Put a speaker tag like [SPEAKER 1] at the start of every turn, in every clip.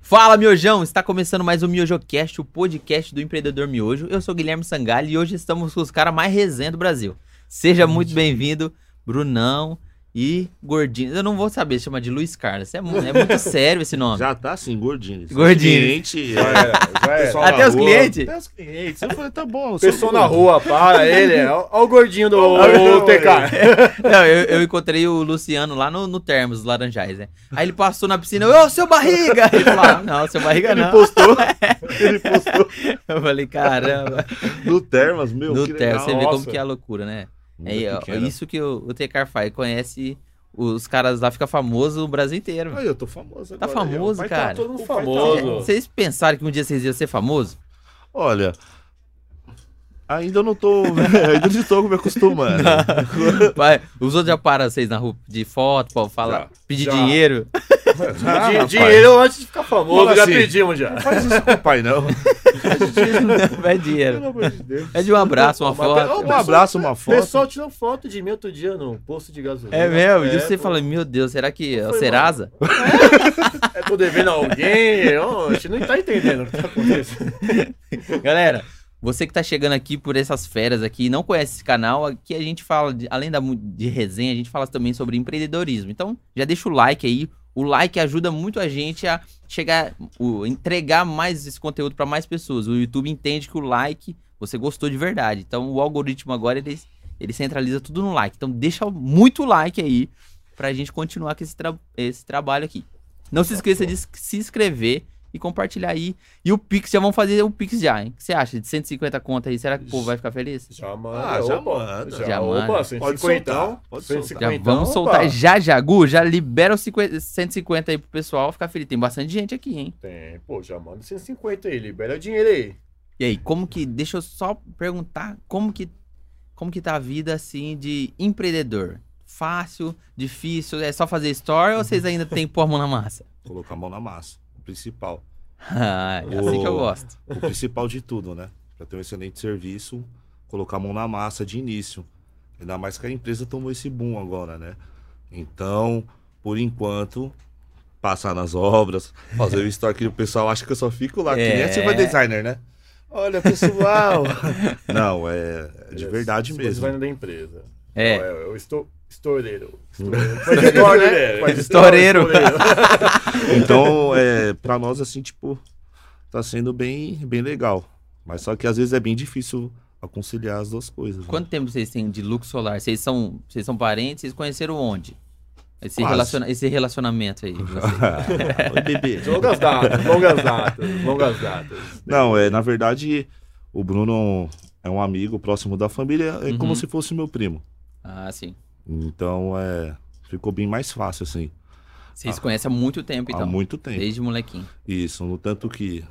[SPEAKER 1] Fala, Miojão! Está começando mais um MiojoCast, o podcast do empreendedor Miojo. Eu sou Guilherme Sangalho e hoje estamos com os caras mais resenha do Brasil. Seja muito bem-vindo, Brunão e Gordinho. Eu não vou saber se chama de Luiz Carlos. É, mu- é muito sério esse nome.
[SPEAKER 2] Já tá assim, gordinho.
[SPEAKER 1] Gordinho.
[SPEAKER 2] Cliente,
[SPEAKER 3] Já
[SPEAKER 2] é,
[SPEAKER 3] era, já era.
[SPEAKER 2] pessoal
[SPEAKER 1] Até
[SPEAKER 2] na
[SPEAKER 1] os
[SPEAKER 2] rua.
[SPEAKER 1] clientes?
[SPEAKER 2] Até os clientes. Eu falei, tá bom. eu sou
[SPEAKER 3] Pessoa na
[SPEAKER 2] gordo.
[SPEAKER 3] rua, para ele. Olha o gordinho do
[SPEAKER 2] Olha o
[SPEAKER 3] do TK.
[SPEAKER 1] Não, eu, eu encontrei o Luciano lá no, no Termos, dos Laranjais, né? Aí ele passou na piscina, ô, seu barriga! Ele falou, "Ah, não, seu barriga não.
[SPEAKER 2] Postou. Ele postou
[SPEAKER 1] Eu falei, caramba.
[SPEAKER 2] no Termas, meu.
[SPEAKER 1] no
[SPEAKER 2] que
[SPEAKER 1] Termos,
[SPEAKER 2] legal.
[SPEAKER 1] você vê como
[SPEAKER 3] nossa.
[SPEAKER 1] que é a loucura, né?
[SPEAKER 2] Muito
[SPEAKER 1] É, ó,
[SPEAKER 2] pequeno.
[SPEAKER 1] isso que o, o TK faz, conhece os caras lá, fica famoso o Brasil inteiro.
[SPEAKER 2] Aí, eu tô famoso
[SPEAKER 1] Tá
[SPEAKER 2] agora.
[SPEAKER 1] famoso,
[SPEAKER 2] aí, ó. O pai
[SPEAKER 1] cara.
[SPEAKER 2] Tá todo mundo
[SPEAKER 3] O pai tá
[SPEAKER 2] famoso.
[SPEAKER 3] famoso.
[SPEAKER 1] Vocês pensaram que um dia vocês iam ser famoso?
[SPEAKER 2] Olha... Ainda eu não tô... ainda não estou me acostumando.
[SPEAKER 1] Vai, os outros já param vocês na rua de foto, pra falar,
[SPEAKER 3] Já,
[SPEAKER 1] pedir
[SPEAKER 3] já.
[SPEAKER 1] dinheiro.
[SPEAKER 2] Ah,
[SPEAKER 3] Di-
[SPEAKER 2] rapaz.
[SPEAKER 3] Dinheiro antes de ficar famoso,
[SPEAKER 2] Fala
[SPEAKER 3] já
[SPEAKER 2] assim.
[SPEAKER 3] pedimos já.
[SPEAKER 2] Não faz isso com o pai, não.
[SPEAKER 1] Vai dinheiro.
[SPEAKER 2] Pelo amor de Deus.
[SPEAKER 1] É de um abraço, uma
[SPEAKER 3] Mas-
[SPEAKER 1] foto.
[SPEAKER 2] Um abraço,
[SPEAKER 3] é
[SPEAKER 2] uma foto.
[SPEAKER 3] Pessoal tirou foto de mim outro dia no posto de gasolina.
[SPEAKER 1] É mesmo, e você
[SPEAKER 3] pô.
[SPEAKER 1] fala, meu Deus, será que é o
[SPEAKER 3] foi,
[SPEAKER 1] Serasa?
[SPEAKER 3] É, tô devendo a alguém. eu- a gente não tá entendendo o que tá acontecendo.
[SPEAKER 1] Galera, você que tá chegando aqui por essas férias aqui e não conhece esse canal, aqui a gente fala, de- além da, mu- de resenha, a gente fala também sobre empreendedorismo. Então, já deixa o like aí. O like ajuda muito a gente a chegar, o, entregar mais esse conteúdo para mais pessoas. O YouTube entende que o like você gostou de verdade. Então, o algoritmo agora ele, ele centraliza tudo no like. Então, deixa muito like aí pra gente continuar com esse, tra- esse trabalho aqui. Não se esqueça de s- se inscrever e compartilhar aí e o Pix, já vão fazer o Pix já, hein? O que você acha? De 150 conta aí, será que o povo vai ficar feliz?
[SPEAKER 3] Já manda.
[SPEAKER 2] Ah, já
[SPEAKER 3] opa,
[SPEAKER 2] manda.
[SPEAKER 3] Já,
[SPEAKER 1] Já
[SPEAKER 3] opa,
[SPEAKER 1] manda.
[SPEAKER 3] 150.
[SPEAKER 2] soltar, pode soltar.
[SPEAKER 1] Já
[SPEAKER 3] 150,
[SPEAKER 1] vamos
[SPEAKER 3] Então, opa.
[SPEAKER 1] soltar já, já, Gu, já libera os 50 150 aí pro pessoal ficar feliz. Tem bastante gente aqui, hein?
[SPEAKER 3] Tem, pô, já manda 150 aí, libera o dinheiro aí.
[SPEAKER 1] E aí, como que. Deixa eu só perguntar como que. Como que tá a vida assim de empreendedor? Fácil, difícil, é só fazer story ou
[SPEAKER 2] Uhum.
[SPEAKER 1] vocês ainda têm que pôr a mão na massa?
[SPEAKER 2] Colocar a mão na massa. O principal.
[SPEAKER 1] Ah, é assim que eu
[SPEAKER 2] Ô.
[SPEAKER 1] gosto.
[SPEAKER 2] o principal de tudo, né? Para ter um excelente serviço, colocar a mão na massa de início. Ainda mais que a empresa tomou esse boom agora, né? Então, por enquanto, passar nas obras, fazer o estoque, o pessoal acha que eu só fico lá, que nem
[SPEAKER 1] É.
[SPEAKER 2] a Silva Designer, né? Olha, pessoal! Não, é, é de verdade
[SPEAKER 3] Esse
[SPEAKER 2] mesmo.
[SPEAKER 3] design da empresa.
[SPEAKER 1] É.
[SPEAKER 3] Não, Eu estou. Estoureiro. Estoureiro. Faz store, né? Faz
[SPEAKER 1] Estoureiro.
[SPEAKER 2] Então, é, para nós, assim, tipo, tá sendo bem, bem legal. Mas só que às vezes é bem difícil conciliar as duas coisas. né?
[SPEAKER 1] Quanto tempo vocês têm de Lux Solar? Vocês são, vocês são parentes? Vocês conheceram onde? Esse,
[SPEAKER 2] Quase. Uhum.
[SPEAKER 1] relaciona- esse relacionamento aí. de vocês.
[SPEAKER 2] Oi, bebê.
[SPEAKER 3] Longas datas, longas datas, longas datas.
[SPEAKER 2] Não, é, na verdade, o Bruno é um amigo próximo da família, é
[SPEAKER 1] Uhum.
[SPEAKER 2] como se fosse meu primo.
[SPEAKER 1] Ah, sim.
[SPEAKER 2] Então, é, ficou bem mais fácil, assim,
[SPEAKER 1] Vocês
[SPEAKER 2] Ah.
[SPEAKER 1] conhecem há muito tempo, então.
[SPEAKER 2] há muito tempo.
[SPEAKER 1] Desde molequinho.
[SPEAKER 2] Isso, no tanto que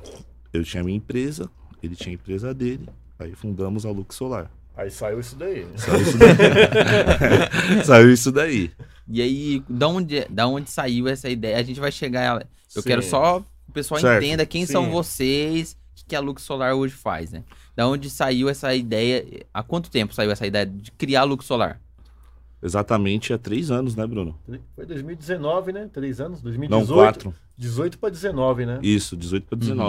[SPEAKER 2] eu tinha minha empresa, ele tinha a empresa dele, aí fundamos a Lux Solar.
[SPEAKER 3] Aí saiu isso daí. né?
[SPEAKER 2] Saiu isso daí. Saiu isso daí.
[SPEAKER 1] E aí, da onde, da onde saiu essa ideia? A gente vai chegar. Eu
[SPEAKER 3] Sim.
[SPEAKER 1] quero só que o pessoal
[SPEAKER 2] Certo.
[SPEAKER 1] entenda quem são
[SPEAKER 3] Sim.
[SPEAKER 1] vocês, o que, que a Lux Solar hoje faz, né? Da onde saiu essa ideia? Há quanto tempo saiu essa ideia de criar a Lux Solar?
[SPEAKER 2] Exatamente há três anos, né, Bruno?
[SPEAKER 3] Foi 2019, né? Três anos?
[SPEAKER 2] Não,
[SPEAKER 3] 2018?
[SPEAKER 2] quatro.
[SPEAKER 3] 18 para 19, né?
[SPEAKER 2] Isso, 18 para 19.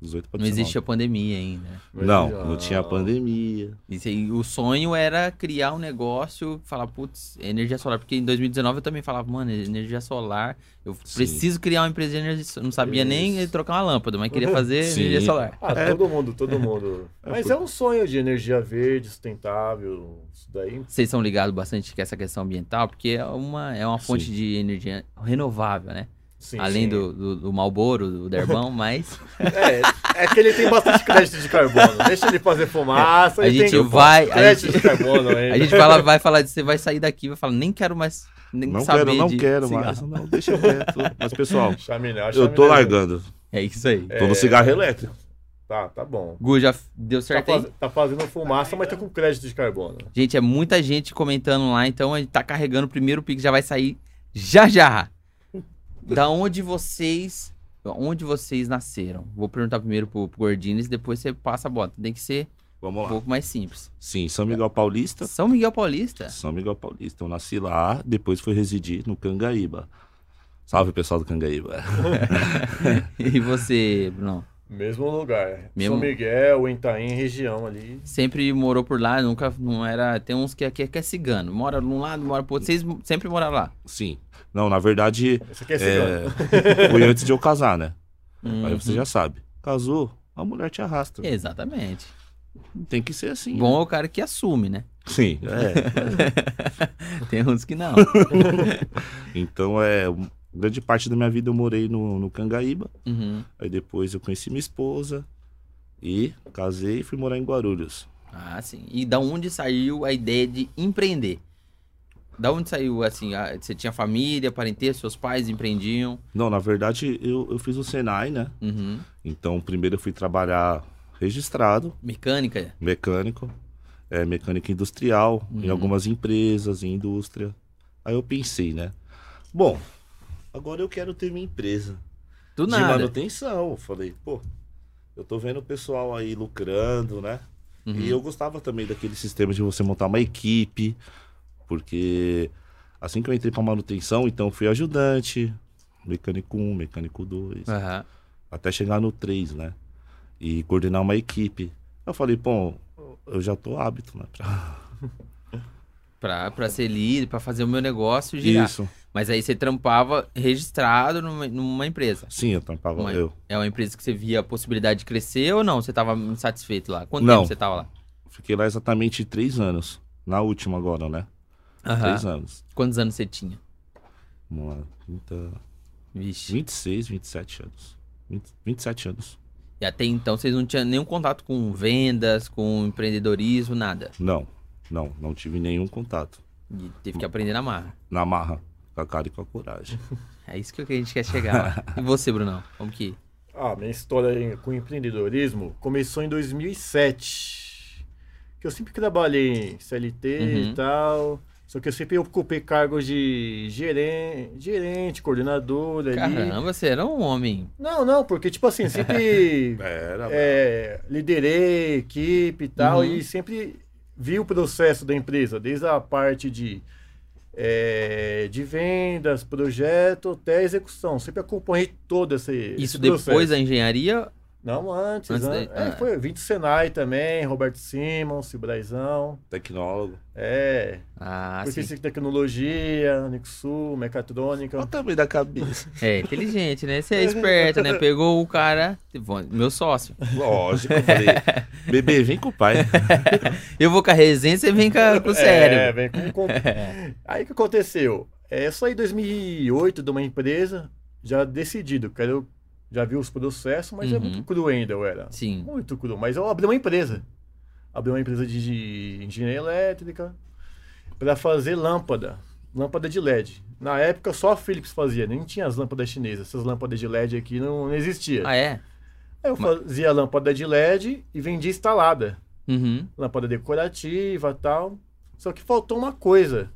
[SPEAKER 2] 18 para
[SPEAKER 1] Uhum. Não
[SPEAKER 2] 19.
[SPEAKER 1] existia pandemia ainda.
[SPEAKER 2] Não, não tinha pandemia.
[SPEAKER 1] Isso aí, o sonho era criar um negócio, falar, putz, energia solar. Porque em 2019 eu também falava, mano, energia solar, eu
[SPEAKER 2] Sim.
[SPEAKER 1] preciso criar uma empresa de energia solar. Não sabia nem
[SPEAKER 3] Isso.
[SPEAKER 1] trocar uma lâmpada, mas queria fazer
[SPEAKER 2] Sim.
[SPEAKER 1] energia solar.
[SPEAKER 3] Ah,
[SPEAKER 2] É.
[SPEAKER 3] todo mundo, todo mundo. Mas é um sonho de energia verde, sustentável, isso daí.
[SPEAKER 1] Vocês são ligados bastante com essa questão ambiental, porque é uma, é uma fonte
[SPEAKER 2] Sim.
[SPEAKER 1] de energia renovável, né?
[SPEAKER 3] Sim,
[SPEAKER 1] Além
[SPEAKER 3] sim.
[SPEAKER 1] do, do, do Malboro, do Derbão, mas
[SPEAKER 3] É, é que ele tem bastante crédito de carbono. Deixa ele fazer fumaça.
[SPEAKER 1] É, a
[SPEAKER 3] ele
[SPEAKER 1] gente
[SPEAKER 3] tem
[SPEAKER 1] vai. A
[SPEAKER 3] crédito
[SPEAKER 1] gente,
[SPEAKER 3] de carbono ainda.
[SPEAKER 1] a gente fala, vai falar disso, você vai sair daqui, vai falar, nem quero mais. Nem
[SPEAKER 2] Não
[SPEAKER 1] saber
[SPEAKER 2] quero, não
[SPEAKER 1] de
[SPEAKER 2] quero
[SPEAKER 1] cigarro."
[SPEAKER 2] mais. Não, deixa quieto. Mas, pessoal,
[SPEAKER 3] Chaminar,
[SPEAKER 2] eu tô
[SPEAKER 3] chaminar.
[SPEAKER 2] largando.
[SPEAKER 1] É isso aí.
[SPEAKER 2] Tô no cigarro elétrico.
[SPEAKER 3] Tá, tá bom.
[SPEAKER 1] Gu, já f- deu
[SPEAKER 3] Tá,
[SPEAKER 1] certo aí?
[SPEAKER 3] faz- tá fazendo fumaça, mas tá com crédito de carbono.
[SPEAKER 1] Gente, é muita gente comentando lá, então a gente tá carregando o primeiro pique, já vai sair já já. Da onde vocês, onde vocês nasceram? Vou perguntar primeiro pro, pro Gordines, depois você passa a bota. Tem que ser um
[SPEAKER 2] Vamos lá.
[SPEAKER 1] pouco mais simples.
[SPEAKER 2] Sim, São Miguel Paulista.
[SPEAKER 1] São Miguel Paulista?
[SPEAKER 2] São Miguel Paulista. Eu nasci lá, depois fui residir no Cangaíba. Salve, pessoal do Cangaíba.
[SPEAKER 1] E você, Bruno?
[SPEAKER 3] Mesmo lugar.
[SPEAKER 1] Mesmo-
[SPEAKER 3] São Miguel, Itaim, região ali.
[SPEAKER 1] Sempre morou por lá, nunca não era. Tem uns que aqui é, que é cigano. Mora de um lado, mora pro outro. Vocês sempre moraram lá.
[SPEAKER 2] Sim. Não, na verdade,
[SPEAKER 3] Isso aqui é cigano.
[SPEAKER 2] é... foi antes de eu casar, né? Aí
[SPEAKER 1] Uhum.
[SPEAKER 2] você já sabe. Casou, a mulher te arrasta.
[SPEAKER 1] Exatamente.
[SPEAKER 2] Tem que ser assim.
[SPEAKER 1] Bom é o cara que assume, né?
[SPEAKER 2] Sim. é.
[SPEAKER 1] Tem uns que não.
[SPEAKER 2] então, é... Grande parte da minha vida eu morei no, no Cangaíba.
[SPEAKER 1] Uhum.
[SPEAKER 2] Aí depois eu conheci minha esposa. E casei e fui morar em Guarulhos.
[SPEAKER 1] Ah, sim. E da onde saiu a ideia de empreender? Da onde saiu, assim, a- você tinha família, parentesco, seus pais empreendiam?
[SPEAKER 2] Não, na verdade, eu, eu fiz o Senai, né?
[SPEAKER 1] Uhum.
[SPEAKER 2] Então, primeiro eu fui trabalhar registrado,
[SPEAKER 1] Mecânica?
[SPEAKER 2] mecânico, é, mecânica industrial, em
[SPEAKER 1] Uhum.
[SPEAKER 2] algumas empresas, em indústria. Aí eu pensei, né? Bom, agora eu quero ter minha empresa
[SPEAKER 1] Do
[SPEAKER 2] de
[SPEAKER 1] nada.
[SPEAKER 2] manutenção. Eu falei, pô, eu tô vendo o pessoal aí lucrando, né?
[SPEAKER 1] Uhum.
[SPEAKER 2] E eu gostava também daquele sistema de você montar uma equipe, porque assim que eu entrei pra manutenção, então eu fui ajudante, mecânico 1, mecânico 2
[SPEAKER 1] Aham.
[SPEAKER 2] até chegar no 3, né? E coordenar uma equipe. Eu falei, pô, eu já tô hábito, né? pra-
[SPEAKER 1] Pra, pra ser líder, pra fazer o meu negócio girar.
[SPEAKER 2] Isso.
[SPEAKER 1] Mas aí você trampava registrado numa, numa empresa.
[SPEAKER 2] Sim, eu tampava.
[SPEAKER 1] Mas-
[SPEAKER 2] Eu
[SPEAKER 1] É uma empresa que você via a possibilidade de crescer ou não? Você tava insatisfeito lá? Quanto
[SPEAKER 2] Não.
[SPEAKER 1] tempo você tava lá?
[SPEAKER 2] fiquei lá exatamente três anos. Na última agora, né?
[SPEAKER 1] Aham.
[SPEAKER 2] Três anos.
[SPEAKER 1] Quantos anos você tinha?
[SPEAKER 2] Vamos lá. 30...
[SPEAKER 1] Vixe.
[SPEAKER 2] 26, 27 anos. 20, 27 anos.
[SPEAKER 1] E até então vocês não tinham nenhum contato com vendas, com empreendedorismo, nada.
[SPEAKER 2] Não, não, não tive nenhum contato.
[SPEAKER 1] E teve que aprender na marra.
[SPEAKER 2] Na marra, com a cara e com a coragem.
[SPEAKER 1] É isso que a gente quer chegar lá. E você, Brunão? Como que?
[SPEAKER 3] Ah, minha história em- com empreendedorismo começou em 2007. Que eu sempre trabalhei em CLT
[SPEAKER 1] Uhum.
[SPEAKER 3] e tal. Só que eu sempre ocupei cargos de gerente, gerente coordenador ali.
[SPEAKER 1] Caramba, você era um homem.
[SPEAKER 3] Não, não, porque tipo assim, sempre
[SPEAKER 2] Era,
[SPEAKER 3] é, liderei equipe e tal,
[SPEAKER 1] Uhum.
[SPEAKER 3] e sempre vi o processo da empresa, desde a parte de, é, de vendas, projeto até execução. Sempre acompanhei todo esse.
[SPEAKER 1] Isso
[SPEAKER 3] esse
[SPEAKER 1] depois
[SPEAKER 3] processo.
[SPEAKER 1] da engenharia?
[SPEAKER 3] Não, antes.
[SPEAKER 1] Antes
[SPEAKER 3] antes
[SPEAKER 1] da-
[SPEAKER 3] é,
[SPEAKER 1] ah.
[SPEAKER 3] Foi Vinte Senai também, Roberto Simons, Cibraizão.
[SPEAKER 2] tecnólogo.
[SPEAKER 3] É.
[SPEAKER 1] Ah, sim.
[SPEAKER 3] Professor de Tecnologia, Nixu, Mecatrônica.
[SPEAKER 2] Olha o tamanho da cabeça.
[SPEAKER 1] É inteligente, né? Você é esperto, né? Pegou o cara. Bom, Meu sócio.
[SPEAKER 2] Lógico, eu falei, bebê, vem com o pai.
[SPEAKER 1] Eu vou com a resenha, você vem com, a- com o
[SPEAKER 3] É,
[SPEAKER 1] cérebro.
[SPEAKER 3] vem com, com... Aí o que aconteceu? É, eu saí em 2008 de uma empresa, já decidido, quero, já vi os processos, mas é
[SPEAKER 1] Uhum.
[SPEAKER 3] muito cru ainda eu era.
[SPEAKER 1] Sim.
[SPEAKER 3] Muito cru, mas eu abri uma empresa. Abri uma empresa de, de engenharia elétrica para fazer lâmpada, lâmpada de LED. Na época só a Philips fazia, nem tinha as lâmpadas chinesas, essas lâmpadas de LED aqui não, não existia.
[SPEAKER 1] Ah, é?
[SPEAKER 3] Aí eu fazia lâmpada de LED e vendia instalada
[SPEAKER 1] Uhum.
[SPEAKER 3] lâmpada decorativa tal. Só que faltou uma coisa: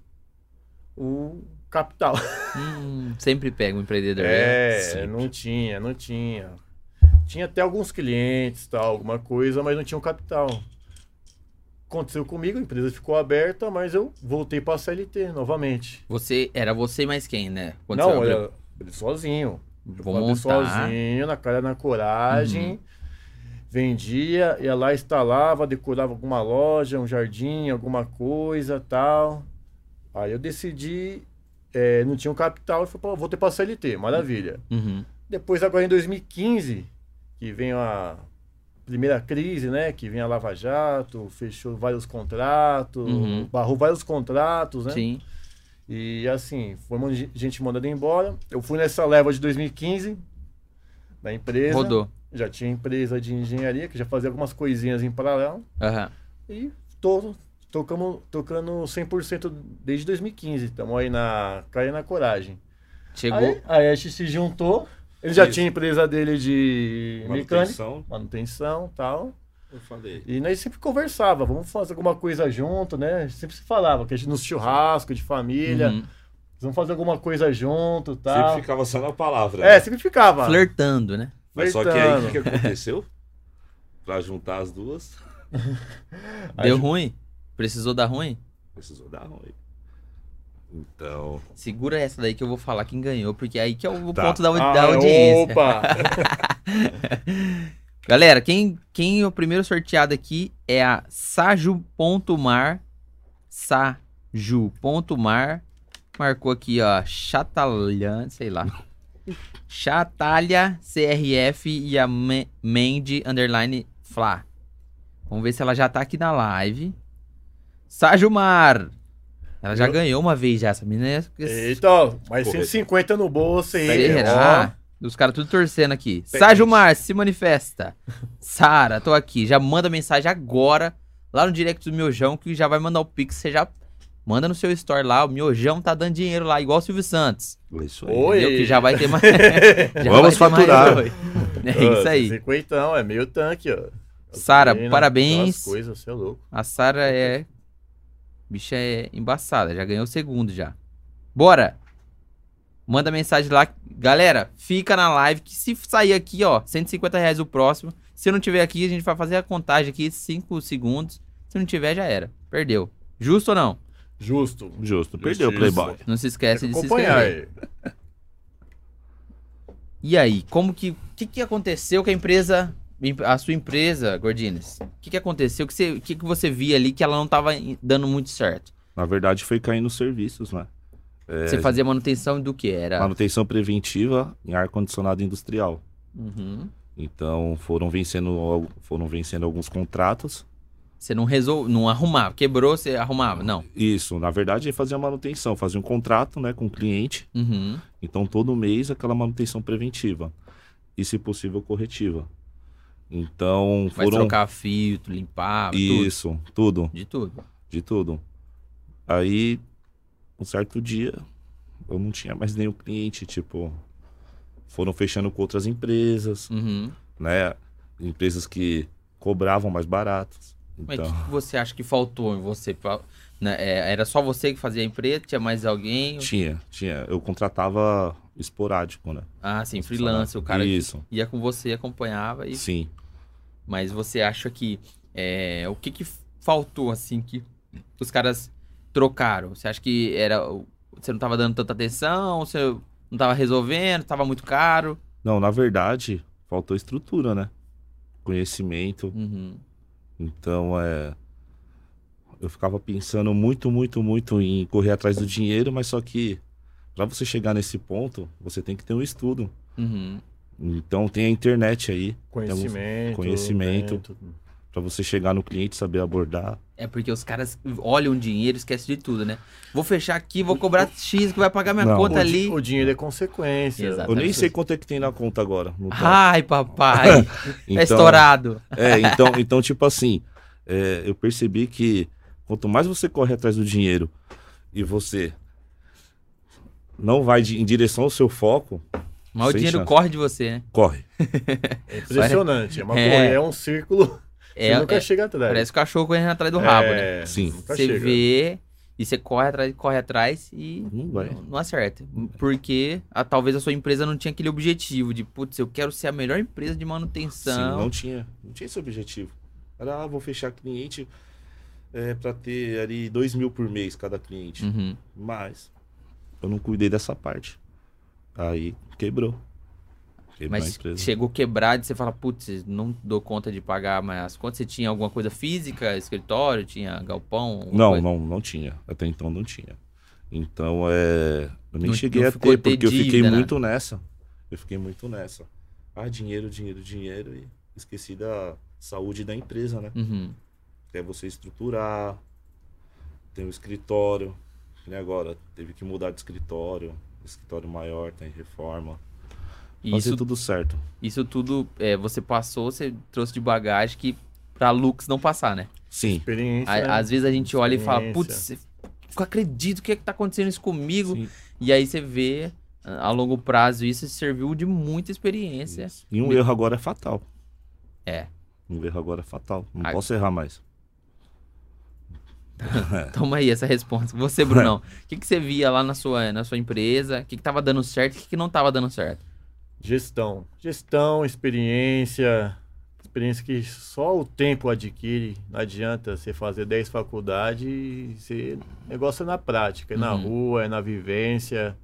[SPEAKER 3] o capital.
[SPEAKER 1] Hum, sempre pega um empreendedor. né?
[SPEAKER 3] É,
[SPEAKER 2] sempre.
[SPEAKER 3] não tinha, não tinha. Tinha até alguns clientes, tal, alguma coisa, mas não tinha o capital. Aconteceu comigo, a empresa ficou aberta, mas eu voltei para a CLT novamente.
[SPEAKER 1] Você era você mais quem, né? Quando
[SPEAKER 3] não,
[SPEAKER 1] você
[SPEAKER 3] eu abri sozinho. Eu
[SPEAKER 1] Vou
[SPEAKER 3] abri
[SPEAKER 1] montar. Uhum.
[SPEAKER 3] sozinho, na cara, na coragem. Vendia, ia lá, instalava, decorava alguma loja, um jardim, alguma coisa tal. Aí eu decidi, eh, não tinha um capital, eu falei, "Pô, vou ter pra CLT, maravilha.
[SPEAKER 1] Uhum.
[SPEAKER 3] Depois, agora em 2015, que vem a primeira crise, né? Que vem a Lava Jato, fechou vários contratos,
[SPEAKER 1] Uhum.
[SPEAKER 3] barrou vários contratos, né?
[SPEAKER 1] Sim.
[SPEAKER 3] E assim, foi um monte de gente mandando embora. Eu fui nessa leva de 2015 da empresa.
[SPEAKER 1] Rodou.
[SPEAKER 3] Já tinha empresa de engenharia, que já fazia algumas coisinhas em paralelo.
[SPEAKER 1] Aham.
[SPEAKER 3] E tô tocamos, tocando 100% desde 2015. Estamos aí na caia na coragem.
[SPEAKER 1] Chegou.
[SPEAKER 3] Aí, aí a gente se juntou. Ele já
[SPEAKER 2] Isso.
[SPEAKER 3] tinha empresa dele de mecânica,
[SPEAKER 2] Manutenção,
[SPEAKER 3] manutenção tal.
[SPEAKER 2] eu falei.
[SPEAKER 3] E nós sempre conversava, vamos fazer alguma coisa junto, né? Sempre se falava, que a gente nos churrascos de família,
[SPEAKER 1] Uhum.
[SPEAKER 3] vamos fazer alguma coisa junto
[SPEAKER 2] Sempre
[SPEAKER 3] tal.
[SPEAKER 2] ficava só na palavra.
[SPEAKER 3] É,
[SPEAKER 2] né?
[SPEAKER 3] sempre ficava.
[SPEAKER 1] Flertando, né?
[SPEAKER 2] Mas só que aí o
[SPEAKER 3] flertando.
[SPEAKER 2] que, que aconteceu? pra juntar as duas,
[SPEAKER 3] Aí
[SPEAKER 1] Deu
[SPEAKER 3] ju-
[SPEAKER 1] ruim? Precisou dar ruim?
[SPEAKER 2] precisou dar ruim. um Então.
[SPEAKER 1] Segura essa daí que eu vou falar quem ganhou, porque é aí que é o
[SPEAKER 2] Tá.
[SPEAKER 1] ponto da,
[SPEAKER 3] Ah,
[SPEAKER 1] da audiência.
[SPEAKER 3] Opa!
[SPEAKER 1] Galera, quem, quem é o primeiro sorteado aqui é a Saju.mar. Saju.mar. Marcou aqui, ó, Chatalhan, sei lá. Chatalha CRF e a Me- Mandy Underline Fla. Vamos ver se ela já tá aqui na live. Sajumar! Ela já
[SPEAKER 3] Eu-
[SPEAKER 1] ganhou uma vez já, essa menina é
[SPEAKER 3] Eita, mais
[SPEAKER 2] Correto.
[SPEAKER 3] 150 no bolso, hein?
[SPEAKER 1] Será? Os caras tudo torcendo aqui.
[SPEAKER 3] Peraí.
[SPEAKER 1] Sajumar, se manifesta. Sara, tô aqui. Já manda mensagem agora lá no direct do Miojão que já vai mandar o Pix. Você já manda no seu store lá. O Miojão tá dando dinheiro lá, igual o Silvio Santos.
[SPEAKER 2] É isso aí.
[SPEAKER 3] Oi.
[SPEAKER 1] Entendeu? Que já vai ter mais. já
[SPEAKER 2] Vamos
[SPEAKER 1] vai ter mais
[SPEAKER 2] faturar.
[SPEAKER 1] dois.
[SPEAKER 3] Ó,
[SPEAKER 1] É isso aí.
[SPEAKER 3] 150, é meio tanque, ó.
[SPEAKER 1] Sara,
[SPEAKER 3] Gasolina,
[SPEAKER 1] parabéns.
[SPEAKER 3] aquelas coisas, você é louco.
[SPEAKER 1] A Sara é. Bicha é embaçada, já ganhou o segundo já. Bora! Manda mensagem lá. Galera, fica na live que se sair aqui, ó, 150 reais o próximo. Se não tiver aqui, a gente vai fazer a contagem aqui, 5 segundos. Se não tiver, já era. Perdeu. Justo ou não?
[SPEAKER 3] Justo.
[SPEAKER 2] Justo. Perdeu o
[SPEAKER 3] Justiça.
[SPEAKER 2] Playboy.
[SPEAKER 1] Não se
[SPEAKER 3] Tem
[SPEAKER 1] esquece
[SPEAKER 3] que
[SPEAKER 1] de se
[SPEAKER 3] acompanhar
[SPEAKER 1] inscrever.
[SPEAKER 3] aí.
[SPEAKER 1] E aí, como que. O que, que aconteceu com a empresa. A sua empresa, Gordines? O que, que aconteceu? O que, você- o que, que você via ali que ela não tava dando muito certo?
[SPEAKER 2] Na verdade, foi caindo os serviços, né?
[SPEAKER 3] É,
[SPEAKER 1] Você fazia manutenção do que? Era.
[SPEAKER 2] Manutenção preventiva em ar-condicionado industrial.
[SPEAKER 1] Uhum.
[SPEAKER 2] Então foram vencendo, al- foram vencendo alguns contratos.
[SPEAKER 1] Você não resolve, não arrumava, quebrou, você arrumava, não.
[SPEAKER 2] Isso, na verdade, é fazer a manutenção, fazer um contrato né, com o cliente.
[SPEAKER 1] Uhum.
[SPEAKER 2] Então, todo mês, aquela manutenção preventiva. E, se possível, corretiva. Então,
[SPEAKER 1] Vai
[SPEAKER 2] foram.
[SPEAKER 1] trocar fio, tu limpava, tudo,
[SPEAKER 2] Isso, tudo,
[SPEAKER 1] de tudo.
[SPEAKER 2] de tudo. Aí, um certo dia, eu não tinha mais nenhum cliente. Tipo, foram fechando com outras empresas,
[SPEAKER 1] Uhum.
[SPEAKER 2] né? Empresas que cobravam mais baratos.
[SPEAKER 1] Mas
[SPEAKER 2] Então.
[SPEAKER 1] o que que você acha que faltou em você? Fa- né, é, Era só você que fazia a empresa? Tinha mais alguém?
[SPEAKER 2] Tinha, tinha. Eu contratava esporádico, né?
[SPEAKER 1] Ah, sim, freelance, o cara
[SPEAKER 2] Isso,
[SPEAKER 1] ia com você, acompanhava. E...
[SPEAKER 2] sim.
[SPEAKER 1] Mas você acha que. é, o que, que faltou, assim, que os caras trocaram? Você acha que era. o- Você não tava dando tanta atenção? Você não tava resolvendo? Tava muito caro?
[SPEAKER 2] Não, na verdade, faltou estrutura, né? Conhecimento.
[SPEAKER 1] Uhum.
[SPEAKER 2] Então, é. Eu ficava pensando muito, muito, muito em correr atrás do dinheiro, mas só que pra você chegar nesse ponto, você tem que ter um estudo.
[SPEAKER 1] Uhum.
[SPEAKER 2] Então, tem a internet aí
[SPEAKER 3] Conhecimento. né,
[SPEAKER 2] Conhecimento.
[SPEAKER 3] vento.
[SPEAKER 2] pra você chegar no cliente, saber abordar.
[SPEAKER 1] É porque os caras olham o dinheiro e esquecem de tudo, né? Vou fechar aqui, vou cobrar X que vai pagar minha
[SPEAKER 2] Não.
[SPEAKER 1] conta
[SPEAKER 3] O,
[SPEAKER 1] ali.
[SPEAKER 3] di- o dinheiro é consequência.
[SPEAKER 1] Exato.
[SPEAKER 2] Eu nem sei quanto é que tem na conta agora. não tem.
[SPEAKER 1] Ai, papai,
[SPEAKER 3] Então,
[SPEAKER 1] tá estourado.
[SPEAKER 2] É, então, então tipo assim, é, eu percebi que quanto mais você corre atrás do dinheiro e você não vai de- em direção ao seu foco,
[SPEAKER 1] Mas o
[SPEAKER 2] Sem
[SPEAKER 1] dinheiro
[SPEAKER 2] chance.
[SPEAKER 1] corre de você, né?
[SPEAKER 2] corre.
[SPEAKER 3] É impressionante. É, uma
[SPEAKER 1] É.
[SPEAKER 3] corre- é um círculo
[SPEAKER 1] É,
[SPEAKER 3] que nunca
[SPEAKER 1] é-
[SPEAKER 3] chega atrás.
[SPEAKER 1] parece o cachorro correndo atrás do rabo, né?
[SPEAKER 3] É,
[SPEAKER 2] Sim.
[SPEAKER 3] Nunca
[SPEAKER 1] Você
[SPEAKER 3] chega.
[SPEAKER 1] vê e você corre atrás, corre atrás e
[SPEAKER 2] Não
[SPEAKER 3] É.
[SPEAKER 2] vai.
[SPEAKER 1] não, não acerta. Porque ah, talvez a sua empresa não tinha aquele objetivo de, putz, eu quero ser a melhor empresa de
[SPEAKER 2] Sim, não
[SPEAKER 1] manutenção.
[SPEAKER 2] tinha, não tinha esse objetivo. Era, ah, vou fechar cliente é, para ter ali dois mil por mês cada cliente.
[SPEAKER 1] Uhum.
[SPEAKER 2] Mas eu não cuidei dessa parte. Aí quebrou. Quebrou a
[SPEAKER 1] Mas
[SPEAKER 2] É empresa.
[SPEAKER 1] chegou quebrado e você fala, putz, não dou conta de pagar mais as contas. Você tinha alguma coisa física, escritório, tinha galpão? alguma
[SPEAKER 2] Não,
[SPEAKER 1] coisa?
[SPEAKER 2] não, não tinha. Até então não tinha. Então é. Eu nem
[SPEAKER 1] Não-
[SPEAKER 2] cheguei
[SPEAKER 1] não
[SPEAKER 2] a
[SPEAKER 1] ficou
[SPEAKER 2] ter,
[SPEAKER 1] ter
[SPEAKER 2] porque eu fiquei
[SPEAKER 1] dívida, né?
[SPEAKER 2] muito nessa. Eu fiquei muito nessa. Ah, dinheiro, dinheiro, dinheiro. E esqueci da saúde da empresa, né?
[SPEAKER 1] Uhum.
[SPEAKER 2] Até você estruturar, tem um escritório. que nem agora, teve que mudar de escritório. Escritório maior, tem reforma.
[SPEAKER 1] E
[SPEAKER 2] Fazer
[SPEAKER 1] Isso,
[SPEAKER 2] tudo certo.
[SPEAKER 1] isso tudo é, você passou, você trouxe de bagagem que pra Lux não passar, né?
[SPEAKER 2] Sim.
[SPEAKER 3] Experiência.
[SPEAKER 1] A-
[SPEAKER 3] né?
[SPEAKER 1] Às vezes a gente olha e fala, putz,
[SPEAKER 3] Experiência.
[SPEAKER 1] eu acredito, o que é que tá acontecendo isso comigo?
[SPEAKER 2] sim.
[SPEAKER 1] E aí você vê a a longo prazo isso serviu de muita experiência.
[SPEAKER 2] E um
[SPEAKER 1] Me-
[SPEAKER 2] erro agora é fatal.
[SPEAKER 1] É.
[SPEAKER 2] Um erro agora é fatal. Não
[SPEAKER 1] Ai.
[SPEAKER 2] posso errar mais.
[SPEAKER 1] Toma aí essa resposta. Você, Brunão, o que, que você via lá na sua, na sua empresa? O que, que tava dando certo? O que, que não tava dando certo?
[SPEAKER 3] Gestão. Gestão, experiência. experiência que só o tempo adquire. Não adianta você fazer 10 faculdades e você... o negócio é na prática, é na
[SPEAKER 1] Uhum.
[SPEAKER 3] rua, é na vivência.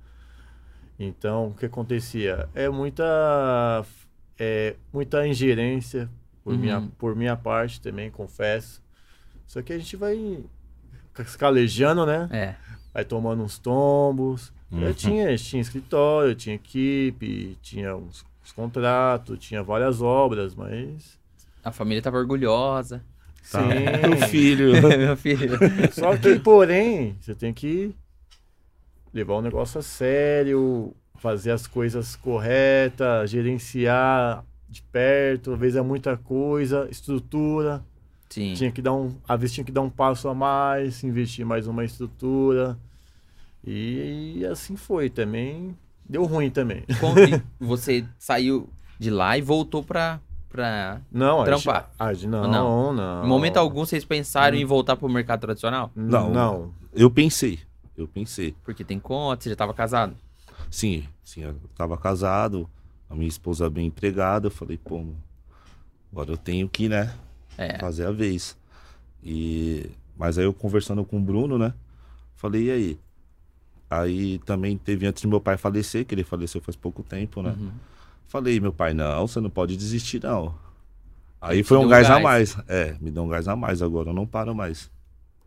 [SPEAKER 3] Então, o que acontecia? É muita, é, muita ingerência por,
[SPEAKER 1] Uhum.
[SPEAKER 3] minha, por minha parte também, confesso. Só que a gente vai se calejando, né?
[SPEAKER 1] É.
[SPEAKER 3] Vai tomando uns tombos.
[SPEAKER 2] Uhum.
[SPEAKER 3] Eu tinha, tinha escritório, eu tinha equipe, tinha uns, uns contratos, tinha várias obras, mas.
[SPEAKER 1] A família tava orgulhosa.
[SPEAKER 2] Tá.
[SPEAKER 3] Sim.
[SPEAKER 2] Meu filho.
[SPEAKER 3] Uhum.
[SPEAKER 1] Meu filho.
[SPEAKER 3] Só que, porém, você tem que levar o negócio a sério, fazer as coisas corretas, gerenciar de perto, às vezes é muita coisa, estrutura.
[SPEAKER 1] Sim.
[SPEAKER 3] Tinha que dar um, às vezes tinha que dar um passo a mais, investir mais uma estrutura. E, assim foi também. Deu ruim também.
[SPEAKER 1] Quando e você saiu de lá e voltou pra. pra...
[SPEAKER 3] Não, a gente,
[SPEAKER 1] Trampar.
[SPEAKER 3] a gente- não,
[SPEAKER 1] Não.
[SPEAKER 3] não,
[SPEAKER 1] Em momento algum vocês pensaram
[SPEAKER 3] Uhum.
[SPEAKER 1] em voltar pro mercado tradicional?
[SPEAKER 3] Não,
[SPEAKER 2] Não.
[SPEAKER 3] não.
[SPEAKER 2] Eu pensei, eu pensei.
[SPEAKER 1] Porque tem conta, você já tava casado.
[SPEAKER 2] Sim, sim, eu tava casado, a minha esposa bem empregada, eu falei, pô, mano, agora eu tenho que, né,
[SPEAKER 1] É.
[SPEAKER 2] fazer a vez. E mas aí eu conversando com o Bruno, né? Falei, e aí? Aí também teve antes do meu pai falecer, que ele faleceu faz pouco tempo, né?
[SPEAKER 1] Uhum.
[SPEAKER 2] Falei, meu pai, não, você não pode desistir, não. Aí
[SPEAKER 1] Ele
[SPEAKER 2] foi
[SPEAKER 1] te
[SPEAKER 2] um
[SPEAKER 1] deu um
[SPEAKER 2] gás, a
[SPEAKER 1] gás.
[SPEAKER 2] mais. É, me deu um gás a mais agora, eu não paro mais.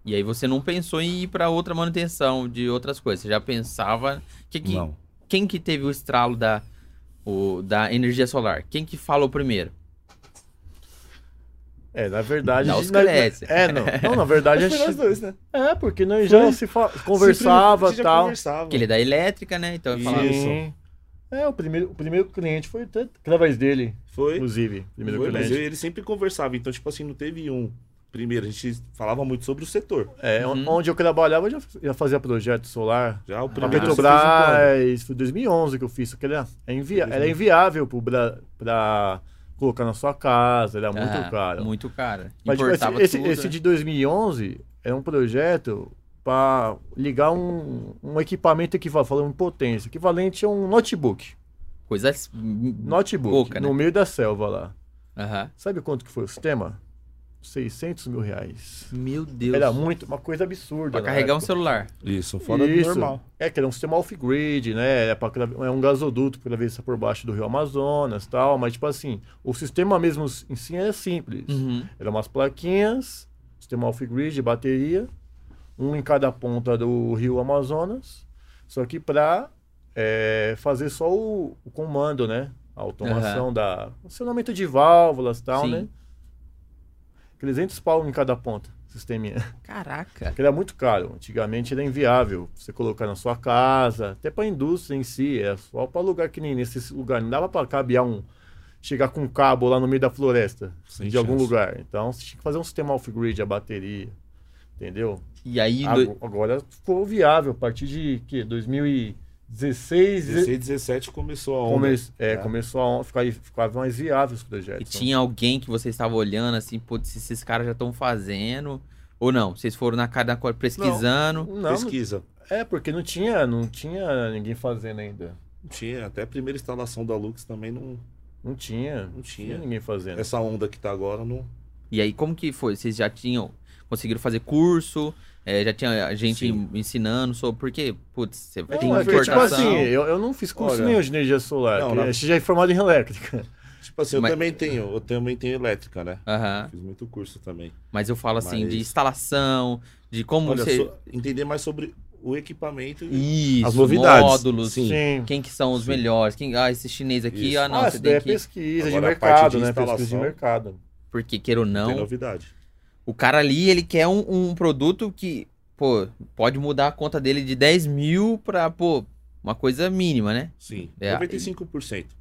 [SPEAKER 1] E aí você não pensou em ir pra outra manutenção de outras coisas. Você já pensava. Que, que,
[SPEAKER 2] Não.
[SPEAKER 1] Quem que teve o estralo da, o- da energia solar? Quem que falou primeiro?
[SPEAKER 3] É, na verdade.
[SPEAKER 1] Dá
[SPEAKER 3] a
[SPEAKER 1] os
[SPEAKER 3] gente- na-
[SPEAKER 1] créditos.
[SPEAKER 3] É, não. Não, na verdade a
[SPEAKER 2] Acho que foi nós
[SPEAKER 3] gente.
[SPEAKER 2] dois, né?
[SPEAKER 3] É, porque nós já
[SPEAKER 2] Foi.
[SPEAKER 3] se fa-
[SPEAKER 2] Sempre
[SPEAKER 3] conversava
[SPEAKER 2] a gente já
[SPEAKER 3] tal.
[SPEAKER 2] conversava.
[SPEAKER 1] Que ele é da elétrica, né? Então eu falava.
[SPEAKER 2] Isso.
[SPEAKER 3] Sim. É, o primeiro, o primeiro cliente foi até através dele,
[SPEAKER 2] Foi.
[SPEAKER 3] inclusive. Primeiro
[SPEAKER 2] Foi, mas
[SPEAKER 3] cliente.
[SPEAKER 2] eu e ele sempre conversava, então, tipo assim, não teve um. Primeiro, a gente falava muito sobre o setor.
[SPEAKER 3] É,
[SPEAKER 1] Uhum.
[SPEAKER 3] onde eu trabalhava, eu já, já fazia projeto solar.
[SPEAKER 2] Já o
[SPEAKER 3] Pra
[SPEAKER 2] primeiro. você fez em quando?
[SPEAKER 3] Petrobras, foi 2011 que eu fiz, isso que era, é invia-
[SPEAKER 2] Foi
[SPEAKER 3] era inviável pro Bra- pra colocar na sua casa, era muito
[SPEAKER 1] ah,
[SPEAKER 3] caro.
[SPEAKER 1] Muito caro.
[SPEAKER 3] Mas tipo,
[SPEAKER 1] Importava
[SPEAKER 3] esse,
[SPEAKER 1] tudo.
[SPEAKER 3] esse, esse
[SPEAKER 1] né?
[SPEAKER 3] de 2011 era um projeto para ligar um, um equipamento equivalente, falando em potência, equivalente a um notebook.
[SPEAKER 1] Coisa.
[SPEAKER 3] Notebook,
[SPEAKER 1] Pouca, né?
[SPEAKER 3] no meio da selva lá.
[SPEAKER 1] Aham.
[SPEAKER 3] Sabe quanto que foi o sistema? 600 mil reais.
[SPEAKER 1] Meu Deus.
[SPEAKER 3] Era muito, uma coisa absurda.
[SPEAKER 1] Pra
[SPEAKER 3] na
[SPEAKER 1] carregar um
[SPEAKER 3] época.
[SPEAKER 1] celular.
[SPEAKER 2] Isso, fora
[SPEAKER 3] Isso.
[SPEAKER 2] do normal.
[SPEAKER 3] É, que era um sistema off-grid, né? É, pra, cra- é um gasoduto que atravessa por baixo do rio Amazonas e tal. Mas, tipo assim, o sistema mesmo em si era simples.
[SPEAKER 1] Uhum.
[SPEAKER 3] Eram umas plaquinhas, sistema off-grid, bateria, um em cada ponta do rio Amazonas, só que para fazer só o, o comando, né? A automação da funcionamento de válvulas e tal,
[SPEAKER 1] Sim.
[SPEAKER 3] né? 300 pau em cada ponta, sisteminha.
[SPEAKER 1] Caraca.
[SPEAKER 3] Porque era muito caro. Antigamente era inviável você colocar na sua casa, até para a indústria em si, é só para lugar que nem nesse lugar. Não dava para cabear um. chegar com um cabo lá no meio da floresta
[SPEAKER 2] Sem
[SPEAKER 3] de algum
[SPEAKER 2] chance.
[SPEAKER 3] lugar. Então você tinha que fazer um sistema off-grid, a bateria. Entendeu?
[SPEAKER 1] E aí. do-
[SPEAKER 3] Ago- Agora ficou viável a partir de que? 2016
[SPEAKER 2] 16, 17 começou a onda.
[SPEAKER 3] come- é,
[SPEAKER 2] É.
[SPEAKER 3] começou a on- ficar, ficar mais viável os projetos.
[SPEAKER 1] E
[SPEAKER 3] né?
[SPEAKER 1] tinha alguém que você estava olhando assim, pô, se esses caras já estão fazendo. Ou não? Vocês foram na cara da co- pesquisando.
[SPEAKER 3] Não,
[SPEAKER 2] Pesquisa.
[SPEAKER 3] é porque não tinha, não tinha ninguém fazendo ainda.
[SPEAKER 2] Não tinha, até a primeira instalação da Lux também não,
[SPEAKER 3] Não tinha,
[SPEAKER 2] não
[SPEAKER 3] não tinha
[SPEAKER 2] tinha.
[SPEAKER 3] ninguém fazendo.
[SPEAKER 2] Essa onda que tá agora não.
[SPEAKER 1] E aí, como que foi? Vocês já tinham. Conseguiram fazer curso? É, já tinha gente
[SPEAKER 2] Sim.
[SPEAKER 1] ensinando sobre. Porque, putz, você
[SPEAKER 2] Não,
[SPEAKER 1] tem
[SPEAKER 3] é que, tipo
[SPEAKER 1] importação.
[SPEAKER 3] assim, eu, eu não fiz curso
[SPEAKER 2] Olha,
[SPEAKER 3] nenhum de energia solar.
[SPEAKER 2] não,
[SPEAKER 3] porque
[SPEAKER 2] não.
[SPEAKER 3] A gente já é formado em elétrica.
[SPEAKER 2] Tipo assim, eu
[SPEAKER 1] Mas- Ah.
[SPEAKER 2] também tenho, eu também tenho elétrica, né?
[SPEAKER 1] Aham.
[SPEAKER 2] Fiz muito curso também.
[SPEAKER 1] Mas eu falo assim, de
[SPEAKER 2] Mas-
[SPEAKER 1] instalação, de como
[SPEAKER 2] Olha,
[SPEAKER 1] você.
[SPEAKER 2] so- entender mais sobre o equipamento e
[SPEAKER 1] Isso,
[SPEAKER 2] As novidades,
[SPEAKER 1] módulos,
[SPEAKER 2] sim.
[SPEAKER 1] quem que são os
[SPEAKER 2] Sim.
[SPEAKER 1] melhores, quem... ah, esse chinês aqui,
[SPEAKER 2] Isso.
[SPEAKER 1] ah não,
[SPEAKER 3] ah,
[SPEAKER 1] você
[SPEAKER 3] isso daí
[SPEAKER 1] tem
[SPEAKER 3] é
[SPEAKER 1] que...
[SPEAKER 3] pesquisa de
[SPEAKER 2] Agora, a parte
[SPEAKER 3] mercado,
[SPEAKER 2] de
[SPEAKER 3] né? Pesquisa de
[SPEAKER 2] instalação-
[SPEAKER 3] mercado.
[SPEAKER 1] Porque, queira ou
[SPEAKER 2] tem
[SPEAKER 1] não,
[SPEAKER 2] novidade.
[SPEAKER 1] o cara ali, ele quer um, um produto que, pô, pode mudar a conta dele de 10 mil pra, pô, uma coisa mínima, né?
[SPEAKER 2] Sim.
[SPEAKER 1] É,
[SPEAKER 2] 95%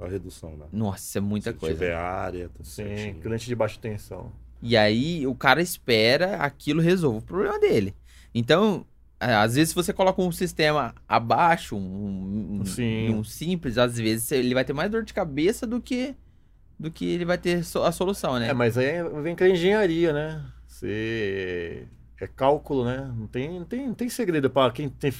[SPEAKER 2] a redução, né?
[SPEAKER 1] Nossa, é muita
[SPEAKER 2] Se
[SPEAKER 1] coisa.
[SPEAKER 2] tiver área, tudo
[SPEAKER 3] Sim,
[SPEAKER 2] certinho.
[SPEAKER 3] cliente de baixa tensão.
[SPEAKER 1] E aí o cara espera aquilo resolve o problema dele. Então, é, às vezes se você coloca um sistema abaixo, um, um-
[SPEAKER 3] Sim.
[SPEAKER 1] um simples, às vezes você- ele vai ter mais dor de cabeça do que do que ele vai ter so- a solução, né?
[SPEAKER 3] É, mas aí vem com a engenharia, né? Você é cálculo, né? Não tem, não tem, não tem segredo para quem tem-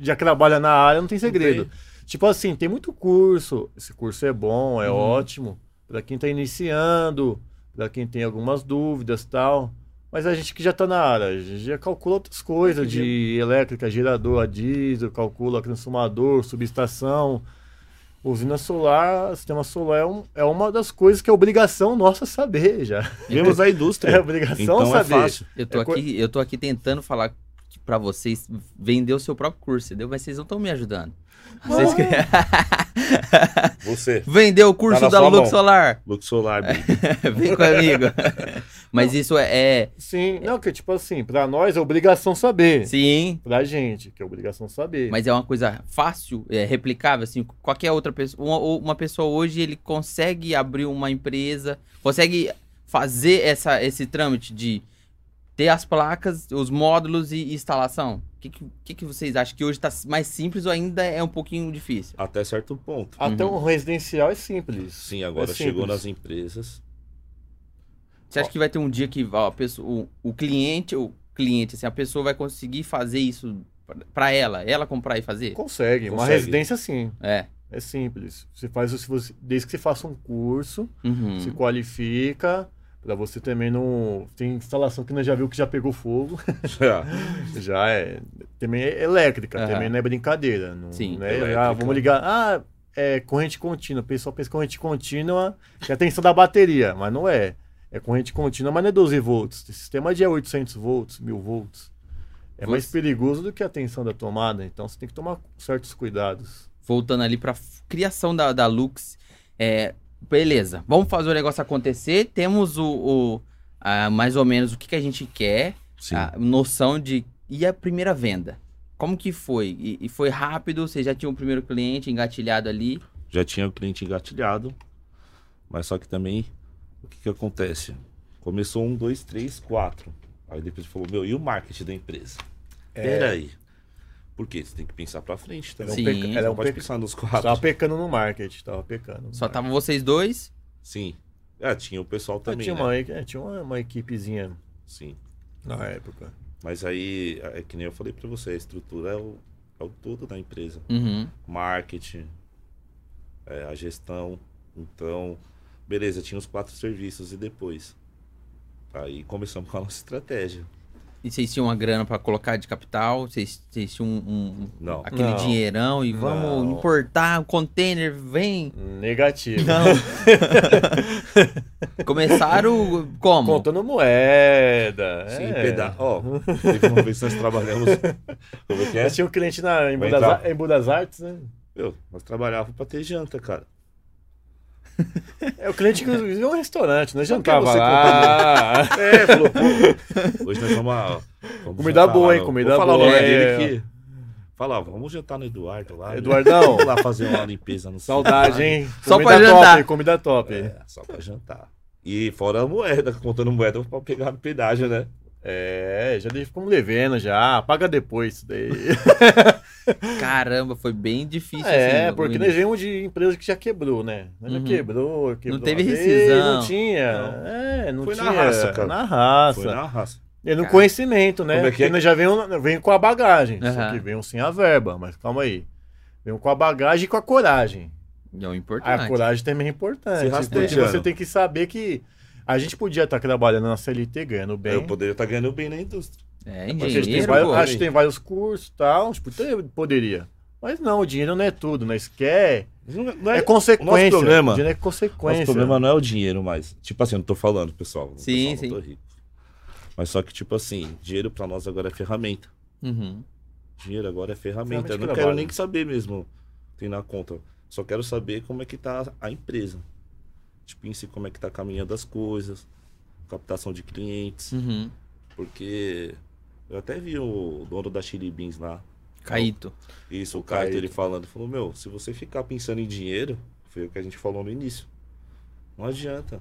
[SPEAKER 3] já trabalha na área, não tem segredo. Tipo assim, tem muito curso. Esse curso é bom, é
[SPEAKER 1] Uhum.
[SPEAKER 3] ótimo. para quem está iniciando, para quem tem algumas dúvidas tal. Mas a gente que já está na área, a gente já calcula outras coisas de elétrica, gerador a diesel, calcula transformador, subestação, usina solar, sistema solar é, um- é uma das coisas que é obrigação nossa saber já.
[SPEAKER 2] Vemos a
[SPEAKER 3] É
[SPEAKER 2] indústria.
[SPEAKER 3] obrigação
[SPEAKER 2] então é
[SPEAKER 3] saber.
[SPEAKER 2] fácil.
[SPEAKER 1] Eu tô,
[SPEAKER 3] É co-
[SPEAKER 1] aqui, eu tô aqui tentando falar que- pra vocês vender o seu próprio curso, entendeu? Mas vocês não estão me ajudando. Vocês que...
[SPEAKER 2] Você,
[SPEAKER 1] vender o curso
[SPEAKER 2] Tá na
[SPEAKER 1] da
[SPEAKER 2] sua
[SPEAKER 1] Lux
[SPEAKER 2] mão.
[SPEAKER 1] Solar.
[SPEAKER 2] Lux Solar, baby.
[SPEAKER 1] Vem comigo. Mas isso é, é-
[SPEAKER 3] Sim, não, que tipo assim, para nós é obrigação saber.
[SPEAKER 1] Sim.
[SPEAKER 3] Pra gente, que é obrigação saber.
[SPEAKER 1] Mas é uma coisa fácil, é replicável, assim, qualquer outra pessoa. Uma, ou- uma pessoa hoje, ele consegue abrir uma empresa, consegue fazer essa, esse trâmite de ter as placas, os módulos e instalação. O que, que- que, que vocês acham? Que hoje tá mais simples ou ainda é um pouquinho difícil?
[SPEAKER 2] Até certo ponto.
[SPEAKER 3] Até um residencial é simples.
[SPEAKER 2] Ah, Uhum. Sim, agora
[SPEAKER 3] É
[SPEAKER 2] chegou
[SPEAKER 3] simples.
[SPEAKER 2] nas empresas.
[SPEAKER 1] Você acha que vai ter um dia que ó, a pessoa, o, o cliente, o cliente, assim, a pessoa vai conseguir fazer isso pra- pra ela, ela comprar e fazer?
[SPEAKER 3] Consegue. Uma
[SPEAKER 2] Consegue.
[SPEAKER 3] residência, sim.
[SPEAKER 1] É.
[SPEAKER 3] É simples. Você faz se você, desde que você faça um curso,
[SPEAKER 1] Uhum.
[SPEAKER 3] se qualifica. Pra você também não. Tem instalação que nós já viu que já pegou fogo. já é. Também é elétrica,
[SPEAKER 1] Aham.
[SPEAKER 3] também não é brincadeira. Não,
[SPEAKER 1] Sim,
[SPEAKER 3] não é,
[SPEAKER 2] elétrica.
[SPEAKER 3] ah, vamos ligar. Ah, é corrente contínua. O pessoal pensa corrente contínua, que é a tensão da bateria, mas não é. É corrente contínua, mas não é 12 volts. Esse sistema de é 800 volts, 1000 volts. É mais
[SPEAKER 1] Você-
[SPEAKER 3] perigoso do que a tensão da tomada, então você tem que tomar certos cuidados.
[SPEAKER 1] voltando ali pra f- criação da, da Lux, é, beleza, vamos fazer o negócio acontecer, temos o, o- a- mais ou menos o que, que a gente quer,
[SPEAKER 2] Sim.
[SPEAKER 1] a noção de... E a primeira venda? Como que foi? E, e foi rápido? Você já tinha o primeiro cliente engatilhado ali?
[SPEAKER 2] Já tinha o cliente engatilhado, mas só que também o que, que acontece? Começou um, dois, três, quatro. Aí depois ele falou, meu, e o marketing da empresa? Peraí. Por quê? Você tem que pensar pra frente
[SPEAKER 3] Era
[SPEAKER 2] também.
[SPEAKER 3] um
[SPEAKER 1] Sim.
[SPEAKER 3] peca-
[SPEAKER 2] Você
[SPEAKER 3] era
[SPEAKER 2] não
[SPEAKER 3] um
[SPEAKER 2] pode
[SPEAKER 3] peca-
[SPEAKER 2] pensar nos
[SPEAKER 3] Tava
[SPEAKER 2] quatro.
[SPEAKER 3] pecando no marketing, tava pecando. no
[SPEAKER 1] Só tá
[SPEAKER 3] marketing.
[SPEAKER 1] estavam vocês dois?
[SPEAKER 2] Sim. É, tinha o pessoal
[SPEAKER 3] Eu
[SPEAKER 2] também,
[SPEAKER 3] tinha,
[SPEAKER 2] né?
[SPEAKER 3] uma, é, tinha uma, uma equipezinha
[SPEAKER 2] Sim.
[SPEAKER 3] na época.
[SPEAKER 2] Mas aí, é que nem eu falei pra você, a estrutura é o, é o todo da empresa.
[SPEAKER 1] Uhum.
[SPEAKER 2] marketing, é, a gestão. Então, beleza, tinha os quatro serviços e depois. Aí começamos com a nossa estratégia.
[SPEAKER 1] E vocês tinham uma grana pra colocar de capital? Vocês, vocês tinham um, um-
[SPEAKER 2] Não.
[SPEAKER 1] aquele
[SPEAKER 3] Não.
[SPEAKER 1] dinheirão e vamos
[SPEAKER 2] Não.
[SPEAKER 1] importar um container, vem?
[SPEAKER 3] Negativo.
[SPEAKER 1] Não. Começaram como?
[SPEAKER 3] Contando moeda.
[SPEAKER 2] Sim,
[SPEAKER 3] é.
[SPEAKER 2] peda... Ó, teve uma vez que nós trabalhamos. Como é que é?
[SPEAKER 3] Mas tinha um cliente na, em,
[SPEAKER 2] Vai
[SPEAKER 3] Budas,
[SPEAKER 2] entrar.
[SPEAKER 3] em Budas Artes, né?
[SPEAKER 2] Meu, nós trabalhávamos pra ter janta, cara.
[SPEAKER 3] É o cliente que vive um restaurante, né?
[SPEAKER 2] Por que você
[SPEAKER 3] Jantava lá.
[SPEAKER 2] É, falou, pô, hoje nós vamos. ó, vamos
[SPEAKER 3] Comida
[SPEAKER 2] jantar
[SPEAKER 3] boa,
[SPEAKER 2] lá
[SPEAKER 3] hein?
[SPEAKER 2] no-
[SPEAKER 3] Comida
[SPEAKER 2] Vou falar
[SPEAKER 3] boa,
[SPEAKER 2] O nome
[SPEAKER 3] é.
[SPEAKER 2] dele aqui. Fala, ó, vamos jantar no Eduardo lá. né?
[SPEAKER 3] Eduardão,
[SPEAKER 2] Vamos lá fazer uma limpeza no
[SPEAKER 3] saudade, hein?
[SPEAKER 1] Só
[SPEAKER 3] comida
[SPEAKER 1] pra
[SPEAKER 3] top,
[SPEAKER 1] jantar.
[SPEAKER 3] comida top.
[SPEAKER 2] É, só pra jantar. E fora a moeda, contando moeda pra pegar no pedágio, né?
[SPEAKER 3] É, já deixa como devendo já. Paga depois isso daí.
[SPEAKER 1] Caramba, foi bem difícil.
[SPEAKER 3] É,
[SPEAKER 1] assim, o
[SPEAKER 3] porque nós
[SPEAKER 1] início.
[SPEAKER 3] viemos de empresa que já quebrou, né? Nós
[SPEAKER 1] Uhum.
[SPEAKER 3] Já quebrou, quebrou.
[SPEAKER 1] teve
[SPEAKER 3] uma vez,
[SPEAKER 1] rescisão.
[SPEAKER 3] Não tinha.
[SPEAKER 2] Não.
[SPEAKER 3] É, não
[SPEAKER 2] Foi na
[SPEAKER 3] tinha.
[SPEAKER 2] raça, cara.
[SPEAKER 3] Na raça.
[SPEAKER 2] Foi na raça.
[SPEAKER 3] E no
[SPEAKER 1] Cara.
[SPEAKER 3] conhecimento, né?
[SPEAKER 2] Como é que é?
[SPEAKER 3] Porque nós já venham, venham com a bagagem.
[SPEAKER 1] Aham.
[SPEAKER 3] Só que venham sem a verba, mas calma aí. Venham com a bagagem e com a coragem.
[SPEAKER 1] É o importante.
[SPEAKER 3] A coragem também é
[SPEAKER 2] Se
[SPEAKER 3] importante. Porque
[SPEAKER 2] rastejando.
[SPEAKER 3] você tem que saber que a gente podia estar trabalhando na CLT ganhando bem.
[SPEAKER 2] Eu poderia estar ganhando bem na indústria.
[SPEAKER 1] É,
[SPEAKER 3] Porque a gente tem
[SPEAKER 1] engenheiro,
[SPEAKER 3] vários,
[SPEAKER 1] pô. Uhum,
[SPEAKER 3] acho que tem vários cursos e tal. Tipo, tem- poderia. Mas não, o dinheiro não é tudo, nós quer.
[SPEAKER 2] Mas não- não
[SPEAKER 3] É
[SPEAKER 2] é-
[SPEAKER 3] consequência.
[SPEAKER 2] o nosso problema-
[SPEAKER 3] O dinheiro é
[SPEAKER 2] Nosso
[SPEAKER 3] consequência.
[SPEAKER 2] problema não é o dinheiro mais. Tipo assim, eu não tô falando, pessoal.
[SPEAKER 1] Sim,
[SPEAKER 2] pessoal, Não tô rico. Mas só que, tipo assim, dinheiro pra nós agora é ferramenta.
[SPEAKER 1] Uhum.
[SPEAKER 2] Dinheiro agora é ferramenta.
[SPEAKER 3] Ferramenta
[SPEAKER 2] Eu
[SPEAKER 3] de
[SPEAKER 2] não quero
[SPEAKER 3] trabalho.
[SPEAKER 2] nem saber mesmo o que tem na conta. Só quero saber como é que tá a empresa. Tipo, em si, como é que tá caminhando as coisas, captação de clientes.
[SPEAKER 1] Uhum.
[SPEAKER 2] Porque eu até vi o dono da Chili Beans lá.
[SPEAKER 1] Caíto.
[SPEAKER 2] Isso, o
[SPEAKER 3] Caíto.
[SPEAKER 2] Caio ele falando, falou, meu, se você ficar pensando em dinheiro, foi o que a gente falou no início. Não adianta.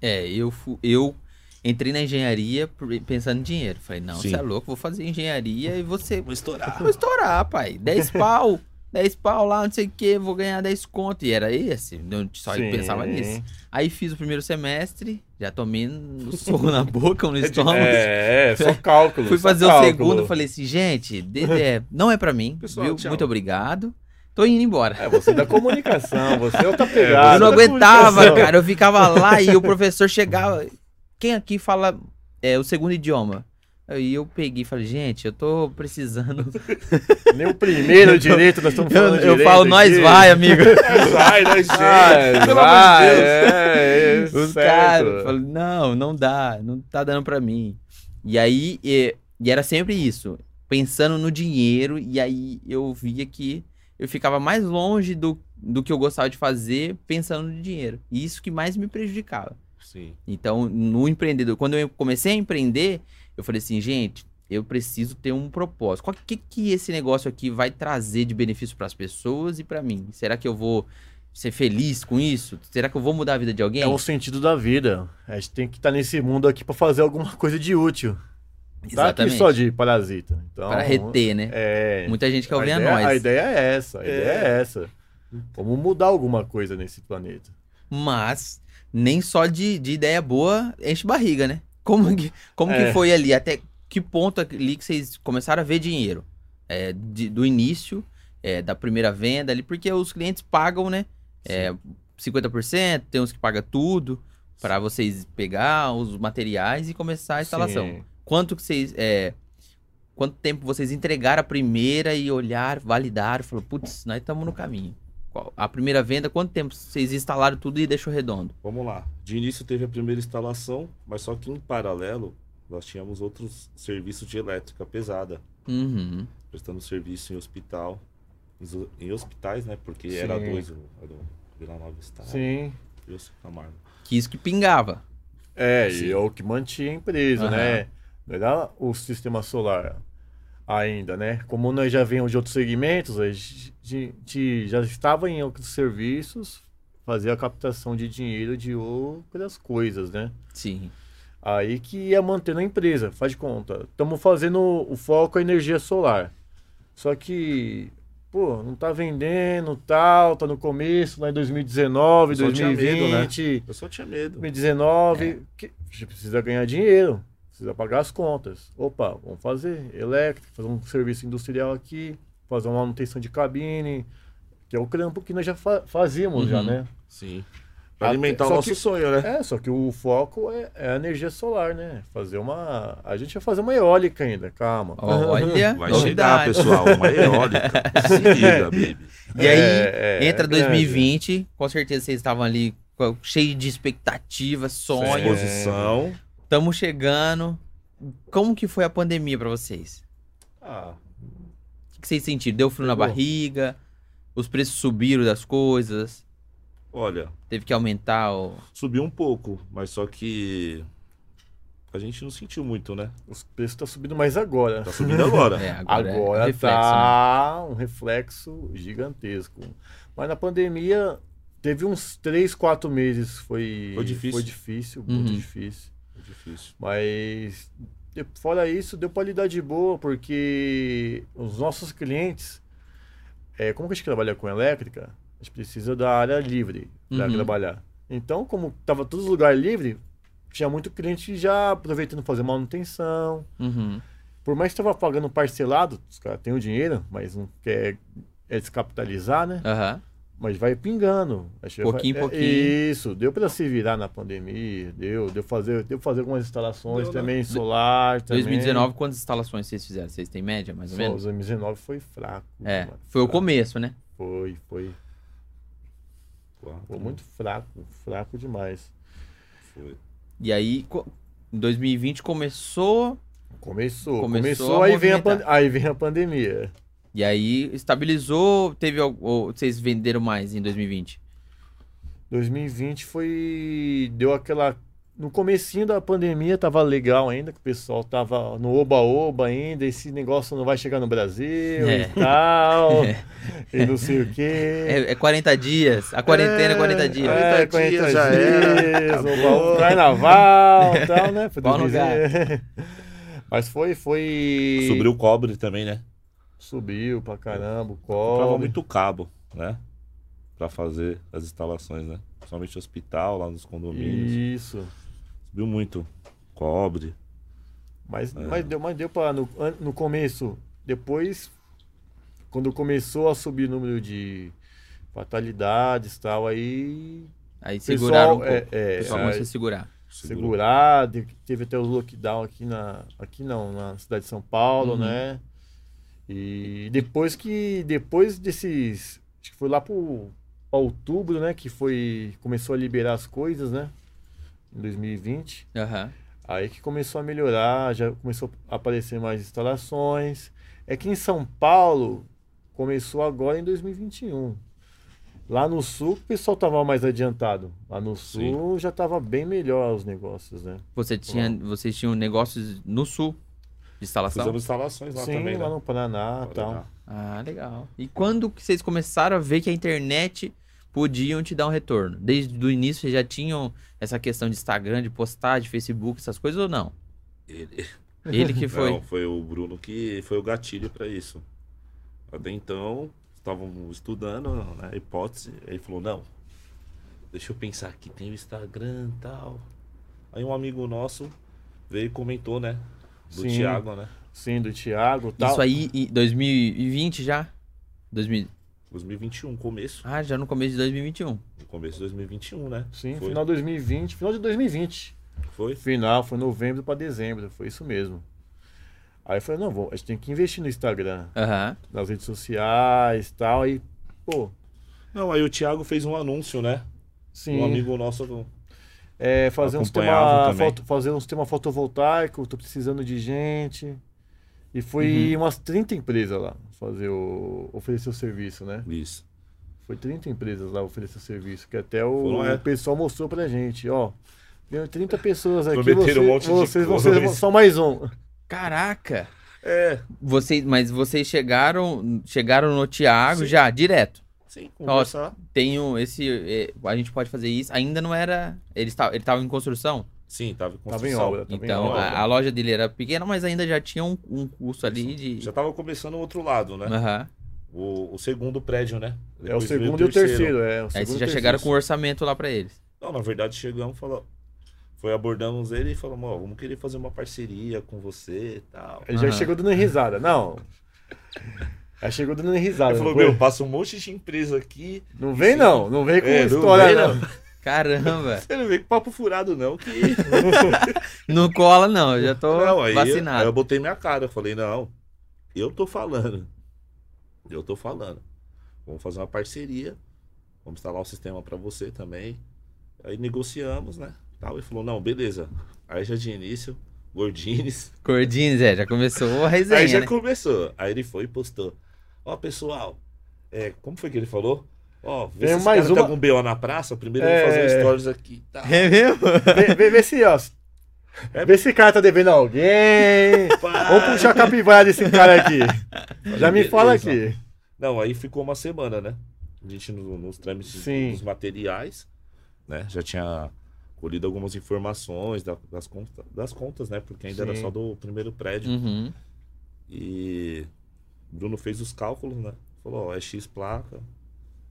[SPEAKER 1] É, eu, fu- eu entrei na engenharia por- pensando em dinheiro. Falei, não,
[SPEAKER 2] Sim.
[SPEAKER 1] você é louco, vou fazer engenharia e você.
[SPEAKER 2] Vou estourar.
[SPEAKER 1] Vou estourar, pai. 10 pau. 10 pau lá, não sei o que, vou ganhar 10 conto. E era esse, eu só
[SPEAKER 3] Sim.
[SPEAKER 1] pensava nisso. Aí fiz o primeiro semestre, já tomei no soco na boca, no
[SPEAKER 3] É, de-
[SPEAKER 1] estômago.
[SPEAKER 3] é, é, só cálculo.
[SPEAKER 1] Fui
[SPEAKER 3] só
[SPEAKER 1] fazer o
[SPEAKER 3] cálculo.
[SPEAKER 1] segundo, falei assim, gente, de- é, não é pra mim,
[SPEAKER 2] Pessoal,
[SPEAKER 1] viu?
[SPEAKER 2] tchau.
[SPEAKER 1] Muito obrigado. Tô indo embora.
[SPEAKER 3] É, você da comunicação, você é outra
[SPEAKER 2] Ah,
[SPEAKER 3] pegada.
[SPEAKER 1] eu não
[SPEAKER 3] da
[SPEAKER 1] aguentava,
[SPEAKER 3] comunicação.
[SPEAKER 1] cara. Eu ficava lá e o professor chegava. Quem aqui fala é, o segundo idioma? Aí eu peguei e falei, gente, eu tô precisando.
[SPEAKER 3] Nem o primeiro direito, nós estamos
[SPEAKER 1] Eu,
[SPEAKER 3] falando
[SPEAKER 1] eu
[SPEAKER 3] direito
[SPEAKER 1] falo,
[SPEAKER 3] aqui.
[SPEAKER 1] nós vai, amigo.
[SPEAKER 2] Sai, nós
[SPEAKER 3] Ah,
[SPEAKER 2] gente. Pelo amor
[SPEAKER 3] vai,
[SPEAKER 2] de Deus.
[SPEAKER 3] é, é,
[SPEAKER 1] Os
[SPEAKER 3] certo.
[SPEAKER 1] caras falam, não, não dá, não tá dando pra mim. E aí, e, e era sempre isso, pensando no dinheiro, e aí eu via que eu ficava mais longe do, do que eu gostava de fazer pensando no dinheiro. E isso que mais me prejudicava.
[SPEAKER 2] Sim.
[SPEAKER 1] Então, no empreendedor, quando eu comecei a empreender, eu falei assim, gente, eu preciso ter um propósito. O que, que esse negócio aqui vai trazer de benefício para as pessoas e para mim? Será que eu vou ser feliz com isso? Será que eu vou mudar a vida de alguém?
[SPEAKER 3] É o sentido da vida. A gente tem que estar nesse mundo aqui pra fazer alguma coisa de útil. Tá aqui
[SPEAKER 1] Exatamente.
[SPEAKER 3] só de parasita. Então,
[SPEAKER 1] Para reter, né?
[SPEAKER 3] É.
[SPEAKER 1] Muita gente quer
[SPEAKER 3] a,
[SPEAKER 1] ouvir a,
[SPEAKER 3] ideia,
[SPEAKER 1] nós.
[SPEAKER 3] a ideia é essa. A ideia é essa. Vamos mudar alguma coisa nesse planeta.
[SPEAKER 1] Mas nem só de, de ideia boa enche barriga, né? Como, que, como
[SPEAKER 3] É.
[SPEAKER 1] que foi ali? Até que ponto ali que vocês começaram a ver dinheiro? É, de- do início, é, da primeira venda ali, porque os clientes pagam, né? É, 50%, tem uns que pagam tudo para vocês pegar os materiais e começar a instalação.
[SPEAKER 3] Sim.
[SPEAKER 1] Quanto que vocês. é, quanto tempo vocês entregaram a primeira e olharam, validaram, falou, putz, nós estamos no caminho. Qual- A primeira venda, quanto tempo vocês instalaram tudo e deixou redondo?
[SPEAKER 2] Vamos lá. De início teve a primeira instalação, mas só que em paralelo nós tínhamos outros serviços de elétrica pesada,
[SPEAKER 1] Uhum.
[SPEAKER 2] prestando serviço em hospital, em zo- em hospitais, né? Porque
[SPEAKER 3] Sim.
[SPEAKER 2] era dois, o- era o Vila Nova Estado
[SPEAKER 3] Sim.
[SPEAKER 2] e o São Camargo.
[SPEAKER 1] Que isso que pingava.
[SPEAKER 3] É,
[SPEAKER 2] Sim.
[SPEAKER 3] e é o que mantinha a empresa,
[SPEAKER 1] Aham.
[SPEAKER 3] né? Não era o sistema solar ainda, né? Como nós já vimos de outros segmentos, a gente já estava em outros serviços, fazia a captação de dinheiro de outras coisas, né?
[SPEAKER 1] Sim.
[SPEAKER 3] Aí que ia mantendo a empresa, faz de conta. Estamos fazendo o foco a energia solar. Só que, pô, não tá vendendo, tal, tá no começo, lá em 2019,
[SPEAKER 2] O pessoal tinha medo, né? É.
[SPEAKER 3] 2020.
[SPEAKER 2] Eu só tinha medo.
[SPEAKER 3] 2019, que você precisa ganhar dinheiro, precisa pagar as contas. Opa, vamos fazer elétrica, fazer um serviço industrial aqui, fazer uma manutenção de cabine, que é o crampo que nós já fa- fazíamos já,
[SPEAKER 1] Uhum.
[SPEAKER 3] né?
[SPEAKER 2] Sim. Pra
[SPEAKER 3] Até-
[SPEAKER 2] alimentar o
[SPEAKER 3] só
[SPEAKER 2] nosso
[SPEAKER 3] que-
[SPEAKER 2] sonho, né?
[SPEAKER 3] É, só que o foco é, é a energia solar, né? Fazer uma. A gente vai fazer uma eólica ainda, calma. Uhum.
[SPEAKER 1] Olha,
[SPEAKER 2] Vai chegar,
[SPEAKER 1] novidade.
[SPEAKER 2] pessoal, uma eólica. Se liga, baby.
[SPEAKER 1] E aí,
[SPEAKER 3] É, é,
[SPEAKER 1] entra
[SPEAKER 3] é grande.
[SPEAKER 1] 2020, com certeza vocês estavam ali co- cheio de expectativa, sonho.
[SPEAKER 3] Sim.
[SPEAKER 2] Exposição.
[SPEAKER 1] Estamos chegando. Como que foi a pandemia para vocês?
[SPEAKER 3] Ah,
[SPEAKER 1] O que vocês sentiram? Deu frio na
[SPEAKER 3] Pegou.
[SPEAKER 1] barriga? Os preços subiram das coisas?
[SPEAKER 2] Olha,
[SPEAKER 1] Teve que aumentar o.
[SPEAKER 2] subiu um pouco, mas só que a gente não sentiu muito, né?
[SPEAKER 3] os preços estão subindo mais agora.
[SPEAKER 2] Tá subindo agora.
[SPEAKER 1] É, é
[SPEAKER 3] Agora
[SPEAKER 1] reflexo, né?
[SPEAKER 3] tá um reflexo gigantesco. Mas na pandemia, teve uns 3, 4 meses. Foi,
[SPEAKER 2] Foi difícil.
[SPEAKER 3] Foi difícil, muito
[SPEAKER 1] Uhum.
[SPEAKER 3] difícil.
[SPEAKER 2] É difícil.
[SPEAKER 3] Mas de- fora isso, deu pra lidar de boa, porque os nossos clientes, é, como que a gente trabalha com elétrica, a gente precisa da área livre para
[SPEAKER 1] Uhum.
[SPEAKER 3] trabalhar. Então, como tava todo lugar livre, tinha muito cliente já aproveitando fazer manutenção,
[SPEAKER 1] Uhum.
[SPEAKER 3] por mais que estava pagando parcelado, os caras têm o dinheiro, mas não quer é descapitalizar, né?
[SPEAKER 1] Aham.
[SPEAKER 3] Mas vai pingando. Acho que
[SPEAKER 1] Pouquinho,
[SPEAKER 3] vai- é-
[SPEAKER 1] pouquinho.
[SPEAKER 3] Isso, deu para se virar na pandemia, deu, deu fazer, deu fazer algumas instalações
[SPEAKER 2] Deu, né?
[SPEAKER 3] também, solar também.
[SPEAKER 1] 2019, quantas instalações vocês fizeram? Vocês têm média, mais ou
[SPEAKER 3] Só,
[SPEAKER 1] menos?
[SPEAKER 3] 2019 foi fraco.
[SPEAKER 1] É.
[SPEAKER 3] mano,
[SPEAKER 1] Foi o
[SPEAKER 3] fraco.
[SPEAKER 1] começo, né?
[SPEAKER 3] Foi, foi,
[SPEAKER 2] Quatro,
[SPEAKER 3] foi muito fraco, fraco demais.
[SPEAKER 2] Foi.
[SPEAKER 1] E aí, co- em 2020 começou. Começou
[SPEAKER 3] Começou, começou,
[SPEAKER 1] a
[SPEAKER 3] aí, vem a pan-
[SPEAKER 1] movimentar.
[SPEAKER 3] aí vem a pandemia.
[SPEAKER 1] E aí estabilizou. Teve. al- Ou vocês venderam mais em 2020?
[SPEAKER 3] 2020 foi. Deu aquela. No comecinho da pandemia tava legal ainda, que o pessoal tava no oba-oba ainda, esse negócio não vai chegar no Brasil
[SPEAKER 1] É.
[SPEAKER 3] e tal,
[SPEAKER 1] É.
[SPEAKER 3] e não sei o quê.
[SPEAKER 1] É, é 40 dias. A quarentena é 40 dias.
[SPEAKER 3] É,
[SPEAKER 2] 40 dias
[SPEAKER 3] 40
[SPEAKER 2] já era,
[SPEAKER 3] dias,
[SPEAKER 2] acabou.
[SPEAKER 3] oba-oba, carnaval e tal, né? Foi
[SPEAKER 1] Pau no
[SPEAKER 3] 2020. Mas foi, foi.
[SPEAKER 2] Sobre o cobre também, né?
[SPEAKER 3] Subiu pra caramba o
[SPEAKER 2] Comprava
[SPEAKER 3] cobre.
[SPEAKER 2] muito cabo, né? Pra fazer as instalações, né? Principalmente hospital, lá nos condomínios.
[SPEAKER 3] Isso.
[SPEAKER 2] Subiu muito. Cobre.
[SPEAKER 1] É.
[SPEAKER 3] Mas, mas deu, mas deu pra. No, an- no começo, depois quando começou a subir o número de fatalidades e tal, aí.
[SPEAKER 1] Aí seguraram
[SPEAKER 3] Pessoal,
[SPEAKER 1] um pouco.
[SPEAKER 3] é, é,
[SPEAKER 1] o pessoal
[SPEAKER 3] aí-
[SPEAKER 1] começou a segurar.
[SPEAKER 2] Segurou.
[SPEAKER 3] segurar, de- teve até os lockdown aqui na aqui não, na cidade de São Paulo,
[SPEAKER 1] Uhum.
[SPEAKER 3] né? E depois que depois desses, acho que foi lá pro pra outubro, né, que foi começou a liberar as coisas, né? Em 2020.
[SPEAKER 1] Aham.
[SPEAKER 3] Aí que começou a melhorar, já começou a aparecer mais instalações. É que em São Paulo começou agora em 2021. Lá no sul, o pessoal tava mais adiantado. Lá no
[SPEAKER 2] Sim.
[SPEAKER 3] sul já tava bem melhor os negócios, né?
[SPEAKER 1] Você tinha, vocês tinham negócios no sul de instalação?
[SPEAKER 2] Fizemos instalações lá
[SPEAKER 3] Sim,
[SPEAKER 2] também,
[SPEAKER 3] lá
[SPEAKER 2] né?
[SPEAKER 3] no Paraná e tal.
[SPEAKER 2] Tá.
[SPEAKER 1] Ah, legal. E quando que vocês começaram a ver que a internet podiam te dar um retorno? Desde o início vocês já tinham essa questão de Instagram, de postar, de Facebook, essas coisas ou não?
[SPEAKER 2] Ele...
[SPEAKER 1] Ele que foi.
[SPEAKER 2] Não, foi o Bruno que foi o gatilho para isso. Até então, estavam estudando né, a hipótese. Ele falou, não, deixa eu pensar aqui, tem o Instagram e tal. Aí um amigo nosso veio e comentou, né? Do
[SPEAKER 3] Sim.
[SPEAKER 2] Thiago, né?
[SPEAKER 3] Sim, do Thiago e tal.
[SPEAKER 2] tá.
[SPEAKER 1] Isso aí em 2020 já? 2000...
[SPEAKER 2] 2021, começo.
[SPEAKER 1] Ah, já no começo de 2021.
[SPEAKER 2] No começo de 2021, né?
[SPEAKER 3] Sim,
[SPEAKER 2] foi.
[SPEAKER 3] final de 2020, final de 2020.
[SPEAKER 2] Foi?
[SPEAKER 3] Final, foi novembro para dezembro, foi isso mesmo. Aí eu falei, não, vou, a gente tem que investir no Instagram,
[SPEAKER 1] Aham.
[SPEAKER 3] nas redes sociais e tal. E, pô,
[SPEAKER 2] Não, aí o Thiago fez um anúncio, né?
[SPEAKER 3] sim.
[SPEAKER 2] Um amigo nosso. do-
[SPEAKER 3] É, fazer um
[SPEAKER 2] Acompanhava
[SPEAKER 3] sistema,
[SPEAKER 2] também.
[SPEAKER 3] foto, fazer um sistema fotovoltaico, tô precisando de gente. E foi
[SPEAKER 2] Uhum.
[SPEAKER 3] umas 30 empresas lá fazer o, oferecer o serviço, né?
[SPEAKER 2] Isso.
[SPEAKER 3] Foi 30 empresas lá oferecer o serviço, que até o,
[SPEAKER 2] Foram, é.
[SPEAKER 3] o pessoal mostrou pra gente, ó. Veio 30 pessoas aqui,
[SPEAKER 2] Prometeram um
[SPEAKER 3] você,
[SPEAKER 2] monte de
[SPEAKER 3] vocês vão
[SPEAKER 2] coisa.
[SPEAKER 3] ser só mais um.
[SPEAKER 1] Caraca!
[SPEAKER 2] É,
[SPEAKER 1] Vocês, mas vocês chegaram, chegaram no Thiago
[SPEAKER 2] Sim.
[SPEAKER 1] já direto.
[SPEAKER 2] sim,
[SPEAKER 1] Nossa.
[SPEAKER 2] conversar.
[SPEAKER 1] Tenho esse, eh, a gente pode fazer isso. Ainda não era, ele estava, ele estava em construção.
[SPEAKER 2] Sim, tava em construção.
[SPEAKER 3] Tava em obra, tava em
[SPEAKER 1] Então,
[SPEAKER 3] obra.
[SPEAKER 1] a, a loja dele era pequena, mas ainda já tinha um, um curso ali de.
[SPEAKER 2] Já tava começando o outro lado, né?
[SPEAKER 1] Aham.
[SPEAKER 2] O, o segundo prédio, né?
[SPEAKER 3] É o
[SPEAKER 2] Depois veio
[SPEAKER 3] segundo e o terceiro, é. O
[SPEAKER 1] Aí
[SPEAKER 3] segundo
[SPEAKER 1] vocês
[SPEAKER 3] e
[SPEAKER 1] já
[SPEAKER 3] o
[SPEAKER 1] chegaram com o
[SPEAKER 3] terceiro.
[SPEAKER 1] orçamento lá pra eles.
[SPEAKER 2] Não, na verdade chegamos, falou, foi abordamos ele e falamos, ó, vamos querer fazer uma parceria com você e tal.
[SPEAKER 3] Ele já
[SPEAKER 1] Aham.
[SPEAKER 3] chegou dando risada, não. Já chegou dando risada.
[SPEAKER 2] Ele falou,
[SPEAKER 3] não foi?
[SPEAKER 2] meu, passa um monte de empresa aqui,
[SPEAKER 3] Não vem não, não vem com
[SPEAKER 2] É, não
[SPEAKER 3] história
[SPEAKER 2] vem,
[SPEAKER 3] não.
[SPEAKER 1] Caramba!
[SPEAKER 2] você não vem com papo furado não, que...
[SPEAKER 1] não cola, não. Eu já tô
[SPEAKER 2] não, aí, aí
[SPEAKER 1] vacinado.
[SPEAKER 2] eu botei minha cara, eu falei, não, eu tô falando, eu tô falando, vamos fazer uma parceria, vamos instalar o sistema pra você também. Aí negociamos, né, tal, e falou, não, beleza. Aí já de início, Gordines...
[SPEAKER 1] Cordines, é, já começou a resenha.
[SPEAKER 2] aí já
[SPEAKER 1] né?
[SPEAKER 2] começou. Aí ele foi e postou. Ó, pessoal, é, como foi que ele falou? Ó, vê
[SPEAKER 3] Tem
[SPEAKER 2] se esse
[SPEAKER 3] mais
[SPEAKER 2] cara tá
[SPEAKER 3] uma-
[SPEAKER 2] com BO na praça, primeiro eu
[SPEAKER 3] É.
[SPEAKER 2] vou fazer um stories aqui. Tá.
[SPEAKER 1] É mesmo?
[SPEAKER 3] Vê, vê- vê se, ó.
[SPEAKER 2] É.
[SPEAKER 3] Vê se esse cara tá devendo alguém.
[SPEAKER 2] Pá.
[SPEAKER 3] Vamos puxar a capivara desse cara aqui. Já me
[SPEAKER 2] Beleza.
[SPEAKER 3] fala aqui.
[SPEAKER 2] Não, aí ficou uma semana, né? A gente no- nos trâmites
[SPEAKER 3] Sim.
[SPEAKER 2] dos materiais, né? Já tinha colhido algumas informações da- das, conta- das contas, né? Porque ainda era
[SPEAKER 3] Sim.
[SPEAKER 2] só do primeiro prédio.
[SPEAKER 1] Uhum.
[SPEAKER 2] E o Bruno fez os cálculos, né? Falou, ó, é X placa,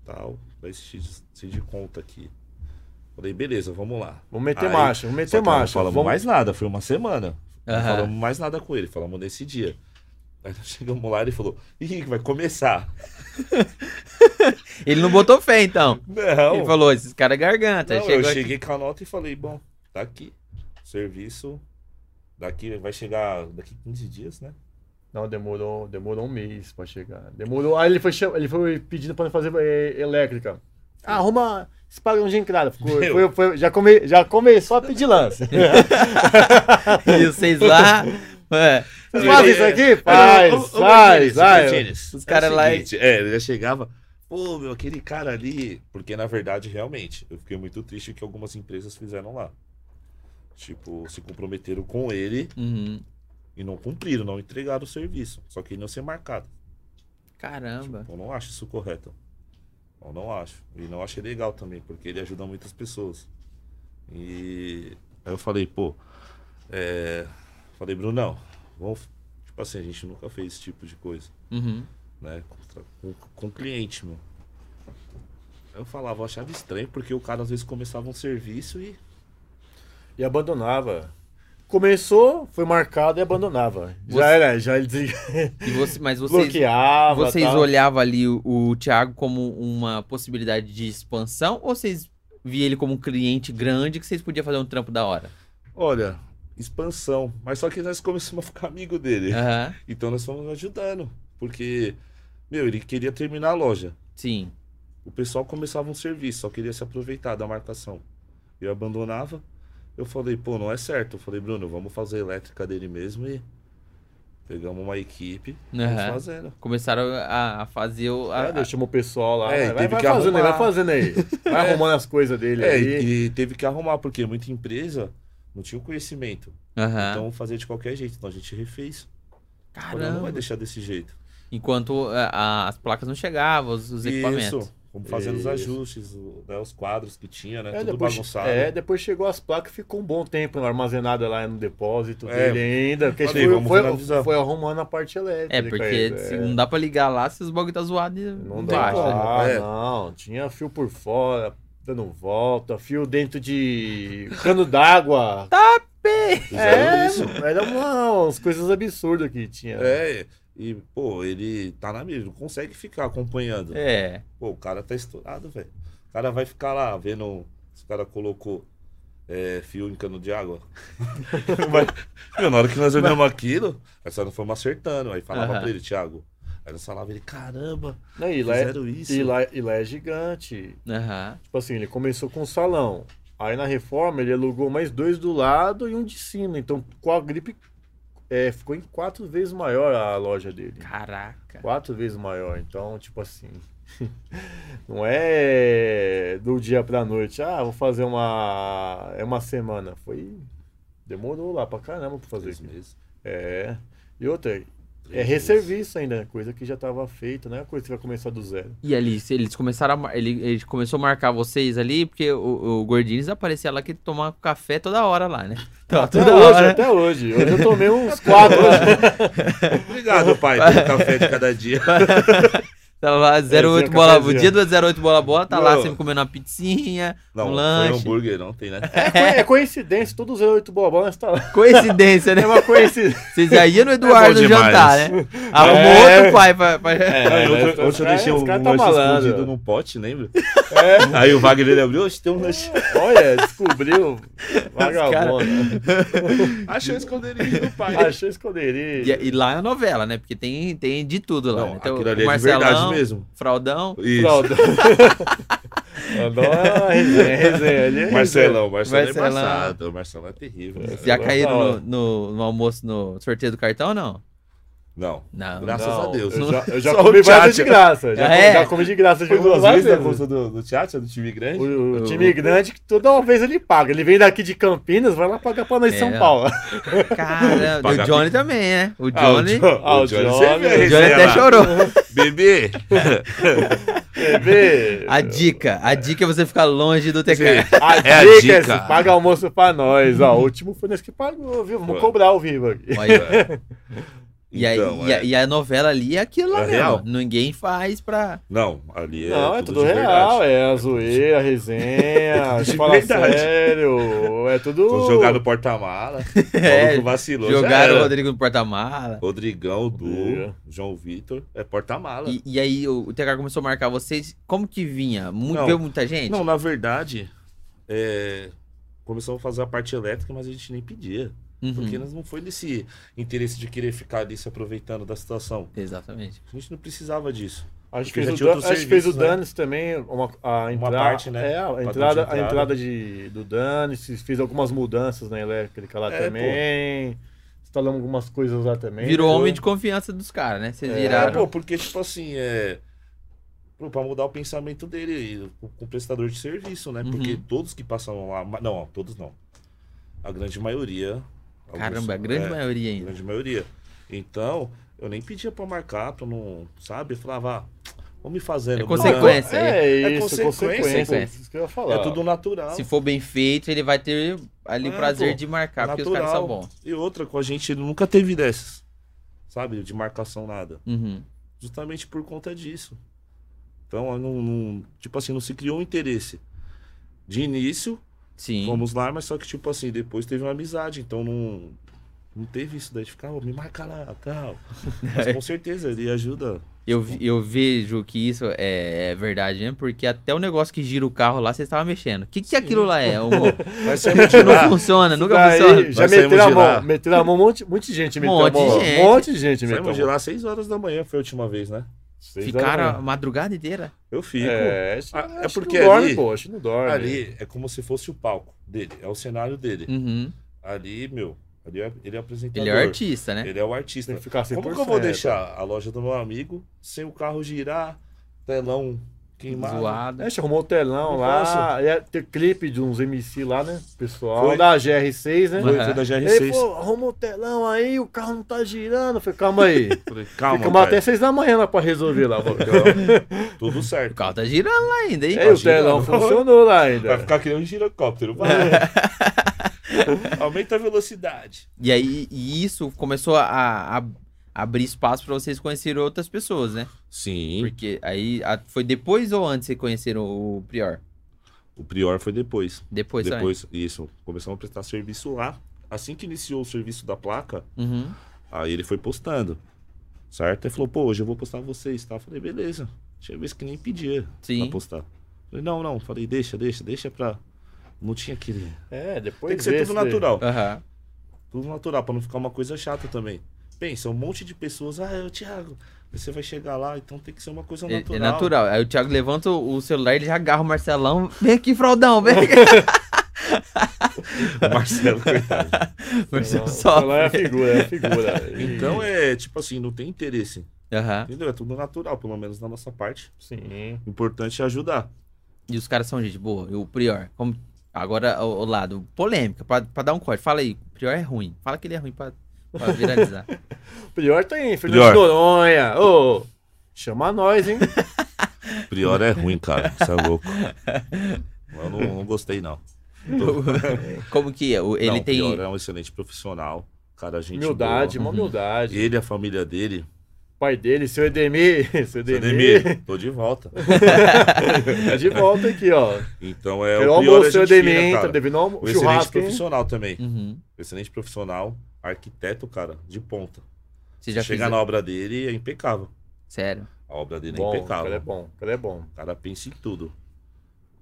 [SPEAKER 2] tal, vai esse X, X de conta aqui. Falei, beleza, vamos lá.
[SPEAKER 3] Vamos meter
[SPEAKER 2] Aí,
[SPEAKER 3] marcha, vamos
[SPEAKER 2] Só que
[SPEAKER 3] meter
[SPEAKER 2] nós não
[SPEAKER 3] marcha.
[SPEAKER 2] falamos
[SPEAKER 3] Vamos...
[SPEAKER 2] mais nada, foi uma semana. Não
[SPEAKER 1] Aham.
[SPEAKER 2] falamos mais nada com ele, falamos nesse dia. Aí nós chegamos lá e ele falou, ih, vai começar.
[SPEAKER 1] Ele não botou fé, então.
[SPEAKER 2] Não,
[SPEAKER 1] Ele falou: esses caras é garganta.
[SPEAKER 2] não, eu
[SPEAKER 1] chegou aqui.
[SPEAKER 2] cheguei com a nota e falei, bom, tá aqui, serviço, daqui vai chegar daqui 15 dias, né?
[SPEAKER 3] Não, demorou, demorou um mês pra chegar. Demorou. Aí ele foi, cham- ele foi pedindo pra nós fazer é, elétrica. Ah, arruma espalhão de entrada. Ficou-
[SPEAKER 2] Meu.
[SPEAKER 3] foi- foi- já, come- já começou a pedir lance.
[SPEAKER 1] E vocês lá. é,
[SPEAKER 3] Vocês fazem isso
[SPEAKER 2] Ah,
[SPEAKER 3] aqui? Faz,
[SPEAKER 2] Ô, ô, ô,
[SPEAKER 3] faz,
[SPEAKER 2] Martinez,
[SPEAKER 3] faz.
[SPEAKER 2] Martinez,
[SPEAKER 1] Os caras
[SPEAKER 2] é o
[SPEAKER 1] lá-
[SPEAKER 2] seguinte, É, ele já chegava. Pô, meu, aquele cara ali. Porque na verdade, realmente, eu fiquei muito triste que algumas empresas fizeram lá. Tipo, se comprometeram com ele
[SPEAKER 1] uhum.
[SPEAKER 2] e não cumpriram, não entregaram o serviço. Só que ele não ser marcado.
[SPEAKER 1] Caramba.
[SPEAKER 2] Eu não acho isso correto. Eu não acho. E não achei legal também, porque ele ajuda muitas pessoas. E aí eu falei, pô, é... falei, Brunão, vamos. Tipo assim, a gente nunca fez esse tipo de coisa
[SPEAKER 1] Uhum.
[SPEAKER 2] né? contra- Com, com o cliente, meu. Eu falava, eu achava estranho, porque o cara às vezes começava um serviço e.
[SPEAKER 3] E abandonava. Começou, foi marcado e abandonava. Já
[SPEAKER 1] Você-
[SPEAKER 3] era, já desliga-
[SPEAKER 1] E você, mas vocês,
[SPEAKER 3] bloqueava.
[SPEAKER 1] vocês
[SPEAKER 3] tal.
[SPEAKER 1] olhavam ali o, o Thiago como uma possibilidade de expansão ou vocês viam ele como um cliente grande que vocês podiam fazer um trampo da hora?
[SPEAKER 2] Olha, expansão. Mas só que nós começamos a ficar amigo dele.
[SPEAKER 1] Aham,
[SPEAKER 2] Então nós fomos ajudando. Porque, meu, ele queria terminar a loja.
[SPEAKER 1] sim.
[SPEAKER 2] O pessoal começava um serviço, só queria se aproveitar da marcação. Eu abandonava. Eu falei, pô, não é certo. Eu falei, Bruno, vamos fazer a elétrica dele mesmo e pegamos uma equipe e vamos
[SPEAKER 1] Aham.
[SPEAKER 2] fazendo.
[SPEAKER 1] Começaram a, a fazer o. a-
[SPEAKER 3] É, daí chamou o pessoal lá. né?
[SPEAKER 2] É,
[SPEAKER 3] vai,
[SPEAKER 2] teve
[SPEAKER 3] vai
[SPEAKER 2] que
[SPEAKER 3] fazendo aí, vai
[SPEAKER 2] arrumar.
[SPEAKER 3] fazendo aí. Vai arrumando as coisas dele
[SPEAKER 2] É,
[SPEAKER 3] aí. né?
[SPEAKER 2] e, e teve que arrumar, porque muita empresa não tinha o conhecimento.
[SPEAKER 1] Aham.
[SPEAKER 2] Então fazia de qualquer jeito. Então a gente refez. Falei, não vai
[SPEAKER 1] Caramba.
[SPEAKER 2] deixar desse jeito.
[SPEAKER 1] Enquanto a- a- as placas não chegavam, os, os equipamentos.
[SPEAKER 2] Isso. Vamos fazendo os
[SPEAKER 3] Isso.
[SPEAKER 2] ajustes, o- né, os quadros que tinha, né?
[SPEAKER 3] É,
[SPEAKER 2] tudo
[SPEAKER 3] depois,
[SPEAKER 2] bagunçado.
[SPEAKER 3] é, depois chegou as placas, ficou um bom tempo armazenada lá no depósito
[SPEAKER 2] É,
[SPEAKER 3] dele ainda. Porque
[SPEAKER 2] falei,
[SPEAKER 3] foi,
[SPEAKER 2] vamos
[SPEAKER 3] foi,
[SPEAKER 2] finalizar.
[SPEAKER 3] foi arrumando a parte elétrica.
[SPEAKER 1] É, porque
[SPEAKER 3] é.
[SPEAKER 1] se não dá pra ligar lá se os bagulho tá zoado e
[SPEAKER 3] Não
[SPEAKER 1] não né?
[SPEAKER 3] dá.
[SPEAKER 1] baixa.
[SPEAKER 2] como.
[SPEAKER 3] Ah,
[SPEAKER 2] É.
[SPEAKER 3] não. Tinha fio por fora, dando volta, fio dentro de cano d'água.
[SPEAKER 1] Tá.
[SPEAKER 2] Fizeram
[SPEAKER 3] É,
[SPEAKER 2] isso.
[SPEAKER 3] era uma, umas coisas absurdas que tinha.
[SPEAKER 2] É, e, pô, ele tá na mira, não consegue ficar acompanhando.
[SPEAKER 1] É.
[SPEAKER 2] Pô, o cara tá estourado, velho. O cara vai ficar lá vendo se o cara colocou é, fio em cano de água. Mas, meu, na hora que nós olhamos aquilo, nós só não fomos acertando. Aí falava
[SPEAKER 1] Aham.
[SPEAKER 2] pra ele, Thiago. Aí nós falava ele, caramba,
[SPEAKER 3] Não, E, lá é,
[SPEAKER 2] fizeram isso.
[SPEAKER 3] e, lá, e lá é gigante.
[SPEAKER 1] Aham.
[SPEAKER 3] Tipo assim, ele começou com um salão. Aí na reforma ele alugou mais dois do lado e um de cima. Então com a gripe é, ficou em quatro vezes maior a loja dele.
[SPEAKER 1] Caraca.
[SPEAKER 3] Quatro vezes maior. Então, tipo assim. Não é do dia pra noite. Ah, vou fazer uma. É uma semana. Foi. Demorou lá pra caramba pra fazer
[SPEAKER 2] Três
[SPEAKER 3] isso.
[SPEAKER 2] meses,
[SPEAKER 3] É. E outra, é
[SPEAKER 2] três meses.
[SPEAKER 3] resserviço ainda, coisa que já tava feita, não é coisa que vai começar do zero.
[SPEAKER 1] E ali, se eles começaram a. mar- Ele, ele começou a marcar vocês ali, porque o, o Gordinhos aparecia lá que ele tomava café toda hora lá, né? Então,
[SPEAKER 3] Até
[SPEAKER 1] toda
[SPEAKER 3] hoje,
[SPEAKER 1] hora.
[SPEAKER 3] até hoje. Hoje eu tomei uns quatro.
[SPEAKER 2] Obrigado, pai, pelo café de cada dia.
[SPEAKER 1] Tava lá, 08
[SPEAKER 3] tinha
[SPEAKER 1] bola. O
[SPEAKER 3] cafezinho.
[SPEAKER 1] dia do 08 bola bola, tá lá
[SPEAKER 2] Não.
[SPEAKER 1] sempre comendo uma pizzinha,
[SPEAKER 2] Não,
[SPEAKER 1] um
[SPEAKER 2] foi
[SPEAKER 1] lanche.
[SPEAKER 2] hambúrguer ontem, né?
[SPEAKER 3] É coincidência, todos os oito bobolas tá lá.
[SPEAKER 1] Coincidência, né?
[SPEAKER 3] É uma coincidência.
[SPEAKER 1] Vocês já iam no Eduardo
[SPEAKER 2] É demais.
[SPEAKER 1] jantar, né? Arrumou
[SPEAKER 3] É.
[SPEAKER 1] outro pai pra. pra-
[SPEAKER 3] É,
[SPEAKER 2] Ontem-
[SPEAKER 3] mas-
[SPEAKER 2] ontem eu deixei
[SPEAKER 3] é, os
[SPEAKER 2] um
[SPEAKER 3] caras
[SPEAKER 2] lanche
[SPEAKER 3] tá malandro.
[SPEAKER 2] escondido num pote, lembra? Aí o Wagner ele abriu, hoje tem um lanche.
[SPEAKER 3] É. Olha, descobriu. um Vagabundo.
[SPEAKER 2] Achei o esconderijo do pai.
[SPEAKER 3] Achei esconderijo.
[SPEAKER 1] E, e lá é novela, né? Porque tem, tem de tudo lá.
[SPEAKER 2] Não,
[SPEAKER 1] né?
[SPEAKER 2] aquilo ali
[SPEAKER 1] o
[SPEAKER 2] é de verdade mesmo.
[SPEAKER 1] Fraudão.
[SPEAKER 2] Isso.
[SPEAKER 3] Pronto. Mandou uma resenha, resenha ali. é
[SPEAKER 2] Marcelão, Marcelão, é
[SPEAKER 1] Marcelão.
[SPEAKER 2] embaçado. O Marcelão é terrível.
[SPEAKER 1] Vocês já
[SPEAKER 3] Agora
[SPEAKER 1] caíram
[SPEAKER 3] tá, ó.
[SPEAKER 1] no, no- no almoço, no sorteio do cartão ou não?
[SPEAKER 2] Não.
[SPEAKER 1] Não.
[SPEAKER 2] Graças
[SPEAKER 3] Não,
[SPEAKER 2] a Deus.
[SPEAKER 3] Eu já, eu já
[SPEAKER 2] Só o
[SPEAKER 3] comi várias
[SPEAKER 2] Tchatcha.
[SPEAKER 3] de graça. Já,
[SPEAKER 1] Ah,
[SPEAKER 3] comi-
[SPEAKER 1] é?
[SPEAKER 3] já comi de graça. Já
[SPEAKER 2] Foi duas
[SPEAKER 3] várias
[SPEAKER 2] vezes na
[SPEAKER 3] vezes. né?
[SPEAKER 2] conta do, do teatro, do time grande?
[SPEAKER 3] O, o time grande que toda uma vez ele paga. Ele vem daqui de Campinas, vai lá pagar pra nós em
[SPEAKER 1] É,
[SPEAKER 3] São
[SPEAKER 1] ó.
[SPEAKER 3] Paulo.
[SPEAKER 1] Caramba, e
[SPEAKER 2] Pagar
[SPEAKER 1] o Johnny também, né? O
[SPEAKER 2] Ah, o
[SPEAKER 1] Johnny,
[SPEAKER 2] Jo-
[SPEAKER 3] Ah, o
[SPEAKER 2] o Johnny,
[SPEAKER 3] Johnny.
[SPEAKER 2] você vê a
[SPEAKER 3] O
[SPEAKER 1] o Johnny
[SPEAKER 2] resenha
[SPEAKER 1] até
[SPEAKER 2] lá.
[SPEAKER 1] chorou.
[SPEAKER 2] Bebê,
[SPEAKER 3] Quer ver?
[SPEAKER 1] A dica, a dica é você ficar longe do TK.
[SPEAKER 3] A
[SPEAKER 2] É a
[SPEAKER 3] dica,
[SPEAKER 2] dica.
[SPEAKER 3] é essa, paga almoço pra nós. Ó, o último foi nós que pagou, viu? Vamos
[SPEAKER 2] Foi.
[SPEAKER 3] cobrar ao vivo aqui.
[SPEAKER 1] Olha, e, aí-
[SPEAKER 2] Então,
[SPEAKER 1] e a,
[SPEAKER 2] é.
[SPEAKER 1] e a novela ali é aquilo lá
[SPEAKER 2] É
[SPEAKER 1] mesmo.
[SPEAKER 2] real.
[SPEAKER 1] Ninguém faz pra.
[SPEAKER 2] Não, ali é
[SPEAKER 3] Não,
[SPEAKER 2] tudo,
[SPEAKER 3] é tudo
[SPEAKER 2] de
[SPEAKER 3] real,
[SPEAKER 2] verdade.
[SPEAKER 3] é a zoeira, a resenha,
[SPEAKER 2] De
[SPEAKER 3] fala
[SPEAKER 2] verdade. um
[SPEAKER 3] sério, é tudo...
[SPEAKER 2] Vou jogar no porta-mala. O
[SPEAKER 1] É,
[SPEAKER 2] maluco vacilou. já
[SPEAKER 1] jogaram o
[SPEAKER 2] era.
[SPEAKER 1] Rodrigo no porta-mala.
[SPEAKER 2] Rodrigão, Du,
[SPEAKER 3] Rodrigo.
[SPEAKER 2] João Vitor. É porta-mala.
[SPEAKER 1] E, e aí o, o TK começou a marcar vocês. Como que vinha? Mu-
[SPEAKER 2] Não.
[SPEAKER 1] Veio muita gente?
[SPEAKER 2] Não, na verdade, é, começamos a fazer a parte elétrica, mas a gente nem pedia.
[SPEAKER 1] Uhum,
[SPEAKER 2] Porque nós não foi desse interesse de querer ficar ali se aproveitando da situação.
[SPEAKER 1] Exatamente.
[SPEAKER 2] A gente não precisava disso.
[SPEAKER 3] Acho
[SPEAKER 2] Porque
[SPEAKER 3] que fez,
[SPEAKER 2] já
[SPEAKER 3] o,
[SPEAKER 2] tinha
[SPEAKER 3] Dan-
[SPEAKER 2] outros
[SPEAKER 3] acho que fez o
[SPEAKER 2] serviços, né?
[SPEAKER 3] Danis também, uma, a entrada,
[SPEAKER 2] parte, né?
[SPEAKER 3] é, a
[SPEAKER 2] de
[SPEAKER 3] entrada, a
[SPEAKER 2] entrada.
[SPEAKER 3] entrada de, do Danis, fez algumas mudanças na elétrica lá
[SPEAKER 2] É,
[SPEAKER 3] também, instalamos algumas coisas lá também.
[SPEAKER 1] Virou
[SPEAKER 3] entendeu?
[SPEAKER 1] homem de confiança dos caras, né? Vocês
[SPEAKER 3] É,
[SPEAKER 2] É,
[SPEAKER 1] viraram.
[SPEAKER 2] pô, porque, tipo assim, é. pô, Pra mudar o pensamento dele, e o- com o prestador de serviço, né?
[SPEAKER 1] Uhum.
[SPEAKER 2] Porque todos que passaram lá. ma- Não, todos não. A grande maioria. alguns-
[SPEAKER 1] Caramba, a grande
[SPEAKER 2] é,
[SPEAKER 1] maioria
[SPEAKER 2] A
[SPEAKER 1] ainda.
[SPEAKER 2] grande maioria. Então, eu nem pedia pra marcar, pra não. Sabe? Eu falava, ah, vamos me fazendo.
[SPEAKER 1] É
[SPEAKER 2] vamos
[SPEAKER 1] consequência.
[SPEAKER 3] É,
[SPEAKER 2] É
[SPEAKER 3] isso,
[SPEAKER 2] consequência,
[SPEAKER 3] consequência,
[SPEAKER 1] consequência.
[SPEAKER 3] isso que eu ia
[SPEAKER 2] lá.
[SPEAKER 3] falar.
[SPEAKER 2] É tudo natural.
[SPEAKER 1] Se for bem feito, ele vai ter ali o
[SPEAKER 2] É,
[SPEAKER 1] prazer
[SPEAKER 2] pô,
[SPEAKER 1] de marcar, porque os
[SPEAKER 2] natural.
[SPEAKER 1] caras são bons.
[SPEAKER 2] E outra, com a gente ele nunca teve dessas. Sabe? De marcação nada.
[SPEAKER 1] Uhum.
[SPEAKER 2] Justamente por conta disso. Então, eu não, não- tipo assim, não se criou um interesse. De início,
[SPEAKER 1] Sim.
[SPEAKER 2] Fomos lá, mas só que, tipo assim, depois teve uma amizade, então não. Não teve isso daí de ficar, "Ô, me marca lá, tal. Mas com certeza, ele ajuda.
[SPEAKER 1] Eu,
[SPEAKER 2] Uhum.
[SPEAKER 1] vi- eu vejo que isso é, é verdade mesmo, porque até o negócio que gira o carro lá, vocês estavam mexendo. O que, que aquilo lá
[SPEAKER 2] tipo,
[SPEAKER 1] é, amor?
[SPEAKER 2] Mas saímos de
[SPEAKER 1] Não
[SPEAKER 2] lá.
[SPEAKER 1] funciona, nunca
[SPEAKER 3] Daí,
[SPEAKER 1] funciona.
[SPEAKER 3] Já
[SPEAKER 2] Nós saímos
[SPEAKER 3] meteram a
[SPEAKER 2] de
[SPEAKER 3] mão.
[SPEAKER 2] lá.
[SPEAKER 3] Meteram a mão, um monte, monte de gente meteu
[SPEAKER 1] Monte
[SPEAKER 3] a
[SPEAKER 1] de
[SPEAKER 3] mão.
[SPEAKER 1] gente.
[SPEAKER 3] Um monte de gente meteu a
[SPEAKER 2] Saímos de
[SPEAKER 3] mão.
[SPEAKER 2] lá às 6 horas da manhã, foi a última vez, né?
[SPEAKER 3] Seis
[SPEAKER 1] Ficaram
[SPEAKER 3] horas
[SPEAKER 1] a madrugada inteira.
[SPEAKER 2] Eu fico.
[SPEAKER 3] É, acho-
[SPEAKER 2] Ah, é
[SPEAKER 3] acho que
[SPEAKER 2] porque
[SPEAKER 3] não dorme,
[SPEAKER 2] ali-
[SPEAKER 3] pô, acho que não dorme.
[SPEAKER 2] Ali é como se fosse o palco dele, é o cenário dele.
[SPEAKER 1] Uhum.
[SPEAKER 2] Ali, meu, ali é- ele é o apresentador.
[SPEAKER 1] Ele é artista, né?
[SPEAKER 2] Ele é o artista.
[SPEAKER 3] Tem que ficar assim 100%.
[SPEAKER 2] Como que eu vou
[SPEAKER 3] tá.
[SPEAKER 2] deixar a loja do meu amigo sem o carro girar, telão queimado?
[SPEAKER 1] Zoado.
[SPEAKER 3] É, a gente arrumou o telão
[SPEAKER 2] Não
[SPEAKER 3] lá,
[SPEAKER 2] posso.
[SPEAKER 3] ia ter clipe de uns MC lá, né? Pessoal
[SPEAKER 2] Foi.
[SPEAKER 3] da GR6, né?
[SPEAKER 2] Foi,
[SPEAKER 1] Aham.
[SPEAKER 2] foi da
[SPEAKER 3] Ele
[SPEAKER 2] GR6.
[SPEAKER 3] pô, arrumou o telão aí, o carro não tá girando. Eu falei, calma aí.
[SPEAKER 2] Falei, calma,
[SPEAKER 3] Ficamos até
[SPEAKER 2] pai,
[SPEAKER 3] seis da manhã lá pra resolver lá, Bocão.
[SPEAKER 2] tudo certo.
[SPEAKER 1] O carro tá girando lá ainda, hein?
[SPEAKER 3] É, e o
[SPEAKER 2] girando.
[SPEAKER 3] telão funcionou lá
[SPEAKER 2] Vai
[SPEAKER 3] ainda.
[SPEAKER 2] ficar que nem um girocóptero. Vai. Aumenta a velocidade.
[SPEAKER 1] E aí, e isso começou a, a abrir espaço pra vocês conhecerem outras pessoas, né?
[SPEAKER 2] Sim.
[SPEAKER 1] Porque aí a- foi depois ou antes que vocês conheceram o Prior?
[SPEAKER 2] O Prior foi depois.
[SPEAKER 1] Depois, né?
[SPEAKER 2] depois, isso. Começamos a prestar serviço lá. Assim que iniciou o serviço da placa,
[SPEAKER 1] Uhum.
[SPEAKER 2] Tá Aí ele foi postando, certo? Ele falou, pô, hoje eu vou postar vocês, tá? Eu falei, beleza. Tinha vez que nem pedia
[SPEAKER 1] Sim.
[SPEAKER 2] pra postar. Eu Falei, não, não. Falei, deixa, deixa, deixa pra... Não tinha aquele...
[SPEAKER 3] É, depois
[SPEAKER 2] Tem que ser
[SPEAKER 3] desse
[SPEAKER 2] tudo
[SPEAKER 3] daí.
[SPEAKER 2] natural.
[SPEAKER 1] Aham.
[SPEAKER 2] Tudo natural, pra não ficar uma coisa chata também. Pensa, um monte de pessoas, ah, é o Thiago, você vai chegar lá, então tem que ser uma coisa
[SPEAKER 1] É-
[SPEAKER 2] natural.
[SPEAKER 1] É, natural. Aí o Thiago levanta o o celular, ele já agarra o Marcelão. Vem aqui, Fraldão, vem aqui.
[SPEAKER 2] Marcelo, coitado.
[SPEAKER 1] Marcelo
[SPEAKER 3] Telão- telão é a
[SPEAKER 1] sofre.
[SPEAKER 3] figura, é a figura.
[SPEAKER 2] Então é, tipo assim, não tem interesse,
[SPEAKER 1] Aham.
[SPEAKER 2] entendeu? É tudo natural, pelo menos na nossa parte.
[SPEAKER 3] Sim.
[SPEAKER 2] O importante é ajudar.
[SPEAKER 1] E os caras são gente boa. E o Prior, como... Agora, o, o lado polêmica, pra, pra dar um corte. Fala aí, o Prior é ruim. Fala que ele é ruim pra, pra viralizar.
[SPEAKER 3] Prior tá aí, Fernando
[SPEAKER 2] Prior.
[SPEAKER 3] de Noronha. Ô, chama nós, hein?
[SPEAKER 2] Prior é ruim, cara. Você é louco. Eu não, não gostei, não.
[SPEAKER 1] como que é? O- Ele
[SPEAKER 2] Não,
[SPEAKER 1] tem...
[SPEAKER 2] Prior é um excelente profissional. Cara, gente.
[SPEAKER 3] Humildade,
[SPEAKER 2] boa. Uhum.
[SPEAKER 3] uma humildade.
[SPEAKER 2] Ele, a família dele.
[SPEAKER 3] pai dele, seu Edemir, seu
[SPEAKER 2] Seu
[SPEAKER 3] Edemir,
[SPEAKER 2] Ademir, tô de volta.
[SPEAKER 3] tá de volta aqui, ó.
[SPEAKER 2] Então é
[SPEAKER 3] Quero
[SPEAKER 2] o Prior
[SPEAKER 3] almoço,
[SPEAKER 2] é
[SPEAKER 3] seu
[SPEAKER 2] gente
[SPEAKER 3] Edemir,
[SPEAKER 2] fina,
[SPEAKER 3] tá
[SPEAKER 2] cara.
[SPEAKER 3] devendo
[SPEAKER 2] Um
[SPEAKER 3] almo-
[SPEAKER 2] excelente
[SPEAKER 3] churrasco, hein?
[SPEAKER 2] profissional também.
[SPEAKER 1] Uhum.
[SPEAKER 2] Um excelente profissional, arquiteto, cara, de ponta.
[SPEAKER 1] Você já
[SPEAKER 2] Chega
[SPEAKER 1] fez...
[SPEAKER 2] na obra dele é impecável.
[SPEAKER 1] Sério.
[SPEAKER 2] A obra dele
[SPEAKER 3] Bom,
[SPEAKER 2] é
[SPEAKER 3] o cara
[SPEAKER 2] impecável.
[SPEAKER 3] é bom, o cara é bom.
[SPEAKER 2] O cara pensa em tudo.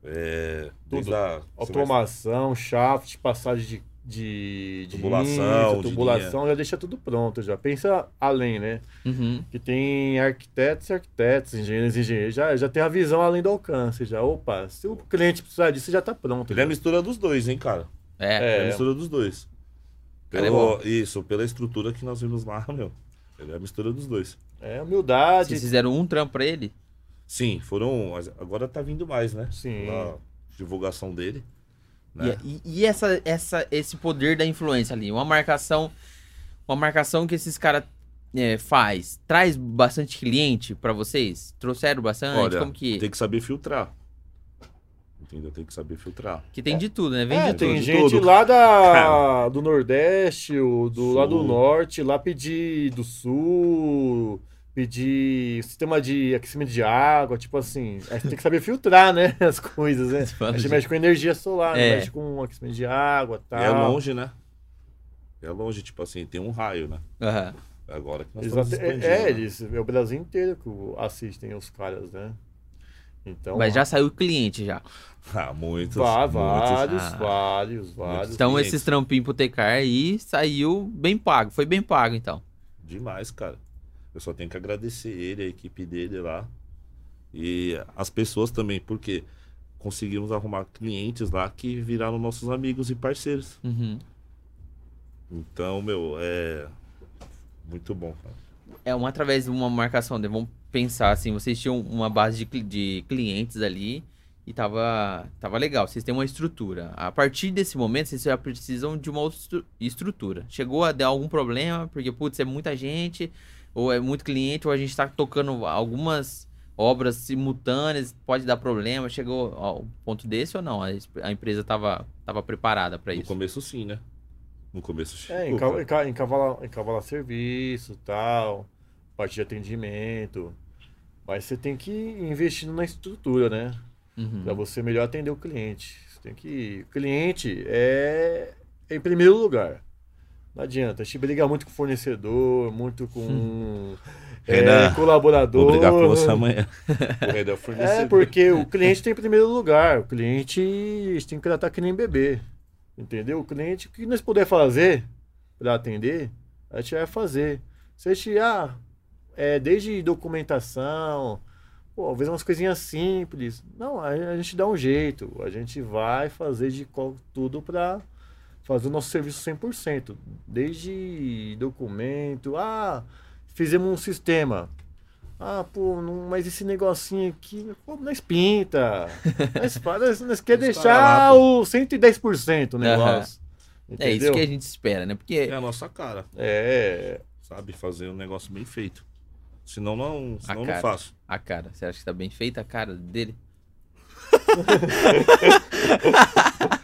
[SPEAKER 2] É,
[SPEAKER 3] Tudo.
[SPEAKER 2] desde a-
[SPEAKER 3] Automação, shaft, passagem de, de, de
[SPEAKER 2] Tubulação,
[SPEAKER 3] linha,
[SPEAKER 2] de
[SPEAKER 3] tubulação, já deixa tudo pronto já. Pensa além, né?
[SPEAKER 1] Uhum.
[SPEAKER 3] Que tem arquitetos e arquitetos, engenheiros e engenheiros. Já, já tem a visão além do alcance, já. Opa, se o cliente precisar disso, já tá pronto.
[SPEAKER 2] Ele é a
[SPEAKER 3] já.
[SPEAKER 2] mistura dos dois, hein, cara.
[SPEAKER 1] É.
[SPEAKER 2] É a
[SPEAKER 3] É,
[SPEAKER 2] mistura dos dois.
[SPEAKER 1] Cara, é
[SPEAKER 2] Pelo- isso, pela estrutura que nós vimos lá, meu. Ele é a mistura dos dois.
[SPEAKER 3] é humildade.
[SPEAKER 1] Vocês fizeram um trampo pra ele?
[SPEAKER 2] Sim, foram. mas Agora tá vindo mais, né?
[SPEAKER 3] Sim.
[SPEAKER 2] Pela divulgação dele.
[SPEAKER 1] E-
[SPEAKER 2] Né?
[SPEAKER 1] E, e essa, essa, esse poder da influência ali, uma marcação, uma marcação que esses caras é, faz, traz bastante cliente pra vocês? Trouxeram bastante?
[SPEAKER 2] Olha,
[SPEAKER 1] Como que
[SPEAKER 2] Tem que saber filtrar. Entendeu? Tem que saber filtrar.
[SPEAKER 1] que tem de tudo, né? Vem
[SPEAKER 3] É,
[SPEAKER 1] de tudo.
[SPEAKER 3] tem
[SPEAKER 2] tudo, de
[SPEAKER 3] gente
[SPEAKER 2] tudo.
[SPEAKER 3] lá da,
[SPEAKER 2] Cara.
[SPEAKER 3] do Nordeste, o, do, lá do
[SPEAKER 2] Sul.
[SPEAKER 3] Norte, lá pedir do Sul, pedir sistema de aquecimento de água, tipo assim. A gente tem que saber filtrar, né? As coisas, né? A gente mexe com energia solar, né?
[SPEAKER 1] É.
[SPEAKER 3] mexe com aquecimento de água e tal.
[SPEAKER 2] É longe, né? É longe, tipo assim, tem um raio, né?
[SPEAKER 1] Aham.
[SPEAKER 2] Agora que nós
[SPEAKER 3] Eles
[SPEAKER 2] estamos
[SPEAKER 3] até- é,
[SPEAKER 2] expandindo.
[SPEAKER 3] é,
[SPEAKER 2] né?
[SPEAKER 3] eles, é o Brasil inteiro que o- assistem os caras, né? Então,
[SPEAKER 1] Mas já saiu cliente já.
[SPEAKER 2] Ah, muitos.
[SPEAKER 3] vá-
[SPEAKER 2] muitos.
[SPEAKER 3] vários,
[SPEAKER 1] Ah.
[SPEAKER 3] vários, vários.
[SPEAKER 1] Então
[SPEAKER 2] clientes.
[SPEAKER 1] esses trampinhos pro TK aí saiu bem pago. Foi bem pago então.
[SPEAKER 2] Demais, cara. Eu só tenho que agradecer ele, a equipe dele lá. E as pessoas também, porque conseguimos arrumar clientes lá que viraram nossos amigos e parceiros.
[SPEAKER 1] Uhum.
[SPEAKER 2] Então, meu, é. Muito bom, cara.
[SPEAKER 1] É uma através de uma marcação, né? vamos pensar assim, vocês tinham uma base de, cli- de clientes ali e tava, tava legal, vocês têm uma estrutura. A partir desse momento, vocês já precisam de uma outra estru- estrutura. Chegou a dar algum problema, porque, putz, é muita gente, ou é muito cliente, ou a gente tá tocando algumas obras simultâneas, pode dar problema. Chegou ao ponto desse ou não? A, es- a empresa tava, tava preparada para
[SPEAKER 2] No
[SPEAKER 1] É isso.
[SPEAKER 2] começo, sim, né? No começo,
[SPEAKER 3] É,
[SPEAKER 2] chegou,
[SPEAKER 3] enca-
[SPEAKER 2] cara.
[SPEAKER 3] enca- encavalar, encavalar serviço tal, parte de atendimento. Mas você tem que ir investindo na estrutura, né? Pra
[SPEAKER 1] Uhum.
[SPEAKER 2] Então,
[SPEAKER 3] você melhor atender o cliente. Você tem que. O cliente é em primeiro lugar. Não adianta. A gente briga muito com fornecedor, muito com é,
[SPEAKER 2] Hum. Renan,
[SPEAKER 3] colaborador.
[SPEAKER 2] Vou brigar com você amanhã. O Renan
[SPEAKER 3] É, porque o cliente tem em primeiro lugar. O cliente a gente tem que tratar que nem bebê. Entendeu? O cliente, o que nós puder fazer para atender, a gente vai fazer. Se a gente, ah, é, desde documentação, pô, às vezes é umas coisinhas simples. Não, a, a gente dá um jeito. A gente vai fazer de co- tudo para fazer o nosso serviço 100%. Desde documento, ah, fizemos um sistema. Ah, pô, não- mas esse negocinho aqui, pô, nós pinta. Nós, fa- nós, nós quer
[SPEAKER 2] Nós
[SPEAKER 3] deixar
[SPEAKER 2] para lá,
[SPEAKER 3] o 110% o
[SPEAKER 1] Aham.
[SPEAKER 3] negócio.
[SPEAKER 1] É isso
[SPEAKER 3] Entendeu?
[SPEAKER 1] que a gente espera, né? Porque
[SPEAKER 2] É a nossa cara,
[SPEAKER 3] É,
[SPEAKER 2] sabe? Fazer um negócio bem feito. Senão não, senão não
[SPEAKER 1] cara.
[SPEAKER 2] faço.
[SPEAKER 1] a cara, você acha que tá bem feita a cara dele?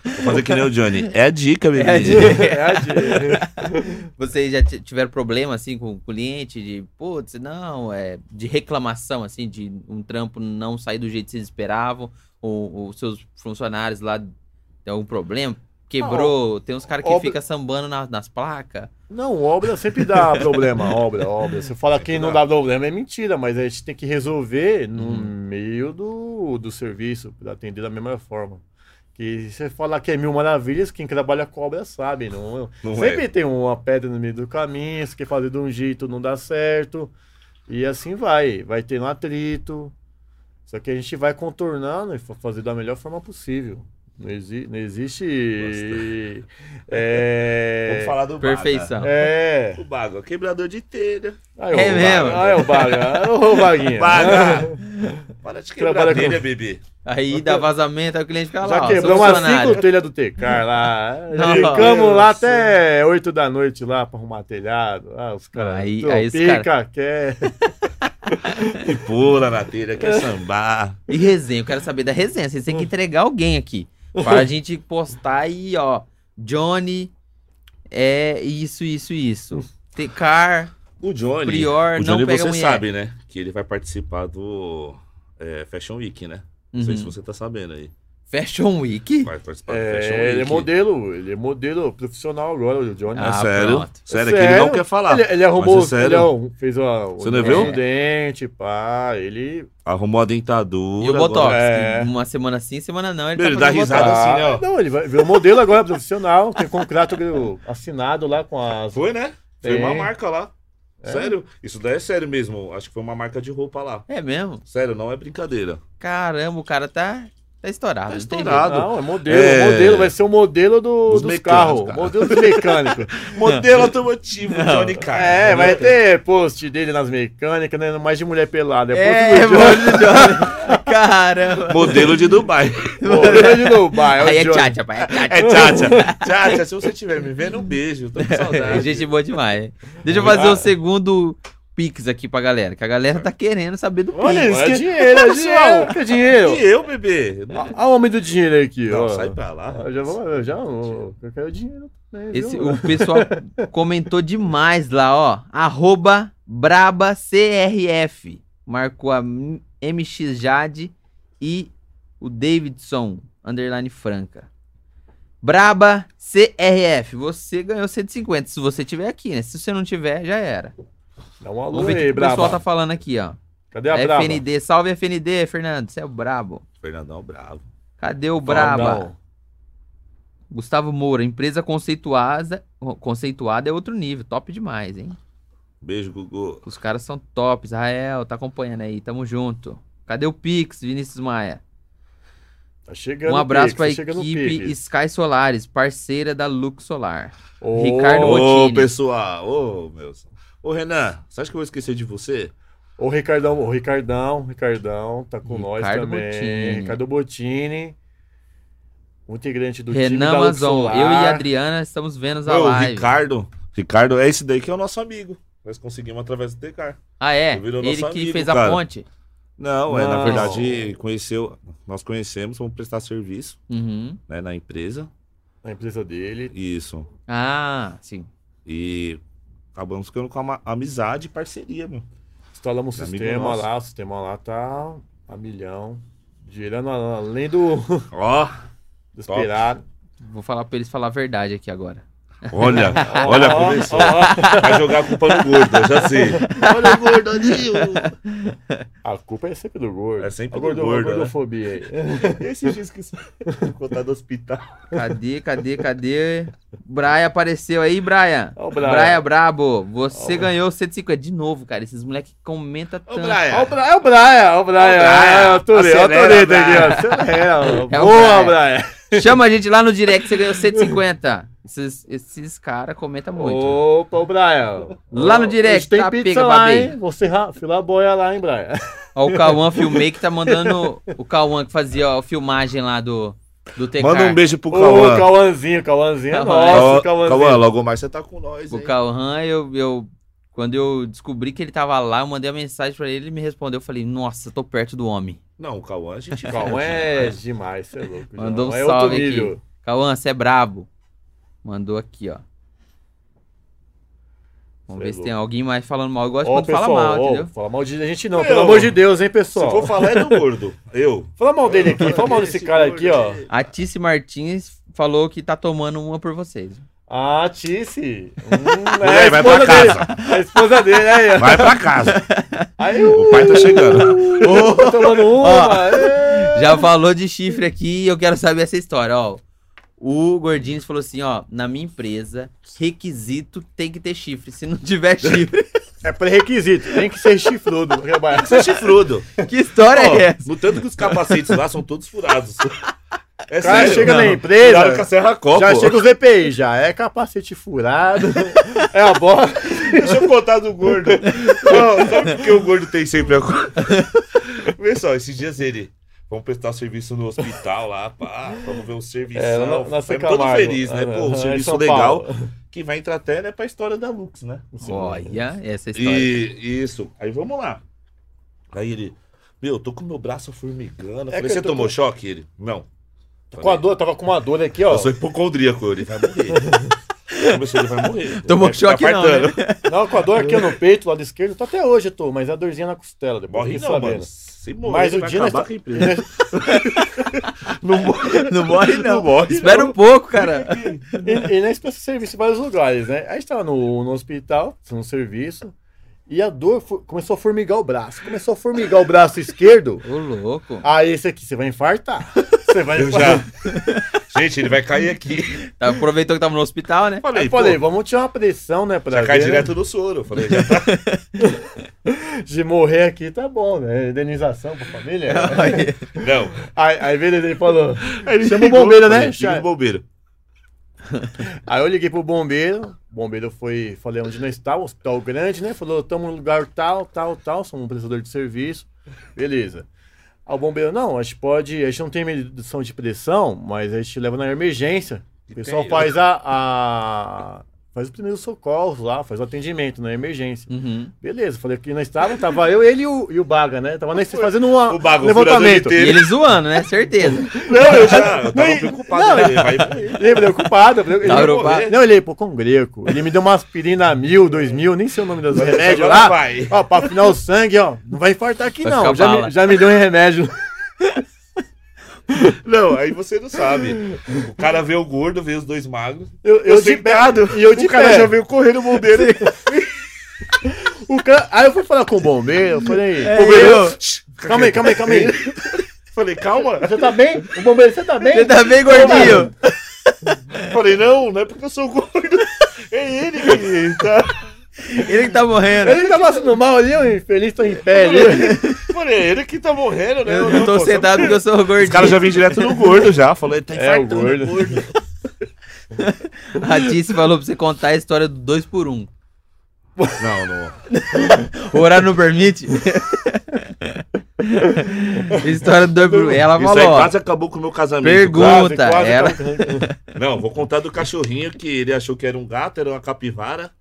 [SPEAKER 2] Vou fazer que nem o Johnny. É a dica, bebê.
[SPEAKER 1] É a dica.
[SPEAKER 3] é a dica.
[SPEAKER 1] Vocês já ti- tiveram problema assim com o cliente de, putz, não, é de reclamação assim, de um trampo não sair do jeito que vocês esperavam, ou, ou seus funcionários lá tem algum problema? Quebrou, tem uns caras que
[SPEAKER 3] obra-
[SPEAKER 1] ficam sambando na- nas placas.
[SPEAKER 3] Não, obra sempre dá problema, obra, obra. Você fala que
[SPEAKER 2] Sempre
[SPEAKER 3] não
[SPEAKER 2] dá.
[SPEAKER 3] dá problema, é mentira, mas a gente tem que resolver no
[SPEAKER 1] Uhum.
[SPEAKER 3] meio do, do serviço, para atender da mesma forma. Que você fala que é mil maravilhas, quem trabalha com obra sabe, não,
[SPEAKER 2] Não
[SPEAKER 3] Sempre
[SPEAKER 2] é.
[SPEAKER 3] tem uma pedra no meio do caminho, se quer fazer de um jeito, não dá certo. E assim vai, vai tendo atrito. Só que a gente vai contornando e fa- fazer da melhor forma possível. Não, exi- não existe. É.
[SPEAKER 2] Vamos falar do
[SPEAKER 1] Perfeição.
[SPEAKER 3] É.
[SPEAKER 2] Baga. O Baga, quebrador de telha.
[SPEAKER 3] Aí,
[SPEAKER 1] É
[SPEAKER 3] o Ba-
[SPEAKER 1] mesmo?
[SPEAKER 3] Aí, o Baga. Ô, Né? Baguinha.
[SPEAKER 2] Baga! Para de quebrar
[SPEAKER 3] Trabalha com-
[SPEAKER 2] telha, bebê.
[SPEAKER 1] Aí dá vazamento, aí o cliente fica lá,
[SPEAKER 3] Já
[SPEAKER 1] ó,
[SPEAKER 3] quebramos
[SPEAKER 1] seu
[SPEAKER 3] as
[SPEAKER 1] funcionário.
[SPEAKER 3] cinco telhas do Tecar lá. Já
[SPEAKER 1] Não.
[SPEAKER 3] ficamos lá
[SPEAKER 2] Meu
[SPEAKER 3] até 8 da noite lá pra arrumar telhado. Ah, os caras.
[SPEAKER 1] Aí-
[SPEAKER 3] pô,
[SPEAKER 1] aí os
[SPEAKER 3] pica,
[SPEAKER 1] cara-
[SPEAKER 3] quer.
[SPEAKER 2] Que pula na telha, quer sambar.
[SPEAKER 1] E resenha, eu quero saber da resenha. Vocês têm que entregar alguém aqui. Para a gente postar aí, ó. Johnny é isso, isso, isso. Tecar,
[SPEAKER 2] O Johnny.
[SPEAKER 1] Prior,
[SPEAKER 2] o
[SPEAKER 1] não
[SPEAKER 2] Johnny
[SPEAKER 1] pega
[SPEAKER 2] você
[SPEAKER 1] mulher.
[SPEAKER 2] sabe, né? Que ele vai participar do é, Fashion Week, né? Não sei
[SPEAKER 1] Uhum.
[SPEAKER 2] se você tá sabendo aí.
[SPEAKER 1] Fashion Week?
[SPEAKER 2] Vai participar do Fashion
[SPEAKER 3] É,
[SPEAKER 2] Week.
[SPEAKER 3] ele é modelo, ele é modelo profissional agora, o Johnny.
[SPEAKER 1] Ah,
[SPEAKER 2] É sério?
[SPEAKER 1] pronto.
[SPEAKER 2] Sério, é que ele
[SPEAKER 3] Sério?
[SPEAKER 2] não quer falar.
[SPEAKER 3] ele, ele arrumou,
[SPEAKER 2] Mas é sério?
[SPEAKER 3] ele arrum- fez uma,
[SPEAKER 2] Você
[SPEAKER 3] um
[SPEAKER 2] não viu?
[SPEAKER 3] dente, pá, ele...
[SPEAKER 2] Arrumou a dentadura.
[SPEAKER 1] E o Botox?
[SPEAKER 2] agora-
[SPEAKER 3] é.
[SPEAKER 1] que Uma semana sim, semana não. Ele,
[SPEAKER 2] Meu, ele
[SPEAKER 1] tá
[SPEAKER 2] dá
[SPEAKER 1] fazendo
[SPEAKER 2] risada
[SPEAKER 1] Botox.
[SPEAKER 2] assim, né, ó.
[SPEAKER 3] Não, ele vai- virou modelo agora, profissional, tem contrato assinado lá com as...
[SPEAKER 2] Foi, né? Foi
[SPEAKER 3] Tem.
[SPEAKER 2] uma marca lá.
[SPEAKER 3] É.
[SPEAKER 2] Sério? Isso daí é sério mesmo. Acho que foi uma marca de roupa lá.
[SPEAKER 1] É mesmo?
[SPEAKER 2] Sério, não é brincadeira.
[SPEAKER 1] Caramba, o cara tá, tá estourado.
[SPEAKER 2] Tá
[SPEAKER 1] não tem
[SPEAKER 2] estourado.
[SPEAKER 3] Não, é modelo,
[SPEAKER 2] É.
[SPEAKER 3] modelo, vai ser o modelo do,
[SPEAKER 2] Dos
[SPEAKER 3] dos,
[SPEAKER 2] mecânicos,
[SPEAKER 3] carros,
[SPEAKER 2] cara.
[SPEAKER 3] modelo dos mecânicos.
[SPEAKER 2] Modelo automotivo, Johnny Carr.
[SPEAKER 3] é, vai ter post dele nas mecânicas, né, mais de mulher pelada,
[SPEAKER 1] jeito.
[SPEAKER 3] é,
[SPEAKER 1] É,
[SPEAKER 3] post do Johnny,
[SPEAKER 1] mano, Johnny. Caramba.
[SPEAKER 2] Modelo de Dubai.
[SPEAKER 3] modelo de Dubai, o
[SPEAKER 1] Aí é
[SPEAKER 3] Johnny.
[SPEAKER 1] tchatcha, pai. É tchatcha.
[SPEAKER 2] É Tchatcha. Tchatcha, se você estiver me vendo, um beijo. Tô com saudade.
[SPEAKER 1] Gente boa demais. Deixa eu fazer o segundo pix aqui pra galera, que a galera tá querendo saber do pix.
[SPEAKER 3] Olha,
[SPEAKER 2] Sim,
[SPEAKER 3] isso
[SPEAKER 2] é
[SPEAKER 3] que é dinheiro, é dinheiro, que é
[SPEAKER 2] E
[SPEAKER 3] dinheiro.
[SPEAKER 2] eu, bebê? Não,
[SPEAKER 3] Olha o homem do dinheiro aqui, ó.
[SPEAKER 2] não, sai pra lá.
[SPEAKER 3] Eu já vou, eu já vou. Eu quero dinheiro também, viu?
[SPEAKER 1] Esse, o pessoal comentou demais lá, ó. Arroba BrabaCRF. Marcou a MX Jade e o Davidson, underline franca. Braba CRF, você ganhou 150. Se você tiver aqui, né? Se você não tiver, já era.
[SPEAKER 3] Dá um
[SPEAKER 1] Vamos
[SPEAKER 3] alô
[SPEAKER 1] ver o que
[SPEAKER 3] aí,
[SPEAKER 1] que o pessoal tá
[SPEAKER 3] Brava.
[SPEAKER 1] falando aqui, ó.
[SPEAKER 3] Cadê a Brava?
[SPEAKER 1] FND, salve FND, Fernando, você é o brabo.
[SPEAKER 2] Fernandão bravo.
[SPEAKER 1] Cadê o
[SPEAKER 3] Fala,
[SPEAKER 1] Braba?
[SPEAKER 3] não.
[SPEAKER 1] Gustavo Moura, empresa conceituada, conceituada é outro nível, top demais, hein?
[SPEAKER 2] Beijo, Gugu.
[SPEAKER 1] Os caras são top. Israel, tá acompanhando aí, tamo junto. Cadê o Pix, Vinícius Maia?
[SPEAKER 3] Tá chegando
[SPEAKER 1] um
[SPEAKER 3] o
[SPEAKER 1] abraço
[SPEAKER 3] Pix,
[SPEAKER 1] pra
[SPEAKER 3] tá chegando o
[SPEAKER 1] equipe
[SPEAKER 3] Pix.
[SPEAKER 1] Sky Solares, parceira da Lux Solar.
[SPEAKER 3] Ô,
[SPEAKER 1] Ricardo
[SPEAKER 2] Ô,
[SPEAKER 1] Botinho. Bottini.
[SPEAKER 2] pessoal. Ô, meu. Ô, Renan, você acha que eu vou esquecer de você?
[SPEAKER 3] Ô, Ricardão, ô, Ricardão, Ricardão, tá com nós
[SPEAKER 1] Ricardo
[SPEAKER 3] também.
[SPEAKER 1] Bottini.
[SPEAKER 3] Ricardo Bottini. O integrante do time
[SPEAKER 1] Renan
[SPEAKER 3] da Lux
[SPEAKER 1] Mazon,
[SPEAKER 3] Solar.
[SPEAKER 1] eu e a Adriana estamos vendo a
[SPEAKER 2] Ô,
[SPEAKER 1] live.
[SPEAKER 2] Ricardo. Ricardo é esse daí que é o nosso amigo. Nós conseguimos através do TK.
[SPEAKER 1] Ah, é?
[SPEAKER 2] Virou
[SPEAKER 1] Ele que
[SPEAKER 2] nosso amigo,
[SPEAKER 1] fez a
[SPEAKER 2] cara.
[SPEAKER 1] ponte?
[SPEAKER 2] Não, é, na
[SPEAKER 3] Não.
[SPEAKER 2] verdade, conheceu. Nós conhecemos, vamos prestar serviço
[SPEAKER 1] Uhum.
[SPEAKER 2] né, na empresa.
[SPEAKER 3] A empresa dele.
[SPEAKER 2] Isso.
[SPEAKER 1] Ah, sim.
[SPEAKER 2] E acabamos ficando com uma amizade e parceria, meu.
[SPEAKER 3] Instalamos o
[SPEAKER 2] Amigo
[SPEAKER 3] sistema
[SPEAKER 2] nosso.
[SPEAKER 3] lá, o sistema lá tá a milhão. Girando além do.
[SPEAKER 2] Ó,
[SPEAKER 3] Dos
[SPEAKER 2] Top.
[SPEAKER 3] piratas.
[SPEAKER 1] Vou falar pra eles falar a verdade aqui agora.
[SPEAKER 2] Olha, olha,
[SPEAKER 3] Ó,
[SPEAKER 2] começou.
[SPEAKER 3] ó,
[SPEAKER 2] Vai jogar a culpa no gordo, eu já sei.
[SPEAKER 3] Olha o gordo ali. A culpa é sempre do gordo.
[SPEAKER 2] É sempre
[SPEAKER 3] a
[SPEAKER 2] do
[SPEAKER 3] gordo, a
[SPEAKER 2] gordo, né?
[SPEAKER 3] gordofobia aí.
[SPEAKER 2] E esses dias que isso- contar do hospital.
[SPEAKER 1] Cadê, cadê, cadê? Braia apareceu aí, Braia.
[SPEAKER 3] Ó o Braia.
[SPEAKER 1] Braia. Brabo, você ganhou 150. De novo, cara, esses moleque comenta tanto.
[SPEAKER 2] É.
[SPEAKER 3] Ó o Brian, ó o Brian, ó o Brian. Ah, eu tô ali, ó, eu tô
[SPEAKER 2] Acelera,
[SPEAKER 3] ali, Daniel. Acelera, ó.
[SPEAKER 1] É o
[SPEAKER 3] Boa, Brian.
[SPEAKER 1] Chama a gente lá no direct, você ganhou 150. Esses, esses caras comentam muito.
[SPEAKER 3] Opa, o Brian.
[SPEAKER 1] Lá no
[SPEAKER 3] Ó,
[SPEAKER 1] direct,
[SPEAKER 3] hoje tem
[SPEAKER 1] tá?
[SPEAKER 3] pizza
[SPEAKER 1] Pega,
[SPEAKER 3] lá,
[SPEAKER 1] babei.
[SPEAKER 3] hein? Você ra- filar a boia lá, hein, Brian?
[SPEAKER 1] Ó, o Cauã Filmmaker tá mandando. O Cauã que fazia ó, a filmagem lá do, do TK.
[SPEAKER 2] Manda um beijo pro
[SPEAKER 3] Ô, Cauãzinho,
[SPEAKER 2] Cauã.
[SPEAKER 3] Cauãzinho, Cauãzinho é
[SPEAKER 1] Cauã.
[SPEAKER 2] Cauã,
[SPEAKER 3] nosso,
[SPEAKER 2] Cauã,
[SPEAKER 3] Cauãzinho.
[SPEAKER 2] logo mais você tá com nós,
[SPEAKER 1] O
[SPEAKER 2] hein?
[SPEAKER 1] Cauã, eu, eu. Quando eu descobri que ele tava lá, eu mandei uma mensagem pra ele, ele me respondeu. Eu falei, nossa, tô perto do homem.
[SPEAKER 2] Não, o Cauã, a gente...
[SPEAKER 3] Cauã é demais, você é louco.
[SPEAKER 1] Mandou um
[SPEAKER 3] João. é outro
[SPEAKER 1] salve aqui.
[SPEAKER 3] nível.
[SPEAKER 1] Cauã, você é brabo. Mandou aqui, ó. Vamos
[SPEAKER 3] Cê é
[SPEAKER 1] ver se
[SPEAKER 3] louco.
[SPEAKER 1] tem alguém mais falando mal. Eu gosto
[SPEAKER 3] Ó,
[SPEAKER 1] quando
[SPEAKER 3] pessoal,
[SPEAKER 1] fala mal,
[SPEAKER 3] ó,
[SPEAKER 1] entendeu?
[SPEAKER 3] fala mal de a gente não,
[SPEAKER 2] Meu,
[SPEAKER 3] pelo amor de Deus, hein,
[SPEAKER 2] Se
[SPEAKER 3] pessoal.
[SPEAKER 2] for falar é do gordo. Eu.
[SPEAKER 3] Fala mal dele aqui,
[SPEAKER 2] Fala
[SPEAKER 3] fala mal desse cara aqui, ó.
[SPEAKER 2] gordo aí.
[SPEAKER 1] A Tice Martins falou que tá tomando uma por vocês.
[SPEAKER 3] Ah, Tice. Hum,
[SPEAKER 2] Mulher,
[SPEAKER 3] a
[SPEAKER 2] vai pra
[SPEAKER 3] esposa dele. é
[SPEAKER 2] casa.
[SPEAKER 3] A esposa dele, aí, ó.
[SPEAKER 2] Vai pra casa.
[SPEAKER 3] Aí, uh,
[SPEAKER 2] O pai tá chegando.
[SPEAKER 3] tá tomando uma. é.
[SPEAKER 1] Já falou de chifre aqui e eu quero saber essa história, ó. O Gordinho falou assim, ó, na minha empresa, requisito tem que ter chifre. Se não tiver chifre,
[SPEAKER 3] É pré-requisito, tem que ser chifrudo. Rebaixo.
[SPEAKER 2] Você é chifrudo.
[SPEAKER 1] que história
[SPEAKER 2] Ó,
[SPEAKER 1] é essa?
[SPEAKER 2] No tanto que os capacetes lá são todos furados. É
[SPEAKER 3] O cara
[SPEAKER 2] sério.
[SPEAKER 3] chega
[SPEAKER 2] Não.
[SPEAKER 3] na
[SPEAKER 2] Cuidado com a
[SPEAKER 3] empresa,
[SPEAKER 2] Serra Copa.
[SPEAKER 3] já chega os EPI, já é capacete furado, é a bola.
[SPEAKER 2] Deixa eu contar do gordo. Não, sabe por que o gordo tem sempre a coisa? Pessoal, esses dias ele. Vamos prestar serviço no hospital lá, pá. Vamos ver um serviço.
[SPEAKER 3] É, lá na- na
[SPEAKER 2] Foi
[SPEAKER 3] Camargo.
[SPEAKER 2] todo feliz, né?
[SPEAKER 3] É,
[SPEAKER 2] Pô, um
[SPEAKER 3] é, em
[SPEAKER 2] serviço
[SPEAKER 3] São
[SPEAKER 2] legal.
[SPEAKER 3] Paulo.
[SPEAKER 2] Que vai entrar até né, pra história da Lux, né?
[SPEAKER 1] Olha essa história.
[SPEAKER 2] E isso. Aí vamos lá. Aí ele. Meu, tô com meu braço formigando. Eu
[SPEAKER 3] É
[SPEAKER 2] falei,
[SPEAKER 3] que
[SPEAKER 2] você
[SPEAKER 3] eu tô
[SPEAKER 2] tomou
[SPEAKER 3] com-
[SPEAKER 2] choque? Ele. Não.
[SPEAKER 3] Tô com a dor, tava com uma dor aqui, ó.
[SPEAKER 2] Eu sou hipocondríaco, ele vai morrer. Começou, ele vai morrer.
[SPEAKER 1] Tomou
[SPEAKER 2] Vai ficar
[SPEAKER 1] choque não,
[SPEAKER 3] né?
[SPEAKER 2] apartando.
[SPEAKER 3] Não, com a dor aqui ó, no peito, lado esquerdo, tô até hoje, eu tô, mas é a dorzinha na costela, depois
[SPEAKER 2] Morre
[SPEAKER 3] eu
[SPEAKER 2] não,
[SPEAKER 3] fiquei
[SPEAKER 2] mano.
[SPEAKER 3] sabendo.
[SPEAKER 2] Se morrer,
[SPEAKER 3] Mas
[SPEAKER 2] você
[SPEAKER 3] o
[SPEAKER 2] vai
[SPEAKER 3] dia nós
[SPEAKER 2] acabar
[SPEAKER 3] tá-
[SPEAKER 2] com a empresa.
[SPEAKER 1] Não morre, não. Morre, não.
[SPEAKER 2] morre,
[SPEAKER 1] Espera um pouco, cara.
[SPEAKER 3] E, e nós prestamos serviço em vários lugares, né? A gente tava no, no hospital, no serviço, e a dor fu- começou a formigar o braço. Começou a formigar o braço esquerdo,
[SPEAKER 1] Ô, louco.
[SPEAKER 3] ah, esse aqui, você vai infartar. Você vai
[SPEAKER 2] Eu
[SPEAKER 3] infartar.
[SPEAKER 2] já. Gente, ele vai cair aqui.
[SPEAKER 1] Tá, aproveitou que tava no hospital, né?
[SPEAKER 3] Aí
[SPEAKER 2] Falei,
[SPEAKER 3] eu falei,
[SPEAKER 2] pô,
[SPEAKER 3] vamos tirar uma pressão, né? Pra
[SPEAKER 2] já cai
[SPEAKER 3] ver, né?
[SPEAKER 2] direto do soro. Eu Falei, já tá.
[SPEAKER 3] De morrer aqui tá bom, né? Indenização pra família.
[SPEAKER 2] Não.
[SPEAKER 3] aí, aí veio ele falou.
[SPEAKER 2] Ele
[SPEAKER 3] Chama o
[SPEAKER 2] ligou,
[SPEAKER 3] bombeiro,
[SPEAKER 2] falei,
[SPEAKER 3] né?
[SPEAKER 2] Chama o bombeiro.
[SPEAKER 3] Aí eu liguei pro bombeiro. O bombeiro foi, falei onde nós estávamos, hospital grande, né? Falou, estamos no lugar tal, tal, tal, somos um prestador de serviço. Beleza. Aí o bombeiro, não, a gente pode. A gente não tem medição de pressão, mas a gente leva na emergência. O pessoal
[SPEAKER 2] tem, né?"
[SPEAKER 3] faz a. a- Faz o primeiro socorro lá, faz o atendimento na emergência.
[SPEAKER 1] Uhum.
[SPEAKER 3] Beleza, falei que nós estávamos, tava eu, ele e o, e o Baga, né? Tava nós fazendo uma- um
[SPEAKER 2] O bagulho
[SPEAKER 3] levantamento.
[SPEAKER 1] E ele zoando, né? Certeza.
[SPEAKER 2] Não, eu já. Eu
[SPEAKER 3] Não,
[SPEAKER 2] tava
[SPEAKER 3] e-
[SPEAKER 2] preocupado.
[SPEAKER 3] não,
[SPEAKER 2] né? Ele vai morrer.
[SPEAKER 3] Ele me deu culpado. eu falei, Ele
[SPEAKER 1] Tá
[SPEAKER 3] me-
[SPEAKER 1] preocupado?
[SPEAKER 3] Não, ele é hipocondríaco. Ele me deu uma aspirina mil, dois mil, nem sei o nome dos remédios
[SPEAKER 2] agora
[SPEAKER 3] lá.
[SPEAKER 2] vai.
[SPEAKER 3] Ó, pra afinar o sangue, ó. Não vai infartar aqui,
[SPEAKER 1] Vai
[SPEAKER 3] não.
[SPEAKER 1] ficar
[SPEAKER 3] Já
[SPEAKER 1] bala.
[SPEAKER 3] me, já me deu um remédio.
[SPEAKER 2] Não, aí você não sabe. O cara vê o gordo, vê os dois magros.
[SPEAKER 3] Eu, eu tá de pé. E eu de
[SPEAKER 2] o cara
[SPEAKER 3] pé.
[SPEAKER 2] já veio correndo o bombeiro.
[SPEAKER 3] O cara- Aí eu fui falar com o bombeiro, eu falei.
[SPEAKER 1] é,
[SPEAKER 2] eu.
[SPEAKER 3] Calma aí, calma aí, calma aí.
[SPEAKER 2] Falei, calma.
[SPEAKER 3] Você tá bem? O bombeiro, você tá bem?
[SPEAKER 1] Você tá bem, gordinho?
[SPEAKER 2] Falei, não, não é porque eu sou gordo. É ele que tá.
[SPEAKER 1] Ele que tá morrendo.
[SPEAKER 3] Ele tá passando mal ali, o infeliz tá em pé ali.
[SPEAKER 2] Falei, é ele que tá morrendo, né?
[SPEAKER 1] Eu,
[SPEAKER 2] não,
[SPEAKER 1] eu tô
[SPEAKER 2] pô,
[SPEAKER 1] sentado porque eu sou
[SPEAKER 2] Os caras
[SPEAKER 1] gordinho.
[SPEAKER 2] já vêm direto no gordo já. Falei, tá
[SPEAKER 3] É, o
[SPEAKER 2] infartando,
[SPEAKER 3] gordo.
[SPEAKER 1] A Tice falou pra você contar a história do 2 por 1
[SPEAKER 2] Não, não.
[SPEAKER 1] O horário não permite? história do 2 por 1 Ela
[SPEAKER 2] Isso aí
[SPEAKER 1] falou, ó.
[SPEAKER 2] quase acabou com o meu casamento.
[SPEAKER 1] Pergunta. é.
[SPEAKER 2] quase. tá
[SPEAKER 1] Puta,
[SPEAKER 3] quase
[SPEAKER 1] era-
[SPEAKER 2] Não, vou contar do cachorrinho que ele achou que era um gato, era uma capivara,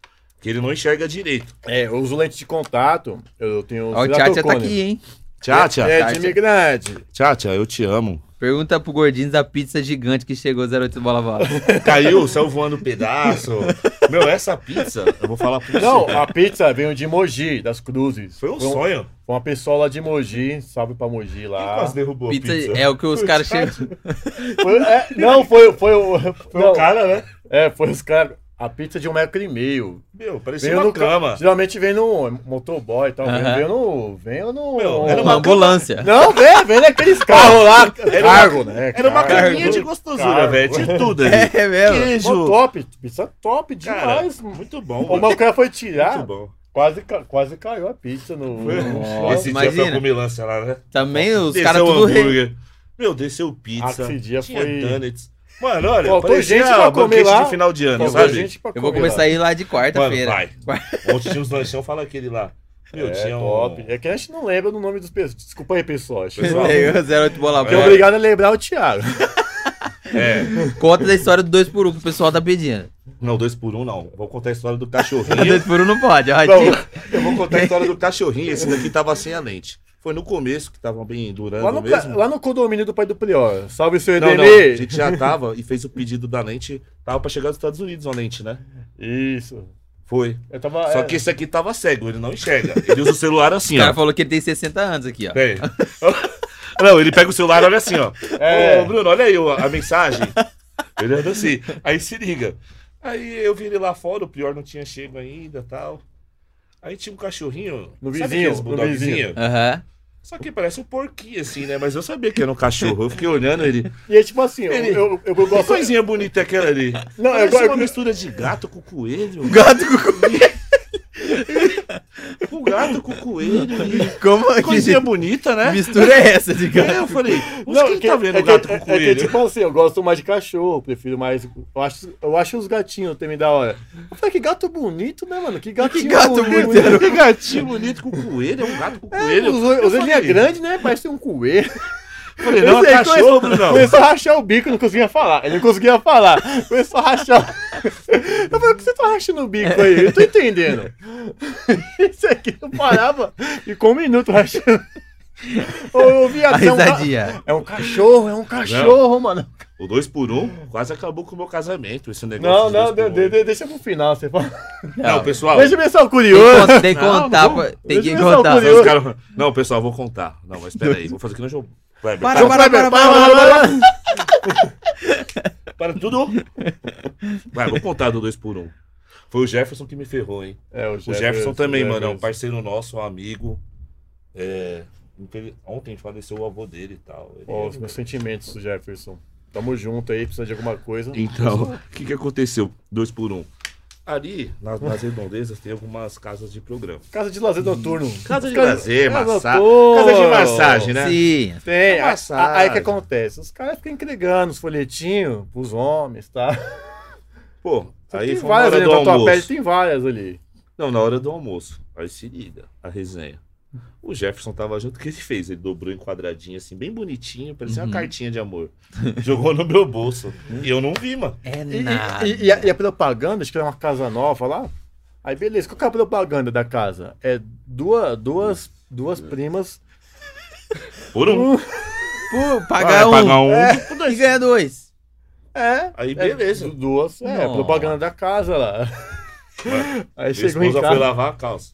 [SPEAKER 2] que ele não enxerga direito.
[SPEAKER 3] É, eu uso lente de contato. Eu tenho.
[SPEAKER 1] ó, o Tchatcha tá
[SPEAKER 2] né?
[SPEAKER 1] aqui, hein?
[SPEAKER 2] Tchatcha,
[SPEAKER 3] É, de imigrante.
[SPEAKER 2] tchatcha, eu te amo.
[SPEAKER 1] Pergunta pro Gordinho da pizza gigante que chegou 08 bola bola.
[SPEAKER 2] Caiu, saiu voando um pedaço. Meu, essa pizza, eu vou falar pra você.
[SPEAKER 3] Não, a pizza veio de Mogi, das Cruzes.
[SPEAKER 2] foi um
[SPEAKER 3] Foi
[SPEAKER 2] sonho. Ah.
[SPEAKER 3] Foi uma pessoa lá de Mogi, salve pra Mogi
[SPEAKER 2] Quem
[SPEAKER 3] lá.
[SPEAKER 2] quase derrubou
[SPEAKER 1] Pizza,
[SPEAKER 2] a pizza?
[SPEAKER 1] é o que os
[SPEAKER 2] Foi
[SPEAKER 1] caras
[SPEAKER 2] cara-
[SPEAKER 1] chegam.
[SPEAKER 3] Foi- é, não, foi, foi o.
[SPEAKER 2] Foi
[SPEAKER 3] não,
[SPEAKER 2] o cara, né?
[SPEAKER 3] É, foi os caras. A pizza de um metro e meio.
[SPEAKER 2] Meu, parecia
[SPEAKER 3] Veio
[SPEAKER 2] uma
[SPEAKER 3] no
[SPEAKER 2] cama.
[SPEAKER 3] Geralmente vem no motoboy e tal. Veio-
[SPEAKER 1] Aham.
[SPEAKER 3] Veio no. Veio no.
[SPEAKER 2] Meu, era
[SPEAKER 1] Uma
[SPEAKER 2] uma
[SPEAKER 1] ambulância.
[SPEAKER 3] Não, vem, vem naqueles carros lá. Cargo, né?
[SPEAKER 2] Era uma
[SPEAKER 3] cargo.
[SPEAKER 2] caminha de gostosura,
[SPEAKER 3] Cargo.
[SPEAKER 2] velho. Tinha tudo ali.
[SPEAKER 1] É mesmo.
[SPEAKER 3] Pô,
[SPEAKER 2] Queijo.
[SPEAKER 3] top, pizza top
[SPEAKER 2] Cara,
[SPEAKER 3] demais. mano.
[SPEAKER 2] Muito bom,
[SPEAKER 3] Pô,
[SPEAKER 2] mano.
[SPEAKER 3] mas o cara foi
[SPEAKER 2] Muito
[SPEAKER 3] tirar,
[SPEAKER 2] bom.
[SPEAKER 3] quase, ca- quase caiu a pizza no.
[SPEAKER 2] Foi.
[SPEAKER 3] no chão.
[SPEAKER 1] Nossa,
[SPEAKER 2] Esse dia
[SPEAKER 1] imagina.
[SPEAKER 2] foi com Milança lá, né?
[SPEAKER 1] Também os
[SPEAKER 2] Desceu
[SPEAKER 1] caras tudo re...
[SPEAKER 2] hambúrguer. Meu, desceu pizza.
[SPEAKER 3] Ah, esse dia
[SPEAKER 2] tinha
[SPEAKER 3] foi-
[SPEAKER 2] donuts. Mano, olha,
[SPEAKER 3] Faltou
[SPEAKER 2] parecia
[SPEAKER 3] gente pra comer
[SPEAKER 2] banquete
[SPEAKER 3] lá.
[SPEAKER 2] de final de ano,
[SPEAKER 3] Faltou
[SPEAKER 2] sabe?
[SPEAKER 3] gente pra
[SPEAKER 1] Eu vou
[SPEAKER 3] comer
[SPEAKER 1] começar
[SPEAKER 3] lá.
[SPEAKER 1] a ir lá de
[SPEAKER 2] Mano,
[SPEAKER 1] quarta-feira.
[SPEAKER 2] vai. Ontem tinha uns lanchão, fala aquele lá. Meu,
[SPEAKER 3] É,
[SPEAKER 2] tinha um... é.
[SPEAKER 3] top. É que a gente não lembra do nome dos pessoas. Desculpa aí, pessoal.
[SPEAKER 2] Pessoal.
[SPEAKER 3] Porque
[SPEAKER 1] Pegou 08 bola
[SPEAKER 3] é
[SPEAKER 1] fora.
[SPEAKER 3] obrigado a lembrar o Thiago.
[SPEAKER 2] É,
[SPEAKER 1] Conta da história do 2 por 1 que o pessoal tá pedindo.
[SPEAKER 2] não, dois por um não. Vou contar a história do
[SPEAKER 1] O
[SPEAKER 2] cachorrinho.
[SPEAKER 1] 2 por 1 não pode. ó,
[SPEAKER 2] Não,
[SPEAKER 1] dica.
[SPEAKER 2] eu vou contar a história do cachorrinho. Esse daqui tava sem a lente. Foi no começo que tava bem durando
[SPEAKER 3] Lá no, ca-
[SPEAKER 2] É mesmo.
[SPEAKER 3] lá no condomínio do pai do Prior. Salve, seu
[SPEAKER 2] Não, não, a
[SPEAKER 3] Edenê.
[SPEAKER 2] gente já tava e fez o pedido da lente. Tava pra chegar nos Estados Unidos uma lente, né?
[SPEAKER 3] Isso.
[SPEAKER 2] Foi.
[SPEAKER 3] Eu tava.
[SPEAKER 2] Só
[SPEAKER 3] é,
[SPEAKER 2] que esse aqui tava cego, ele não enxerga. Ele usa o celular
[SPEAKER 1] O
[SPEAKER 2] assim, ó.
[SPEAKER 1] cara falou que ele tem 60 anos aqui, ó.
[SPEAKER 2] Tem. Não, ele pega o celular e olha assim, ó.
[SPEAKER 3] É.
[SPEAKER 2] Ô, Bruno, olha aí ó, a mensagem. Ele anda assim. Aí se liga. Aí eu vi ele lá fora, o pior não tinha chego ainda tal. Aí tinha um cachorrinho.
[SPEAKER 3] No
[SPEAKER 2] sabe
[SPEAKER 3] vizinho,
[SPEAKER 2] aqueles
[SPEAKER 3] no
[SPEAKER 2] bulldogzinho?
[SPEAKER 3] vizinho.
[SPEAKER 1] Aham.
[SPEAKER 2] Só que parece um porquinho assim, né? Mas eu sabia que era um cachorro. Eu fiquei olhando ele.
[SPEAKER 3] E é tipo assim, eu,
[SPEAKER 2] Ele-
[SPEAKER 3] eu, eu, eu
[SPEAKER 2] Que
[SPEAKER 3] gosto.
[SPEAKER 2] coisinha bonita é aquela ali.
[SPEAKER 3] Não, eu
[SPEAKER 2] Parece
[SPEAKER 3] go-
[SPEAKER 2] uma mistura de gato com coelho.
[SPEAKER 1] Gato com...
[SPEAKER 2] Com gato com coelho. e-
[SPEAKER 1] Como é que
[SPEAKER 2] Coisinha bonita, né?
[SPEAKER 1] mistura é essa de
[SPEAKER 2] Aí
[SPEAKER 1] gato?
[SPEAKER 2] eu falei, onde
[SPEAKER 3] Não,
[SPEAKER 2] que ele
[SPEAKER 3] que-
[SPEAKER 2] tá vendo
[SPEAKER 3] é
[SPEAKER 2] o
[SPEAKER 3] que-
[SPEAKER 2] gato
[SPEAKER 3] é-
[SPEAKER 2] com
[SPEAKER 3] é que,
[SPEAKER 2] coelho?
[SPEAKER 3] tipo assim, eu gosto mais de cachorro, prefiro mais. Eu acho, eu acho os gatinhos também da hora. Eu falei, "Ah, que gato bonito, né, mano? Que gatinho
[SPEAKER 1] gato bonito.
[SPEAKER 2] Que gatinho bonito com coelho, é um gato com coelho.
[SPEAKER 3] Os, os,
[SPEAKER 2] Eu
[SPEAKER 3] os olhinhos é
[SPEAKER 2] falei,
[SPEAKER 3] grande, né? Parece um coelho.
[SPEAKER 2] Falei, não, é
[SPEAKER 3] Esse aí
[SPEAKER 2] cachorro,
[SPEAKER 3] começou-
[SPEAKER 2] Brunão.
[SPEAKER 3] Começou a rachar o bico, não conseguia falar. Ele não conseguia falar. Começou a rachar. Eu falei, por que você tá rachando o bico aí? Eu tô entendendo. Isso aqui não parava. Ficou um minuto rachando. Ô, ô,
[SPEAKER 1] A
[SPEAKER 3] viado, é um, ca-
[SPEAKER 1] risadinha.
[SPEAKER 3] é um cachorro, é um cachorro, mano.
[SPEAKER 2] O dois por um quase acabou com o meu casamento, esse
[SPEAKER 3] Não,
[SPEAKER 2] negócio. de
[SPEAKER 3] não,
[SPEAKER 2] dois por
[SPEAKER 3] de-
[SPEAKER 2] um.
[SPEAKER 3] de- deixa pro final, você fala.
[SPEAKER 2] Não, pessoal.
[SPEAKER 3] Deixa eu ver só o
[SPEAKER 1] Tem que
[SPEAKER 3] curioso.
[SPEAKER 1] con- Tem que
[SPEAKER 2] Não,
[SPEAKER 1] contar.
[SPEAKER 2] não.
[SPEAKER 1] pra- Tem que
[SPEAKER 3] Deixa eu ver só o
[SPEAKER 1] contar.
[SPEAKER 2] Aí os
[SPEAKER 3] eu-
[SPEAKER 2] caras- Não, pessoal, vou contar. Não, mas espera aí, vou fazer aqui no jogo. Kleber,
[SPEAKER 1] Para, para, para, para, para, para.
[SPEAKER 2] para tudo. Vai, vou contar do dois por um. Foi o Jefferson que me ferrou, hein?
[SPEAKER 3] É,
[SPEAKER 2] O Jefferson também, mano, é um parceiro nosso, um amigo. É, infeliz- Ontem faleceu o avô dele e tal. Ele- é um
[SPEAKER 3] Ó, os meus sentimentos, Jefferson. Tamo junto aí, precisa de alguma coisa.
[SPEAKER 2] Então, o que, que aconteceu? Dois por um. Ali, na- nas redondezas, tem algumas casas de programa.
[SPEAKER 3] Casa de lazer noturno.
[SPEAKER 2] Casa de lazer, massagem.
[SPEAKER 3] noturno.
[SPEAKER 2] Casa de massagem, né?
[SPEAKER 1] Sim.
[SPEAKER 3] Tem, a- a- aí o
[SPEAKER 2] massagem.
[SPEAKER 3] que acontece? Os caras ficam entregando os folhetinhos pros homens, tá?
[SPEAKER 2] Pô, aí
[SPEAKER 3] tem
[SPEAKER 2] foi na
[SPEAKER 3] várias
[SPEAKER 2] hora
[SPEAKER 3] ali
[SPEAKER 2] do
[SPEAKER 3] na tua pele,
[SPEAKER 2] almoço.
[SPEAKER 3] tem várias ali.
[SPEAKER 2] Não, na hora do almoço. Aí se liga, a resenha. O Jefferson tava junto, o que ele fez? Ele dobrou em quadradinho, assim, bem bonitinho, parecia
[SPEAKER 1] Uhum.
[SPEAKER 2] uma cartinha de amor. Jogou no meu bolso. E eu não vi, mano.
[SPEAKER 1] É
[SPEAKER 3] E, e-
[SPEAKER 1] nada.
[SPEAKER 3] e- e a, e a propaganda, acho que é uma casa nova lá. Aí beleza, qual que é a propaganda da casa? É duas, duas, duas primas.
[SPEAKER 2] Por um.
[SPEAKER 1] Pô,
[SPEAKER 2] Ah,
[SPEAKER 1] pagar
[SPEAKER 2] é
[SPEAKER 1] um.
[SPEAKER 2] pagar um.
[SPEAKER 1] E ganha dois.
[SPEAKER 3] É.
[SPEAKER 2] Aí
[SPEAKER 3] é,
[SPEAKER 2] beleza.
[SPEAKER 3] du- duas. É,
[SPEAKER 1] Nossa.
[SPEAKER 3] propaganda da casa lá. Aí um
[SPEAKER 2] Minha
[SPEAKER 1] um
[SPEAKER 3] chegou em
[SPEAKER 2] esposa foi
[SPEAKER 3] casa.
[SPEAKER 2] lavar a calça.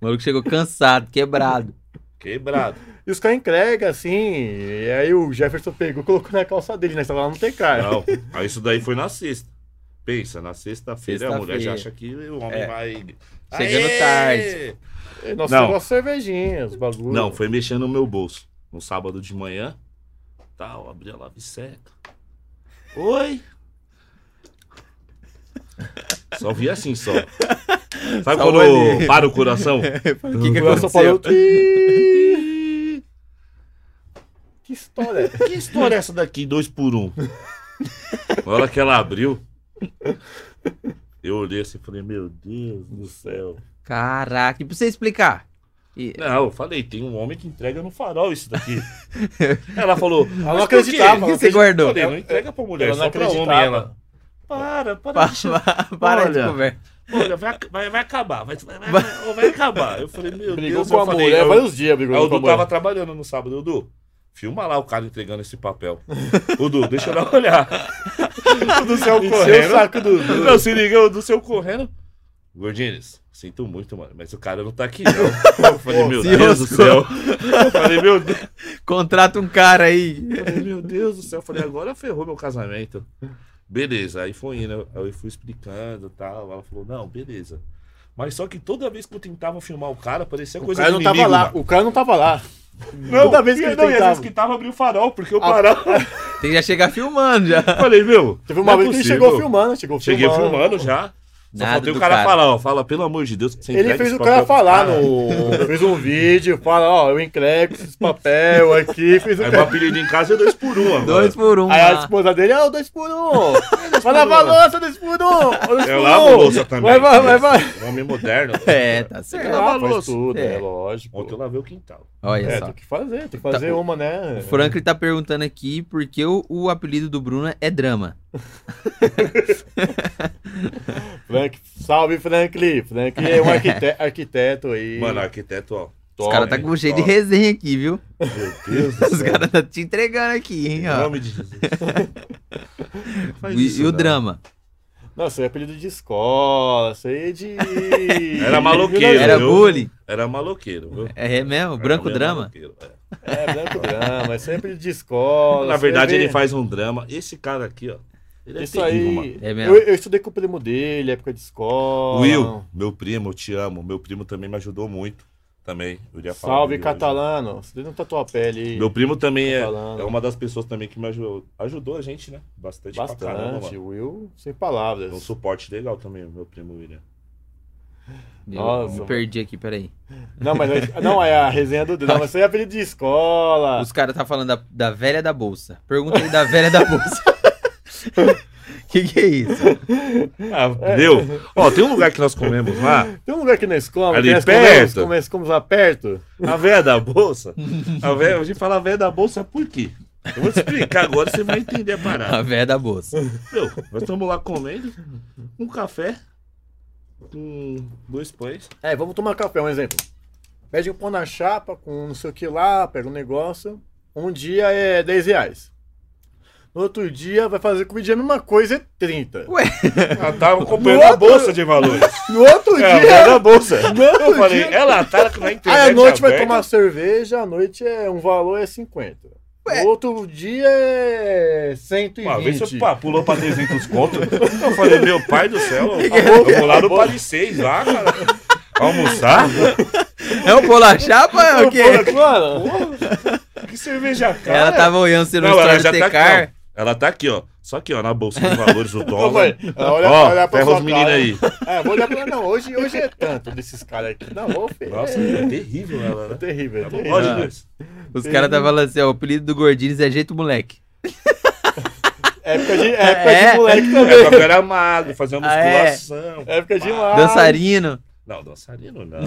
[SPEAKER 1] O maluco chegou cansado, quebrado.
[SPEAKER 2] Quebrado.
[SPEAKER 3] E os caras entregam assim. E aí o Jefferson pegou e colocou na calça dele, né? Você lá não tem cara.
[SPEAKER 2] Não, aí isso daí foi na sexta. Pensa, na sexta-feira a mulher
[SPEAKER 1] Sexta-feira.
[SPEAKER 2] já acha que o homem
[SPEAKER 1] É.
[SPEAKER 2] vai.
[SPEAKER 1] Chegando
[SPEAKER 2] Aê!
[SPEAKER 1] tarde.
[SPEAKER 3] E Nós
[SPEAKER 2] Não.
[SPEAKER 3] não. cervejinhas, os bagulho.
[SPEAKER 2] Não, foi mexendo no meu bolso. No sábado de manhã, tal, abri a lavisseca. Oi! Só vi assim só. Sabe
[SPEAKER 1] Salva
[SPEAKER 2] quando
[SPEAKER 1] ali.
[SPEAKER 2] para o coração?
[SPEAKER 1] O que, que
[SPEAKER 3] Eu só
[SPEAKER 1] aconteceu?
[SPEAKER 3] falou. "Ih". Que história.
[SPEAKER 2] Que história é essa daqui, dois por um? Na hora que ela abriu, eu olhei assim e falei, meu Deus do céu.
[SPEAKER 1] Caraca, e pra você explicar? E-
[SPEAKER 2] Não, eu falei, tem um homem que entrega no farol isso daqui. Ela falou, "Mas
[SPEAKER 3] não
[SPEAKER 2] por quê?"
[SPEAKER 3] acreditava,
[SPEAKER 1] O que você guardou?
[SPEAKER 2] Falei, não entrega pra mulher,
[SPEAKER 3] Ela
[SPEAKER 2] É, só
[SPEAKER 3] não
[SPEAKER 2] pra homem.
[SPEAKER 3] acreditava.
[SPEAKER 2] Ela, para, para,
[SPEAKER 1] Pa-
[SPEAKER 2] deixa-
[SPEAKER 1] pa- Para de
[SPEAKER 2] Olha.
[SPEAKER 1] conversa.
[SPEAKER 2] olha, vai, vai, vai acabar, vai, vai, vai, vai acabar. Eu falei, meu
[SPEAKER 3] Brigou
[SPEAKER 2] Deus,
[SPEAKER 3] com
[SPEAKER 2] eu
[SPEAKER 3] a
[SPEAKER 2] falei,
[SPEAKER 3] mulher
[SPEAKER 2] eu-
[SPEAKER 3] vários dias, brigou
[SPEAKER 2] Aí o
[SPEAKER 3] com a
[SPEAKER 2] Du
[SPEAKER 3] mulher.
[SPEAKER 2] tava trabalhando no sábado, Edu. Filma lá o cara entregando esse papel. Dudu, deixa eu dar uma olhada. o do seu
[SPEAKER 3] Encheu o
[SPEAKER 2] correndo.
[SPEAKER 3] saco do Dudu.
[SPEAKER 2] Não, se liga, o do seu correndo. Gordines, sinto muito, mano, mas o cara não tá aqui, não. Eu falei, meu
[SPEAKER 1] Se
[SPEAKER 2] Deus do céu. Eu falei, meu Deus.
[SPEAKER 1] Contrata um cara aí.
[SPEAKER 2] Eu falei, meu Deus do céu. Eu falei, agora ferrou meu casamento. Beleza, aí foi indo. Aí eu fui explicando e tal. Ela falou, não, beleza. Mas só que toda vez que eu tentava filmar o cara, parecia
[SPEAKER 3] O
[SPEAKER 2] coisa
[SPEAKER 3] cara
[SPEAKER 2] de
[SPEAKER 3] não tava
[SPEAKER 2] inimigo,
[SPEAKER 3] lá.
[SPEAKER 2] mano.
[SPEAKER 3] O cara não tava lá.
[SPEAKER 2] Não,
[SPEAKER 3] Toda vez que Ah.
[SPEAKER 2] e-
[SPEAKER 3] ele
[SPEAKER 2] não, e às
[SPEAKER 3] tentava.
[SPEAKER 2] vezes que tava abriu o farol, porque eu parava.
[SPEAKER 1] Tem que já chegar filmando já.
[SPEAKER 2] Eu falei, meu.
[SPEAKER 3] Teve uma
[SPEAKER 2] não é
[SPEAKER 3] vez que ele
[SPEAKER 2] possível.
[SPEAKER 3] chegou filmando. Chegou
[SPEAKER 2] Cheguei filmando já. Só
[SPEAKER 1] Nada
[SPEAKER 2] faltei o
[SPEAKER 1] do
[SPEAKER 2] cara,
[SPEAKER 1] cara.
[SPEAKER 2] falar, ó. Fala, pelo amor de Deus. que você
[SPEAKER 3] Ele
[SPEAKER 2] entrega
[SPEAKER 3] fez
[SPEAKER 2] esse
[SPEAKER 3] o cara
[SPEAKER 2] papel pro
[SPEAKER 3] falar né?
[SPEAKER 2] cara."
[SPEAKER 3] no. Fez um vídeo, fala, ó, eu entrego esses papel aqui, fez o
[SPEAKER 2] Aí meu
[SPEAKER 3] cara.
[SPEAKER 2] apelido em casa é dois por um, agora.
[SPEAKER 1] Dois por um.
[SPEAKER 3] Aí a
[SPEAKER 1] lá.
[SPEAKER 3] esposa dele, ó, dois por um! Vai lavar a louça, dois por um! Ó, dois
[SPEAKER 2] Eu
[SPEAKER 3] por
[SPEAKER 2] lavo
[SPEAKER 3] um.
[SPEAKER 2] louça também.
[SPEAKER 3] Vai, vai, vai, vai!
[SPEAKER 2] Um Homem moderno.
[SPEAKER 1] É, tá
[SPEAKER 3] Sei
[SPEAKER 1] certo.
[SPEAKER 3] lá,
[SPEAKER 2] lava a
[SPEAKER 3] faz
[SPEAKER 2] louça.
[SPEAKER 3] tudo, é,
[SPEAKER 1] É.
[SPEAKER 3] lógico.
[SPEAKER 2] Ontem eu lavei o quintal.
[SPEAKER 1] Olha
[SPEAKER 3] É,
[SPEAKER 1] só.
[SPEAKER 3] tem que fazer, tem que fazer
[SPEAKER 1] Tá, o-
[SPEAKER 3] uma, né?
[SPEAKER 1] O Franklin tá perguntando aqui por que o, o apelido do Bruno é drama.
[SPEAKER 3] Frank, salve, Franklin! Franklin é um arquite- arquiteto aí.
[SPEAKER 2] Mano, arquiteto, ó.
[SPEAKER 1] Os caras tá
[SPEAKER 2] hein?
[SPEAKER 1] com cheio de
[SPEAKER 2] Ó.
[SPEAKER 1] resenha aqui, viu?
[SPEAKER 2] Meu Deus do
[SPEAKER 1] Os
[SPEAKER 2] céu.
[SPEAKER 1] caras tá te entregando aqui, hein?
[SPEAKER 2] Em
[SPEAKER 1] Ó.
[SPEAKER 2] nome de Jesus.
[SPEAKER 1] E, e o drama?
[SPEAKER 3] Não, isso aí é apelido de escola, isso aí é de.
[SPEAKER 2] Era maloqueiro.
[SPEAKER 1] Era
[SPEAKER 2] viu?
[SPEAKER 1] bullying?
[SPEAKER 2] Era maloqueiro, viu?
[SPEAKER 1] É mesmo?
[SPEAKER 2] Era
[SPEAKER 1] Branco
[SPEAKER 2] meio
[SPEAKER 1] drama?
[SPEAKER 2] maloqueiro, é.
[SPEAKER 3] É, branco drama, é sempre de escola.
[SPEAKER 2] Na
[SPEAKER 3] você
[SPEAKER 2] verdade,
[SPEAKER 3] vê-
[SPEAKER 2] ele faz um drama. Esse cara aqui, ó. Ele é
[SPEAKER 3] Isso
[SPEAKER 2] terrível, mano.
[SPEAKER 3] aí.
[SPEAKER 1] É mesmo.
[SPEAKER 3] eu, eu estudei com o primo dele, época de escola.
[SPEAKER 2] Will, meu primo, eu te amo. Meu primo também me ajudou muito. Também. Eu ia falar
[SPEAKER 3] Salve,
[SPEAKER 2] dele hoje.
[SPEAKER 3] catalano. Você não tá tua pele aí.
[SPEAKER 2] Meu primo também é,
[SPEAKER 3] Catalano.
[SPEAKER 2] é uma das pessoas também que me ajudou. Ajudou a gente, né? Bastante, Bastante. pra caramba,
[SPEAKER 3] Bastante.
[SPEAKER 2] mano.
[SPEAKER 3] Will, sem
[SPEAKER 2] É Um
[SPEAKER 3] palavras.
[SPEAKER 2] suporte legal também, meu primo William.
[SPEAKER 1] Eu me
[SPEAKER 3] Nossa,
[SPEAKER 1] perdi aqui, peraí.
[SPEAKER 3] Não, mas não é a resenha do. Não, mas isso aí é apelido de escola.
[SPEAKER 1] Os caras tá falando da, da velha da bolsa. Pergunta aí da velha da bolsa. que que é isso?
[SPEAKER 2] Ah, deu.
[SPEAKER 3] é.
[SPEAKER 2] Ó, tem um lugar que nós comemos lá.
[SPEAKER 3] Tem um lugar aqui na escola, é?
[SPEAKER 2] Ali
[SPEAKER 3] que nós
[SPEAKER 2] perto.
[SPEAKER 3] comemos- comemos- Comemos lá perto.
[SPEAKER 2] A véia da bolsa? A véia, a gente fala a véia da bolsa por quê? Eu vou te explicar agora, você vai entender a
[SPEAKER 1] A
[SPEAKER 2] parada.
[SPEAKER 1] velha da bolsa.
[SPEAKER 2] Meu, nós estamos lá comendo um café com dois pães.
[SPEAKER 3] É, vamos tomar café, um exemplo. Pede um pão na chapa com não sei o que lá, pega um negócio. Um dia é 10 reais. No outro dia vai fazer comida a mesma coisa, é 30.
[SPEAKER 1] Ué,
[SPEAKER 2] Ela tava
[SPEAKER 3] acompanhando a bolsa
[SPEAKER 2] de valores.
[SPEAKER 3] No outro
[SPEAKER 2] É, a véia
[SPEAKER 3] dia.
[SPEAKER 2] da bolsa.
[SPEAKER 3] Mano,
[SPEAKER 2] Eu falei,
[SPEAKER 3] dia-
[SPEAKER 2] ela tá na internet
[SPEAKER 3] Aí à noite vai
[SPEAKER 2] aberta.
[SPEAKER 3] tomar cerveja, à noite é um valor é 50. No outro dia é 120.
[SPEAKER 2] Uma vez você pá, pulou pra 300 conto. Eu falei, meu pai do céu,
[SPEAKER 3] que-
[SPEAKER 2] vamos lá no Paris lá, cara. Almoçar?
[SPEAKER 1] é um bolo a chapa? É o quê?
[SPEAKER 3] Mano,
[SPEAKER 2] Que cerveja cara.
[SPEAKER 1] Ela tá tava olhando se no
[SPEAKER 2] é. Não, ela
[SPEAKER 1] história do
[SPEAKER 2] já tá
[SPEAKER 1] Tecar.
[SPEAKER 2] aqui, ó. Ela tá aqui, ó. Só aqui, ó, na bolsa de valores do
[SPEAKER 3] Ô,
[SPEAKER 2] dólar.
[SPEAKER 3] mãe, olha,
[SPEAKER 2] ó,
[SPEAKER 3] olha pra
[SPEAKER 2] ferra
[SPEAKER 3] sua
[SPEAKER 2] os meninos
[SPEAKER 3] cara.
[SPEAKER 2] aí.
[SPEAKER 3] É, vou olhar pra Não, hoje, hoje é tanto desses caras aqui. Não, ô, filho.
[SPEAKER 2] Nossa,
[SPEAKER 3] é,
[SPEAKER 2] é terrível ela, né?
[SPEAKER 3] terrível, é terrível.
[SPEAKER 2] Ó,
[SPEAKER 1] Não.
[SPEAKER 2] Jesus.
[SPEAKER 1] Os caras tá falando assim, ó, o apelido do Gordines é jeito moleque.
[SPEAKER 3] Época de, época
[SPEAKER 1] É.
[SPEAKER 3] de moleque também.
[SPEAKER 2] É porque eu era magro, fazia
[SPEAKER 1] Ah, é.
[SPEAKER 2] musculação.
[SPEAKER 3] Época de lá.
[SPEAKER 1] Dançarino.
[SPEAKER 2] Não, dançarino não.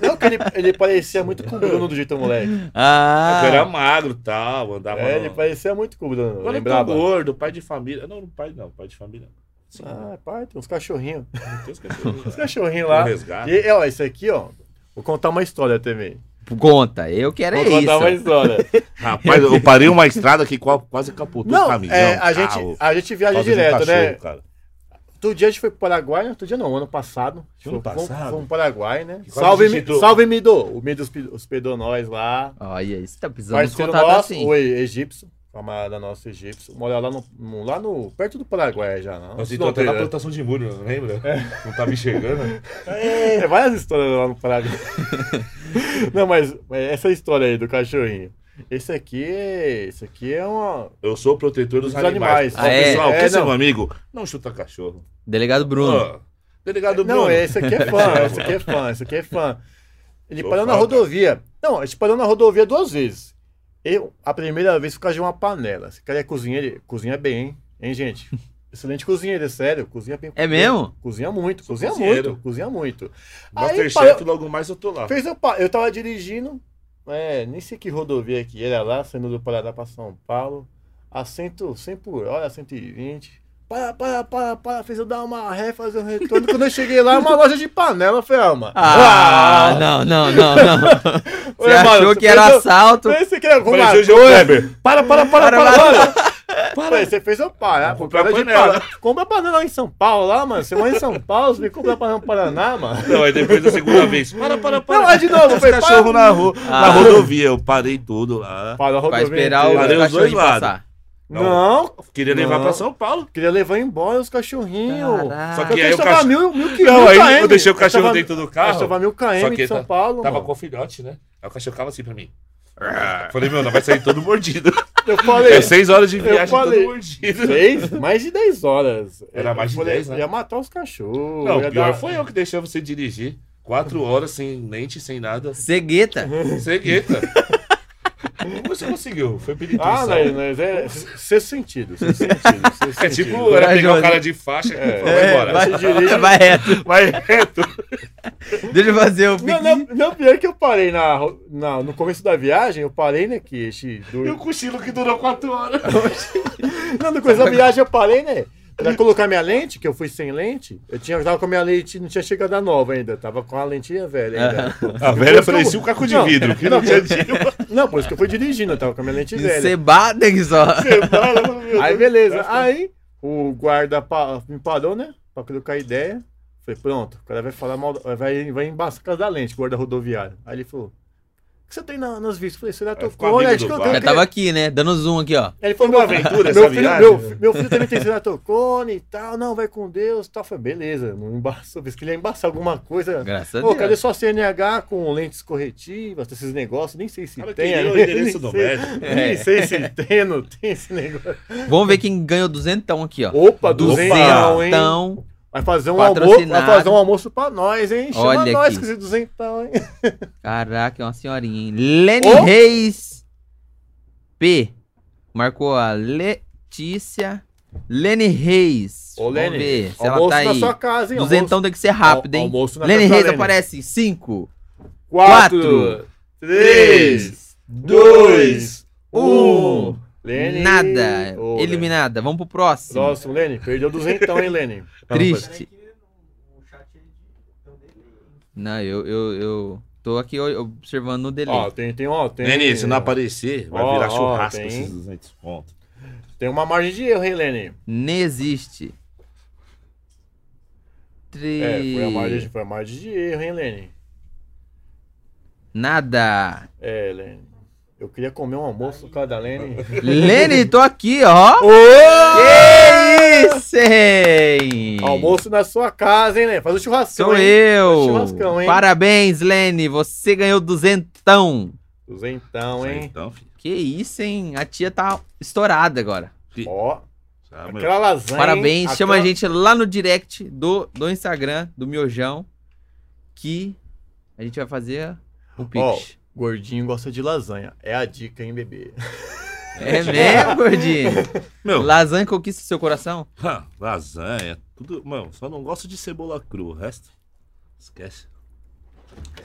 [SPEAKER 3] Não, que ele, ele parecia muito com o Bruno do jeito moleque.
[SPEAKER 1] Ah,
[SPEAKER 2] Eu era magro e tal, andava...
[SPEAKER 3] É, ele parecia muito com o Bruno.
[SPEAKER 2] Ah, Agora eu tô
[SPEAKER 3] Lembrava?
[SPEAKER 2] gordo, pai de família. Não, não pai não, pai de família. não. Sim,
[SPEAKER 3] Ah, pai, tem uns cachorrinhos.
[SPEAKER 2] não tem os cachorros, né?
[SPEAKER 3] Uns cachorrinhos lá.
[SPEAKER 2] Um resgate.
[SPEAKER 3] E, ó, esse aqui, ó. Vou contar uma história também.
[SPEAKER 1] conta. Eu quero é
[SPEAKER 3] Vou contar uma
[SPEAKER 1] isso.
[SPEAKER 3] história.
[SPEAKER 2] Rapaz, eu parei uma estrada que qua- quase capotou o
[SPEAKER 3] Não,
[SPEAKER 2] caminhão.
[SPEAKER 3] é, a, gente,
[SPEAKER 2] carro,
[SPEAKER 3] a gente
[SPEAKER 2] por
[SPEAKER 3] viaja
[SPEAKER 2] causa de um
[SPEAKER 3] direto, né?
[SPEAKER 2] cachorro, cara.
[SPEAKER 3] Outro dia a gente foi pro Paraguai, outro dia não, ano passado.
[SPEAKER 2] Ano
[SPEAKER 3] Foi- foi-
[SPEAKER 2] passado?
[SPEAKER 3] Foi pro Paraguai, né?
[SPEAKER 2] quase
[SPEAKER 3] Salve,
[SPEAKER 2] a gente
[SPEAKER 3] Mi-
[SPEAKER 2] entrou.
[SPEAKER 3] salve Mido! O Mido hosped- hospedou nós lá.
[SPEAKER 1] Olha, isso tá precisando de
[SPEAKER 3] Parceiro
[SPEAKER 1] contato
[SPEAKER 3] nosso,
[SPEAKER 1] assim.
[SPEAKER 3] o e- egípcio, camarada nosso egípcio, mora lá, no, no- lá no, perto do Paraguai já, não?
[SPEAKER 2] Nós
[SPEAKER 3] Não,
[SPEAKER 2] entramos até então tá na
[SPEAKER 3] tem- né?
[SPEAKER 2] plantação de muro, não lembra? Não tava enxergando.
[SPEAKER 3] É, várias histórias lá no Paraguai. não, mas é, essa história aí do cachorrinho. Esse aqui, é- esse aqui é uma...
[SPEAKER 2] Eu sou o protetor dos,
[SPEAKER 3] Dos
[SPEAKER 2] animais.
[SPEAKER 3] animais.
[SPEAKER 2] Ó,
[SPEAKER 1] Ah, é?
[SPEAKER 2] pessoal,
[SPEAKER 3] É,
[SPEAKER 2] quer ser
[SPEAKER 3] não.
[SPEAKER 2] meu amigo? Não chuta cachorro.
[SPEAKER 1] Delegado Bruno.
[SPEAKER 2] Ó, delegado Bruno.
[SPEAKER 3] Não, esse aqui é fã, esse aqui é fã, esse aqui é fã. Ele
[SPEAKER 2] Tô
[SPEAKER 3] parou na
[SPEAKER 2] fã,
[SPEAKER 3] rodovia. Não, a gente parou na rodovia duas vezes. Eu, a primeira vez por causa de uma panela. Esse cara é cozinheiro, ele cozinha bem, hein? hein, gente? Excelente cozinheiro, é sério, cozinha bem.
[SPEAKER 1] É mesmo?
[SPEAKER 3] Cozinha muito, cozinha
[SPEAKER 2] cozinheiro.
[SPEAKER 3] muito, cozinha muito. Aí,
[SPEAKER 2] Masterchef,
[SPEAKER 3] parou-
[SPEAKER 2] logo mais eu tô lá.
[SPEAKER 3] Fez eu, pa- eu tava dirigindo, é, nem sei que rodovia que era lá, saindo do Paraná pra São Paulo, a 100, 100 por hora, 120. Pá, pá, pá, pá, fez eu dar uma ré, fazer um retorno. Quando eu cheguei lá, é uma loja de panela, foi alma.
[SPEAKER 1] Ah, não, não, não, não. Você
[SPEAKER 3] Oi, "Ah, mano,
[SPEAKER 1] achou
[SPEAKER 3] você
[SPEAKER 1] que era
[SPEAKER 3] fez o-
[SPEAKER 1] assalto?
[SPEAKER 3] Esse que é arrumar
[SPEAKER 2] Parecia o João Kleber.
[SPEAKER 3] Para, para, para,
[SPEAKER 1] Para,
[SPEAKER 3] para, para. Para, você fez eu parar. Pô,
[SPEAKER 2] Comprar
[SPEAKER 3] cara de
[SPEAKER 2] panela.
[SPEAKER 3] panela. Compra panela lá em São Paulo, lá, mano. Você mora em São Paulo, você vem comprar panela no Paraná, mano.
[SPEAKER 2] Não, aí depois da segunda vez. Para, para, para.
[SPEAKER 3] Não, lá de novo,
[SPEAKER 2] Os
[SPEAKER 3] foi
[SPEAKER 2] cachorro na rua,
[SPEAKER 1] Ah.
[SPEAKER 2] na rodovia. Eu parei tudo lá.
[SPEAKER 3] Para
[SPEAKER 1] Vai
[SPEAKER 3] a rodovia
[SPEAKER 1] esperar o
[SPEAKER 3] inteira.
[SPEAKER 2] Valeu os
[SPEAKER 1] cachorrinho
[SPEAKER 2] dois lados.
[SPEAKER 1] passar.
[SPEAKER 3] Não,
[SPEAKER 2] Queria levar
[SPEAKER 3] Não.
[SPEAKER 2] pra São Paulo.
[SPEAKER 3] queria levar embora os cachorrinhos.
[SPEAKER 1] Caraca.
[SPEAKER 2] Só
[SPEAKER 3] Eu
[SPEAKER 2] que aí
[SPEAKER 3] queria
[SPEAKER 2] o
[SPEAKER 3] estourar
[SPEAKER 2] cachorro...
[SPEAKER 3] mil, mil quilômetros.
[SPEAKER 2] Não, aí eu deixei o cachorro dentro do
[SPEAKER 3] Eu
[SPEAKER 2] carro.
[SPEAKER 3] estava mil
[SPEAKER 2] Só
[SPEAKER 3] km
[SPEAKER 2] que
[SPEAKER 3] de São
[SPEAKER 2] tá-
[SPEAKER 3] Paulo,
[SPEAKER 2] Tava
[SPEAKER 3] mano.
[SPEAKER 2] com o filhote, né? Aí o cachorro ficava assim pra mim. Falei, meu, não vai sair todo mordido.
[SPEAKER 3] Eu falei...
[SPEAKER 2] É seis horas de
[SPEAKER 3] Eu
[SPEAKER 2] viagem todo
[SPEAKER 3] falei.
[SPEAKER 2] mordido.
[SPEAKER 3] Seis? Mais de 10 horas.
[SPEAKER 2] Era mais de
[SPEAKER 3] Eu falei,
[SPEAKER 2] 10, né?
[SPEAKER 3] Ia matar os cachorros.
[SPEAKER 2] Não,
[SPEAKER 3] ia
[SPEAKER 2] o pior
[SPEAKER 3] dar-
[SPEAKER 2] foi eu que deixei você dirigir. Quatro horas sem lente, sem nada.
[SPEAKER 1] Cegueta.
[SPEAKER 2] Cegueta. Como você conseguiu? Foi penitência.
[SPEAKER 3] Ah, mas, mas é sexto sentido, sexto sentido, sexto
[SPEAKER 2] né? É
[SPEAKER 3] sentido.
[SPEAKER 2] tipo, era pegar
[SPEAKER 1] Corajoso.
[SPEAKER 2] o cara de faixa e
[SPEAKER 3] É.
[SPEAKER 2] vai embora.
[SPEAKER 1] vai,
[SPEAKER 3] Você dirige.
[SPEAKER 1] vai reto.
[SPEAKER 2] Vai reto.
[SPEAKER 1] Deixa eu fazer o pique.
[SPEAKER 3] Não, não, não, pior que eu parei na, ro- na- no começo da viagem, eu parei, né, que este... do-
[SPEAKER 2] E o cochilo que durou quatro horas.
[SPEAKER 3] Não, no começo da viagem eu parei, né, pra colocar minha lente, que eu fui sem lente, eu, tinha, eu tava com a minha lente, não tinha chegado a nova ainda, tava com a lentinha velha ainda.
[SPEAKER 2] A velha
[SPEAKER 3] é
[SPEAKER 2] parecia um caco de
[SPEAKER 3] Não,
[SPEAKER 2] vidro, que não tinha dia.
[SPEAKER 3] Não, por isso que eu fui dirigindo, eu tava com a minha lente velha.
[SPEAKER 1] Encebada, hein, só.
[SPEAKER 3] Aí beleza. Aí o guarda pa- me parou, né? Pra colocar ideia. Falei, pronto, o cara vai falar mal. Vai, vai embaçar a casa da lente, guarda rodoviário. Aí ele falou: O que você tem na, nas vistas? Falei, será
[SPEAKER 2] Aí
[SPEAKER 3] teu
[SPEAKER 2] ficou
[SPEAKER 3] cone?
[SPEAKER 2] amigo
[SPEAKER 3] Acho que
[SPEAKER 2] do
[SPEAKER 3] eu
[SPEAKER 2] guarda.
[SPEAKER 1] Já
[SPEAKER 3] tenho.
[SPEAKER 1] tava aqui, né? Dando zoom aqui, ó.
[SPEAKER 3] Aí ele falou,
[SPEAKER 2] Foi uma
[SPEAKER 3] "Meu-
[SPEAKER 2] aventura
[SPEAKER 3] meu
[SPEAKER 2] essa
[SPEAKER 3] filho,
[SPEAKER 2] viagem,
[SPEAKER 3] meu,
[SPEAKER 2] né?"
[SPEAKER 3] meu filho também tem ceratocone e tal, não, vai com Deus e tal. Falei, beleza, não embaçou, porque ele ia embaçar alguma coisa.
[SPEAKER 1] Graças a
[SPEAKER 3] Pô,
[SPEAKER 1] Deus.
[SPEAKER 3] cadê sua CNH com lentes corretivas, esses negócios? Nem sei se
[SPEAKER 2] Cara,
[SPEAKER 3] tem. né?
[SPEAKER 2] queria o
[SPEAKER 3] nem
[SPEAKER 2] endereço do
[SPEAKER 3] sei-
[SPEAKER 2] médico.
[SPEAKER 3] Nem
[SPEAKER 1] É.
[SPEAKER 3] sei se tem, não tem esse negócio.
[SPEAKER 1] Vamos ver quem ganhou duzentão aqui, ó.
[SPEAKER 3] Opa, duzentão, hein?
[SPEAKER 1] Duzentão.
[SPEAKER 3] Vai fazer um
[SPEAKER 1] Patrocinado.
[SPEAKER 3] almoço, vai fazer um almoço pra nós, hein? Chama
[SPEAKER 1] Olha
[SPEAKER 3] nós
[SPEAKER 1] aqui.
[SPEAKER 3] com esse duzentão, hein?
[SPEAKER 1] Caraca, é uma senhorinha, hein? Lene
[SPEAKER 3] Ô!
[SPEAKER 1] Reis P. Marcou a Letícia. Lene Reis.
[SPEAKER 3] Ô, Lene,
[SPEAKER 1] Vamos ver se ela
[SPEAKER 3] almoço
[SPEAKER 1] tá
[SPEAKER 3] na
[SPEAKER 1] aí.
[SPEAKER 3] sua casa, hein?
[SPEAKER 1] Duzentão então tem que ser rápido, hein?
[SPEAKER 3] Almoço na
[SPEAKER 1] Lene
[SPEAKER 3] casa da
[SPEAKER 1] Reis
[SPEAKER 3] Lene.
[SPEAKER 1] aparece. 5,
[SPEAKER 3] Quatro,
[SPEAKER 1] 3,
[SPEAKER 3] três, dois,
[SPEAKER 1] um.
[SPEAKER 3] um. Lene.
[SPEAKER 1] Nada.
[SPEAKER 3] Ô, Lene.
[SPEAKER 1] Eliminada. Vamos pro próximo.
[SPEAKER 3] Próximo, Lene. Perdeu duzentão, hein, Lene?
[SPEAKER 1] Triste. Não, eu, eu, eu tô aqui o- observando o delay.
[SPEAKER 3] Ó, tem, tem, ó, tem.
[SPEAKER 2] Nenê, se não aparecer, vai
[SPEAKER 3] Ó,
[SPEAKER 2] virar
[SPEAKER 3] ó,
[SPEAKER 2] churrasco
[SPEAKER 3] tem.
[SPEAKER 2] esses 200 pontos.
[SPEAKER 3] Tem uma margem de erro, hein, Lene?
[SPEAKER 1] Não existe.
[SPEAKER 3] É, foi a
[SPEAKER 1] Três.
[SPEAKER 3] margem, foi a margem de erro, hein, Lene?
[SPEAKER 1] Nada.
[SPEAKER 3] É, Lene. Eu queria comer um almoço com a da Lene.
[SPEAKER 1] Lene, tô aqui, ó. Que isso, hein?
[SPEAKER 3] Almoço na sua casa, hein, Lene? Faz o churrascão,
[SPEAKER 1] Sou
[SPEAKER 3] hein?
[SPEAKER 1] eu.
[SPEAKER 3] um Churrascão, hein?
[SPEAKER 1] Parabéns, Lene. Você ganhou duzentão.
[SPEAKER 3] Duzentão, hein?
[SPEAKER 2] Então, filho.
[SPEAKER 1] Que isso, hein? A tia tá estourada agora.
[SPEAKER 3] Ó,
[SPEAKER 2] sabe, meu?
[SPEAKER 3] aquela lasanha.
[SPEAKER 1] Parabéns.
[SPEAKER 3] hein?
[SPEAKER 1] Chama a
[SPEAKER 3] Aquela-
[SPEAKER 1] gente lá no direct do, do Instagram, do Miojão, que a gente vai fazer o pitch.
[SPEAKER 3] Gordinho gosta de lasanha. É a dica, hein, bebê?
[SPEAKER 1] É mesmo, gordinho?
[SPEAKER 2] Meu,
[SPEAKER 1] Lasanha conquista seu coração?
[SPEAKER 2] ha, lasanha, tudo. Mano, só não gosto de cebola crua. O resto, esquece.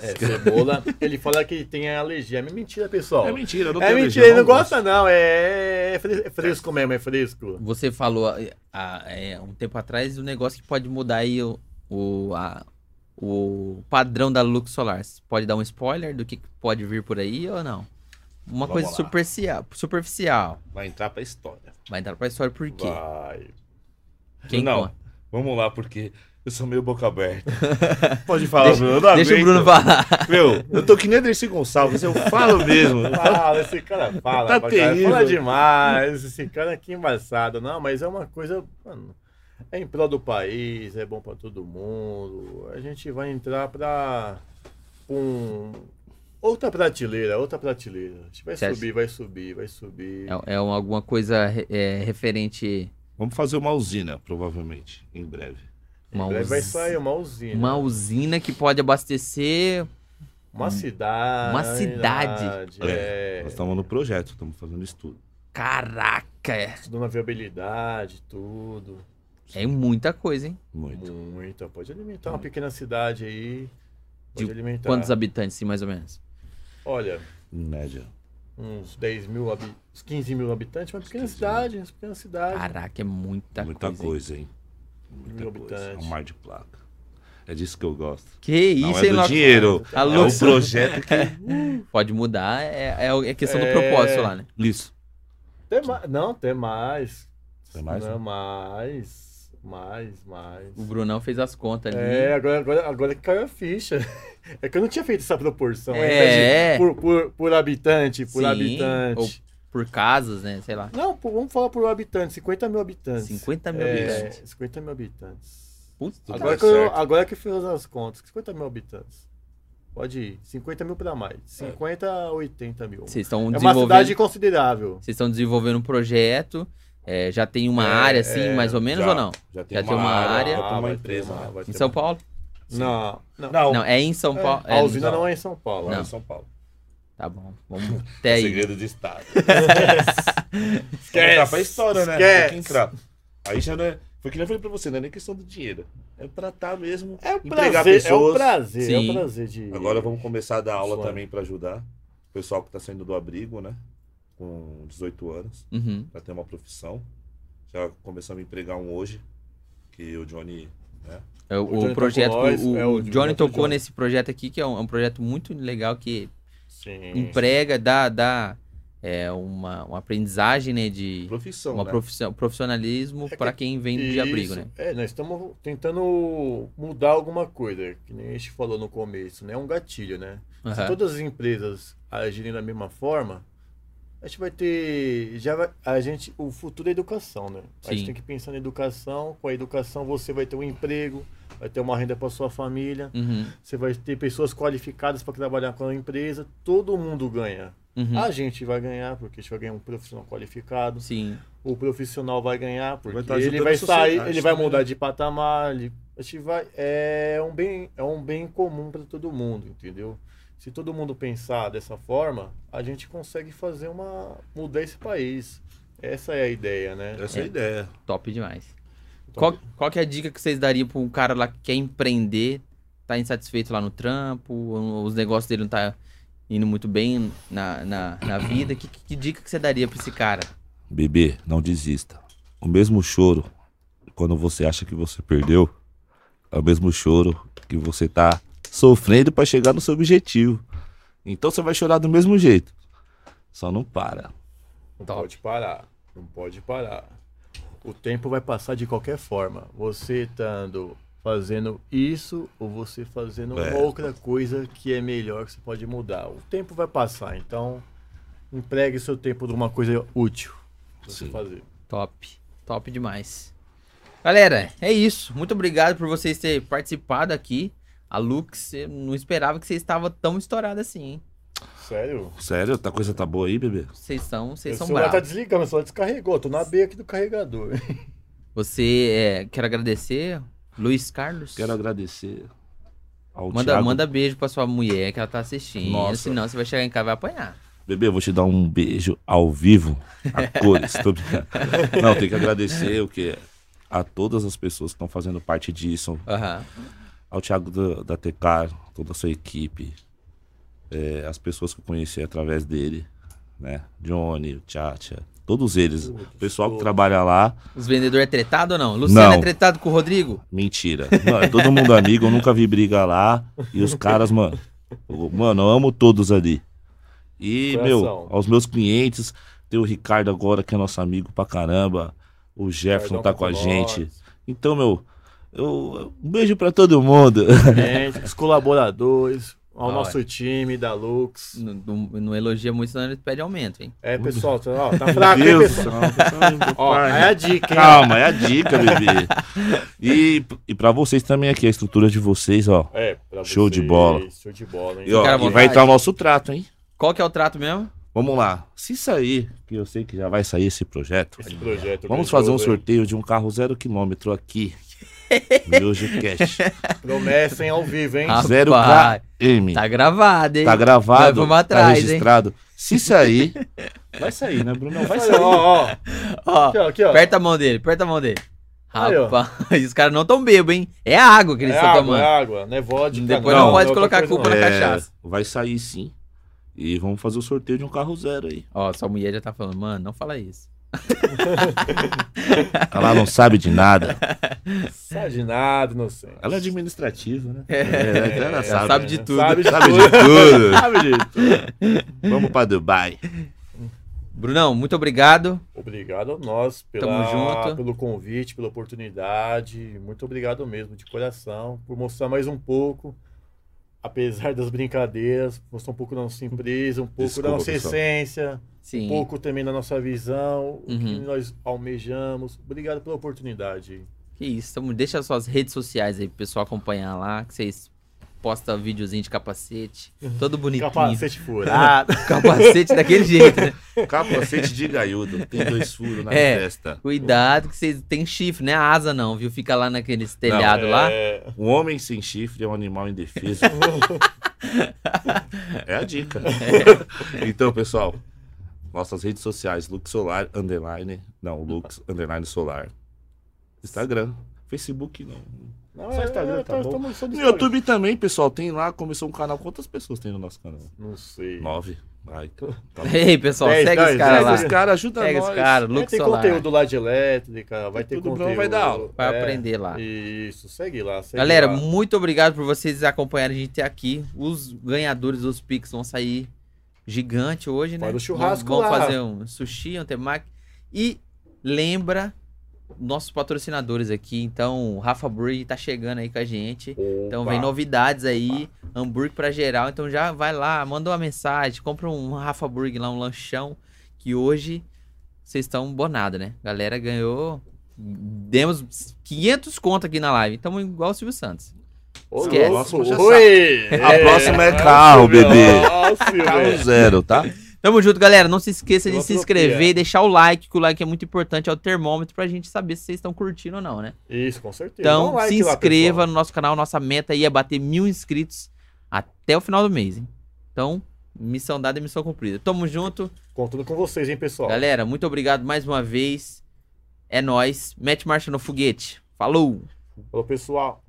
[SPEAKER 3] É, cebola. ele fala que tem alergia. É mentira, pessoal.
[SPEAKER 2] É mentira, eu não
[SPEAKER 3] É
[SPEAKER 2] tenho
[SPEAKER 3] mentira,
[SPEAKER 1] um
[SPEAKER 3] ele não
[SPEAKER 2] gosto.
[SPEAKER 3] gosta, não. É, é fres- é fresco mesmo, é fresco.
[SPEAKER 1] Você falou ah, ah, é, um tempo atrás um negócio que pode mudar aí o, o, a- o padrão da Lux Solar. Você pode dar um spoiler do que que pode vir por aí ou não? Uma
[SPEAKER 2] Vamos
[SPEAKER 1] coisa
[SPEAKER 2] lá.
[SPEAKER 1] superficial, superficial.
[SPEAKER 2] Vai entrar pra história.
[SPEAKER 1] Vai entrar pra história por quê?
[SPEAKER 3] Vai.
[SPEAKER 1] Quem
[SPEAKER 2] não,
[SPEAKER 1] conta?
[SPEAKER 2] vamos lá, porque eu sou meio boca aberta.
[SPEAKER 3] Pode falar.
[SPEAKER 2] Fala, meu, eu não
[SPEAKER 1] Deixa o
[SPEAKER 2] aguento.
[SPEAKER 1] Bruno falar.
[SPEAKER 2] Meu, eu tô que nem a Dercy Gonçalves, eu falo mesmo.
[SPEAKER 3] Fala, esse cara fala,
[SPEAKER 2] Tá
[SPEAKER 3] pra caralho.
[SPEAKER 2] terrível.
[SPEAKER 3] fala demais. Esse cara aqui é embaçado. Não, mas é uma coisa, mano, é em prol do país, é bom pra todo mundo. A gente vai entrar pra um, outra prateleira, outra prateleira. A gente vai
[SPEAKER 1] Certo.
[SPEAKER 3] subir, vai subir, vai subir.
[SPEAKER 1] É, é um- alguma coisa re- é, referente
[SPEAKER 2] Vamos fazer uma usina, provavelmente, em breve.
[SPEAKER 1] uma
[SPEAKER 3] Em breve vai
[SPEAKER 1] usi-
[SPEAKER 3] sair uma usina.
[SPEAKER 1] uma usina que pode abastecer.
[SPEAKER 3] Uma cidade.
[SPEAKER 1] Uma cidade.
[SPEAKER 3] É.
[SPEAKER 2] Nós estamos no projeto, estamos fazendo estudo.
[SPEAKER 1] Caraca, é,
[SPEAKER 3] Estudando a viabilidade, tudo.
[SPEAKER 1] é muita coisa, hein?
[SPEAKER 2] Muito.
[SPEAKER 3] Muito. Ah, Pode alimentar uma pequena cidade aí.
[SPEAKER 1] De
[SPEAKER 3] Pode alimentar.
[SPEAKER 2] Tá.
[SPEAKER 1] Quantos habitantes, assim, mais ou menos?
[SPEAKER 2] Né,
[SPEAKER 3] Olha,
[SPEAKER 2] Em média.
[SPEAKER 3] uns 10 mil, habi- uns 15 mil habitantes, uma pequena
[SPEAKER 2] 15 mil.
[SPEAKER 3] cidade, uma pequena cidade.
[SPEAKER 1] Caraca, é muita,
[SPEAKER 2] Muita
[SPEAKER 1] coisa. hein?
[SPEAKER 2] coisa, hein? Muita
[SPEAKER 3] Mil
[SPEAKER 2] coisa. É
[SPEAKER 3] habitantes.
[SPEAKER 2] um mar de placa. É disso que eu gosto.
[SPEAKER 1] Que isso,
[SPEAKER 2] Não
[SPEAKER 1] hein, Tá
[SPEAKER 2] é do
[SPEAKER 1] Lopes?
[SPEAKER 2] dinheiro.
[SPEAKER 1] A
[SPEAKER 2] É o
[SPEAKER 1] loucura.
[SPEAKER 2] projeto que.
[SPEAKER 1] Pode mudar, é, é o- é questão do
[SPEAKER 3] É.
[SPEAKER 1] propósito lá, né?
[SPEAKER 2] Isso.
[SPEAKER 3] Tem mais. Não, tem mais.
[SPEAKER 2] Tem mais,
[SPEAKER 3] Não, mais. Mais, mais.
[SPEAKER 1] né? O Brunão fez as contas ali.
[SPEAKER 3] É, agora, agora, agora que caiu a ficha. É que eu não tinha feito essa proporção.
[SPEAKER 1] É.
[SPEAKER 3] né, de- Por, por, por habitante, por
[SPEAKER 1] Sim,
[SPEAKER 3] habitante.
[SPEAKER 1] ou- por casas, né? Sei lá.
[SPEAKER 3] Não, pô, vamos falar por habitante, 50 mil habitantes.
[SPEAKER 1] 50 mil
[SPEAKER 3] É,
[SPEAKER 1] habitantes.
[SPEAKER 3] 50 mil habitantes.
[SPEAKER 1] Puta,
[SPEAKER 2] Tudo
[SPEAKER 3] Agora
[SPEAKER 2] bem.
[SPEAKER 3] que, eu,
[SPEAKER 2] certo.
[SPEAKER 3] agora que eu fiz as contas, 50 mil habitantes. Pode ir, 50 mil pra mais.
[SPEAKER 2] É.
[SPEAKER 3] 50 a 80 mil.
[SPEAKER 1] vocês estão
[SPEAKER 3] é uma
[SPEAKER 1] desenvolvendo.
[SPEAKER 3] cidade considerável.
[SPEAKER 1] Vocês estão desenvolvendo um projeto. é, já tem uma área, assim,
[SPEAKER 3] é,
[SPEAKER 1] mais ou menos,
[SPEAKER 2] já.
[SPEAKER 1] ou não?
[SPEAKER 2] Já tem
[SPEAKER 1] Já
[SPEAKER 2] uma,
[SPEAKER 1] tem uma
[SPEAKER 2] área.
[SPEAKER 1] área.
[SPEAKER 2] é pra
[SPEAKER 3] Ah,
[SPEAKER 2] uma
[SPEAKER 3] vai ter
[SPEAKER 2] empresa.
[SPEAKER 3] uma- vai
[SPEAKER 1] Em
[SPEAKER 3] ter
[SPEAKER 1] São
[SPEAKER 3] uma-
[SPEAKER 1] Paulo?
[SPEAKER 3] Não, não.
[SPEAKER 2] Não,
[SPEAKER 1] Não, é em São
[SPEAKER 3] É,
[SPEAKER 1] Paulo.
[SPEAKER 3] a usina
[SPEAKER 2] não.
[SPEAKER 3] não. é em São Paulo.
[SPEAKER 2] lá
[SPEAKER 1] Não.
[SPEAKER 2] em São Paulo.
[SPEAKER 1] Tá bom, vamos até aí.
[SPEAKER 2] É Segredo de Estado. Quer entrar pra história, né? Tem
[SPEAKER 3] Esquece.
[SPEAKER 2] que entrar. Aí já não é. Foi que nem eu falei pra você, não é nem questão do dinheiro. É tratar mesmo.
[SPEAKER 3] É um
[SPEAKER 2] Empregar
[SPEAKER 3] prazer, é um
[SPEAKER 2] pessoas.
[SPEAKER 3] prazer,
[SPEAKER 1] Sim.
[SPEAKER 3] é um prazer de.
[SPEAKER 2] Agora vamos começar a dar aula
[SPEAKER 3] Suave.
[SPEAKER 2] também pra ajudar o pessoal que tá saindo do abrigo, né? Com 18 anos,
[SPEAKER 1] Uhum.
[SPEAKER 2] pra ter uma profissão. Já começamos a empregar um hoje, que o Johnny.
[SPEAKER 1] É, O,
[SPEAKER 3] O Johnny
[SPEAKER 1] o projeto,
[SPEAKER 3] tocou nós,
[SPEAKER 1] o, o
[SPEAKER 3] é, o
[SPEAKER 1] Johnny
[SPEAKER 3] Johnny
[SPEAKER 1] tocou
[SPEAKER 3] Johnny.
[SPEAKER 1] nesse projeto aqui, que é um, é um projeto muito legal que
[SPEAKER 3] Sim.
[SPEAKER 1] emprega, dá, dá é, uma, uma aprendizagem, né? De
[SPEAKER 2] Profissão,
[SPEAKER 1] uma
[SPEAKER 2] né? É
[SPEAKER 1] profissão, profissionalismo pra quem vem de
[SPEAKER 3] Isso.
[SPEAKER 1] abrigo, né?
[SPEAKER 3] É, nós estamos tentando mudar alguma coisa, que nem a gente falou no começo, né? É um gatilho, né? Se
[SPEAKER 1] Aham.
[SPEAKER 3] todas as empresas agirem da mesma forma, a gente vai ter. Já vai- a gente, o futuro é educação, né? A
[SPEAKER 1] Sim.
[SPEAKER 3] gente tem que pensar na educação. Com a educação você vai ter um emprego, vai ter uma renda para sua família,
[SPEAKER 1] Uhum,
[SPEAKER 3] você vai ter pessoas qualificadas para trabalhar com a empresa. Todo mundo ganha.
[SPEAKER 1] uhum.
[SPEAKER 2] Ah,
[SPEAKER 3] A gente vai ganhar, porque a gente vai ganhar um profissional qualificado.
[SPEAKER 1] Sim.
[SPEAKER 3] O profissional vai ganhar, porque
[SPEAKER 2] Vai tá
[SPEAKER 3] ele
[SPEAKER 2] ajudando a
[SPEAKER 3] vai
[SPEAKER 2] sociedade
[SPEAKER 3] sair, ele vai
[SPEAKER 2] também,
[SPEAKER 3] mudar
[SPEAKER 2] né?
[SPEAKER 3] de patamar. Ele, a gente vai, é, um bem, é um bem comum para todo mundo, entendeu? Se todo mundo pensar dessa forma, a gente consegue fazer uma. mudar esse país. Essa é a ideia, né?
[SPEAKER 2] Essa é a ideia.
[SPEAKER 1] Top demais.
[SPEAKER 3] Então,
[SPEAKER 1] Qual, qual que é a dica que vocês dariam pra um cara lá que quer empreender, tá insatisfeito lá no trampo, ou os negócios dele não tá indo muito bem na, na, na vida? Que, que dica que você daria pra esse cara?
[SPEAKER 2] Bebê, não desista. O mesmo choro quando você acha que você perdeu é o mesmo choro que você tá sofrendo para chegar no seu objetivo. Então você vai chorar do mesmo jeito. Só não para.
[SPEAKER 3] Não
[SPEAKER 1] Top.
[SPEAKER 3] pode parar. Não pode parar. O tempo vai passar de qualquer forma. Você estando fazendo isso ou você fazendo
[SPEAKER 2] É.
[SPEAKER 3] uma outra coisa que é melhor, que você pode mudar. O tempo vai passar, então empregue seu tempo numa coisa útil pra você
[SPEAKER 2] Sim.
[SPEAKER 3] fazer.
[SPEAKER 1] Top. Top demais. Galera, é isso. Muito obrigado por vocês terem participado aqui. A Lux, eu não esperava que vocês estavam tão estourados assim, hein?
[SPEAKER 3] Sério?
[SPEAKER 2] Sério? A coisa tá boa aí, bebê?
[SPEAKER 1] Vocês são, vocês
[SPEAKER 3] Meu
[SPEAKER 1] são
[SPEAKER 3] celular tá
[SPEAKER 1] bravos.
[SPEAKER 3] desligando, meu celular descarregou. Tô na B aqui do carregador.
[SPEAKER 1] Você, é, quero agradecer, Luiz Carlos.
[SPEAKER 2] Quero agradecer ao
[SPEAKER 1] Manda,
[SPEAKER 2] Thiago.
[SPEAKER 1] manda beijo pra sua mulher que ela tá assistindo.
[SPEAKER 2] Nossa.
[SPEAKER 1] Senão você vai chegar em casa e vai apanhar.
[SPEAKER 2] Bebê, eu vou te dar um beijo ao vivo, a cores. Tô brincando. Não, tem que agradecer o que a todas as pessoas que estão fazendo parte disso,
[SPEAKER 1] Aham.
[SPEAKER 2] ao Thiago da, da Tecar, toda a sua equipe, é, as pessoas que eu conheci através dele, né? Johnny, o Tchatcha, todos eles. O pessoal que trabalha lá,
[SPEAKER 1] Os vendedores é tretado ou não? Luciano é
[SPEAKER 2] Não.
[SPEAKER 1] tretado com o Rodrigo?
[SPEAKER 2] mentira. Não, é todo mundo amigo, eu nunca vi briga lá. E os caras, mano, eu- mano, eu amo todos ali. E,
[SPEAKER 3] Coração.
[SPEAKER 2] meu, aos meus clientes, tem o Ricardo agora, que é nosso amigo pra caramba. O Jefferson tá com a gente. Então, meu, eu, um beijo pra todo mundo.
[SPEAKER 3] Gente, os colaboradores, ao
[SPEAKER 1] Olha.
[SPEAKER 2] Tá
[SPEAKER 3] nosso time da Lux.
[SPEAKER 1] Não, não, não elogia muito, senão ele pede aumento, hein?
[SPEAKER 3] É, pessoal, tá, ó, tá fraco, hein,
[SPEAKER 2] Deus,
[SPEAKER 3] pessoal? Ó, aí
[SPEAKER 2] Ó,
[SPEAKER 3] a dica, hein?
[SPEAKER 2] Calma, é a dica, bebê. E, e pra vocês também aqui, a estrutura de vocês, ó.
[SPEAKER 3] É, pra
[SPEAKER 2] Show de
[SPEAKER 3] vocês,
[SPEAKER 2] bola.
[SPEAKER 3] Show de bola, hein?
[SPEAKER 2] E, ó,
[SPEAKER 1] Fica à
[SPEAKER 2] e
[SPEAKER 1] vontade.
[SPEAKER 2] vai entrar o nosso trato, hein?
[SPEAKER 1] Qual que é o trato mesmo?
[SPEAKER 2] Vamos lá. Se sair, que eu sei que já vai sair esse projeto,
[SPEAKER 3] Esse projeto
[SPEAKER 2] vamos
[SPEAKER 3] grandioso,
[SPEAKER 2] fazer um
[SPEAKER 3] hein?
[SPEAKER 2] sorteio de um carro zero quilômetro aqui. Miojo Cash.
[SPEAKER 3] Promessa, hein, ao vivo, hein?
[SPEAKER 1] Rapaz,
[SPEAKER 2] Zero KM.
[SPEAKER 1] Tá gravado, hein?
[SPEAKER 2] Tá
[SPEAKER 1] Nós
[SPEAKER 2] gravado,
[SPEAKER 1] vamos atrás,
[SPEAKER 2] tá
[SPEAKER 1] hein?
[SPEAKER 2] registrado. Se sair, vai sair, né, Bruno? Vai sair.
[SPEAKER 3] Ó, ó,
[SPEAKER 1] Ó,
[SPEAKER 3] aqui, ó, aqui, ó.
[SPEAKER 1] aperta a mão dele, aperta a mão dele.
[SPEAKER 3] Aí, ó.
[SPEAKER 1] Rapaz, os caras não tão bêbados, hein? É água que
[SPEAKER 3] é
[SPEAKER 1] eles estão
[SPEAKER 3] água,
[SPEAKER 1] tomando.
[SPEAKER 3] é água, não é vodka.
[SPEAKER 1] Depois não,
[SPEAKER 2] não,
[SPEAKER 1] pode
[SPEAKER 3] é outra
[SPEAKER 1] colocar a
[SPEAKER 3] coisa,
[SPEAKER 1] culpa na
[SPEAKER 2] É,
[SPEAKER 1] cachaça.
[SPEAKER 2] vai sair sim. E vamos fazer o sorteio de um carro zero aí.
[SPEAKER 1] Ó, sua mulher já tá falando, mano, não fala isso.
[SPEAKER 2] Ela não sabe de nada.
[SPEAKER 3] Sai de nada, inocente.
[SPEAKER 2] Ela é administrativa, né?
[SPEAKER 1] É,
[SPEAKER 2] ela
[SPEAKER 1] sabe,
[SPEAKER 2] sabe. né?
[SPEAKER 1] de tudo.
[SPEAKER 3] Sabe de
[SPEAKER 2] Sabe
[SPEAKER 3] tudo.
[SPEAKER 2] de tudo.
[SPEAKER 3] Sabe de tudo.
[SPEAKER 2] Vamos pra Dubai.
[SPEAKER 1] Brunão, muito obrigado.
[SPEAKER 3] Obrigado a nós pela,
[SPEAKER 1] Tamo junto.
[SPEAKER 3] pelo convite, pela oportunidade. Muito obrigado mesmo, de coração, por mostrar mais um pouco, apesar das brincadeiras, mostrar um pouco da nossa empresa, um pouco
[SPEAKER 2] Desculpa,
[SPEAKER 3] da nossa
[SPEAKER 2] pessoal.
[SPEAKER 3] essência,
[SPEAKER 1] Sim.
[SPEAKER 3] um pouco também da nossa visão, o que
[SPEAKER 1] Uhum.
[SPEAKER 3] nós almejamos. Obrigado pela oportunidade.
[SPEAKER 1] Que isso, tamo- deixa suas redes sociais aí pro pessoal acompanhar lá, que vocês postam videozinho de capacete, todo bonitinho.
[SPEAKER 3] Uhum. Capacete furado.
[SPEAKER 1] Ah, capacete daquele jeito, né?
[SPEAKER 2] Capacete de gaiudo. Tem dois furos na
[SPEAKER 1] É.
[SPEAKER 2] testa.
[SPEAKER 1] Cuidado que vocês tem chifre, né? A asa não, viu? Fica lá naqueles telhados tá lá.
[SPEAKER 3] É,
[SPEAKER 2] Um homem sem chifre é um animal indefeso. é a dica. então, pessoal, nossas redes sociais, Lux Solar Underline. Não, Lux Underline Solar. Instagram. Facebook não.
[SPEAKER 3] Não,
[SPEAKER 2] Só
[SPEAKER 3] é,
[SPEAKER 2] Instagram,
[SPEAKER 3] é,
[SPEAKER 2] tá bom.
[SPEAKER 3] estamos só de
[SPEAKER 2] No
[SPEAKER 3] Instagram.
[SPEAKER 2] YouTube também, pessoal, tem lá, começou um canal. Quantas pessoas tem no nosso canal?
[SPEAKER 3] Não sei.
[SPEAKER 2] Nove. Ai, tá bom.
[SPEAKER 1] Ei, pessoal,
[SPEAKER 3] Dez,
[SPEAKER 1] segue
[SPEAKER 3] dez,
[SPEAKER 1] esse cara
[SPEAKER 3] dez,
[SPEAKER 1] lá.
[SPEAKER 2] Pega os caras, ajuda
[SPEAKER 1] Pega
[SPEAKER 2] nós.
[SPEAKER 1] esse cara,
[SPEAKER 3] Vai
[SPEAKER 1] Lux
[SPEAKER 3] ter
[SPEAKER 1] Solar.
[SPEAKER 3] conteúdo lá de elétrica, vai ter
[SPEAKER 2] Tudo bom,
[SPEAKER 3] conteúdo.
[SPEAKER 2] vai dar aula.
[SPEAKER 1] Vai
[SPEAKER 3] É,
[SPEAKER 1] aprender lá.
[SPEAKER 3] Isso, segue lá. segue
[SPEAKER 1] Galera,
[SPEAKER 3] lá.
[SPEAKER 1] muito obrigado por vocês acompanharem a gente até aqui. Os ganhadores dos Pix vão sair gigante hoje, né?
[SPEAKER 3] Faz o churrasco
[SPEAKER 1] vão, vão
[SPEAKER 3] lá.
[SPEAKER 1] fazer um sushi, um temaki. E lembra nossos patrocinadores aqui. Então, o Rafa Bree tá chegando aí com a gente. Então, vem novidades aí, hambúrguer pra geral. Então, já vai lá, manda uma mensagem, compra um Rafa Burger lá, um lanchão, que hoje vocês estão bonados, né? Galera ganhou, demos 500 conto aqui na live. Estamos igual o Silvio Santos.
[SPEAKER 3] Ô,
[SPEAKER 1] Esquece.
[SPEAKER 3] louco,
[SPEAKER 2] Já
[SPEAKER 3] Oi!
[SPEAKER 2] A próxima é carro, bebê. Carro zero, tá?
[SPEAKER 1] Tamo junto, galera. Não se esqueça de
[SPEAKER 3] Eu
[SPEAKER 1] se
[SPEAKER 3] atropia.
[SPEAKER 1] inscrever e deixar o like, que o like é muito importante, é o termômetro pra gente saber se vocês estão curtindo ou não, né?
[SPEAKER 3] Isso, com certeza. Dá
[SPEAKER 1] Então,
[SPEAKER 3] um like
[SPEAKER 1] se
[SPEAKER 3] lá,
[SPEAKER 1] inscreva no nosso canal. Nossa meta aí é bater mil inscritos até o final do mês, hein? Então, missão dada e missão cumprida. Tamo junto.
[SPEAKER 3] pessoal. Contando com vocês, hein, pessoal.
[SPEAKER 1] Galera, muito obrigado mais uma vez. É nóis. Mete marcha no foguete. Falou!
[SPEAKER 3] Falou, pessoal.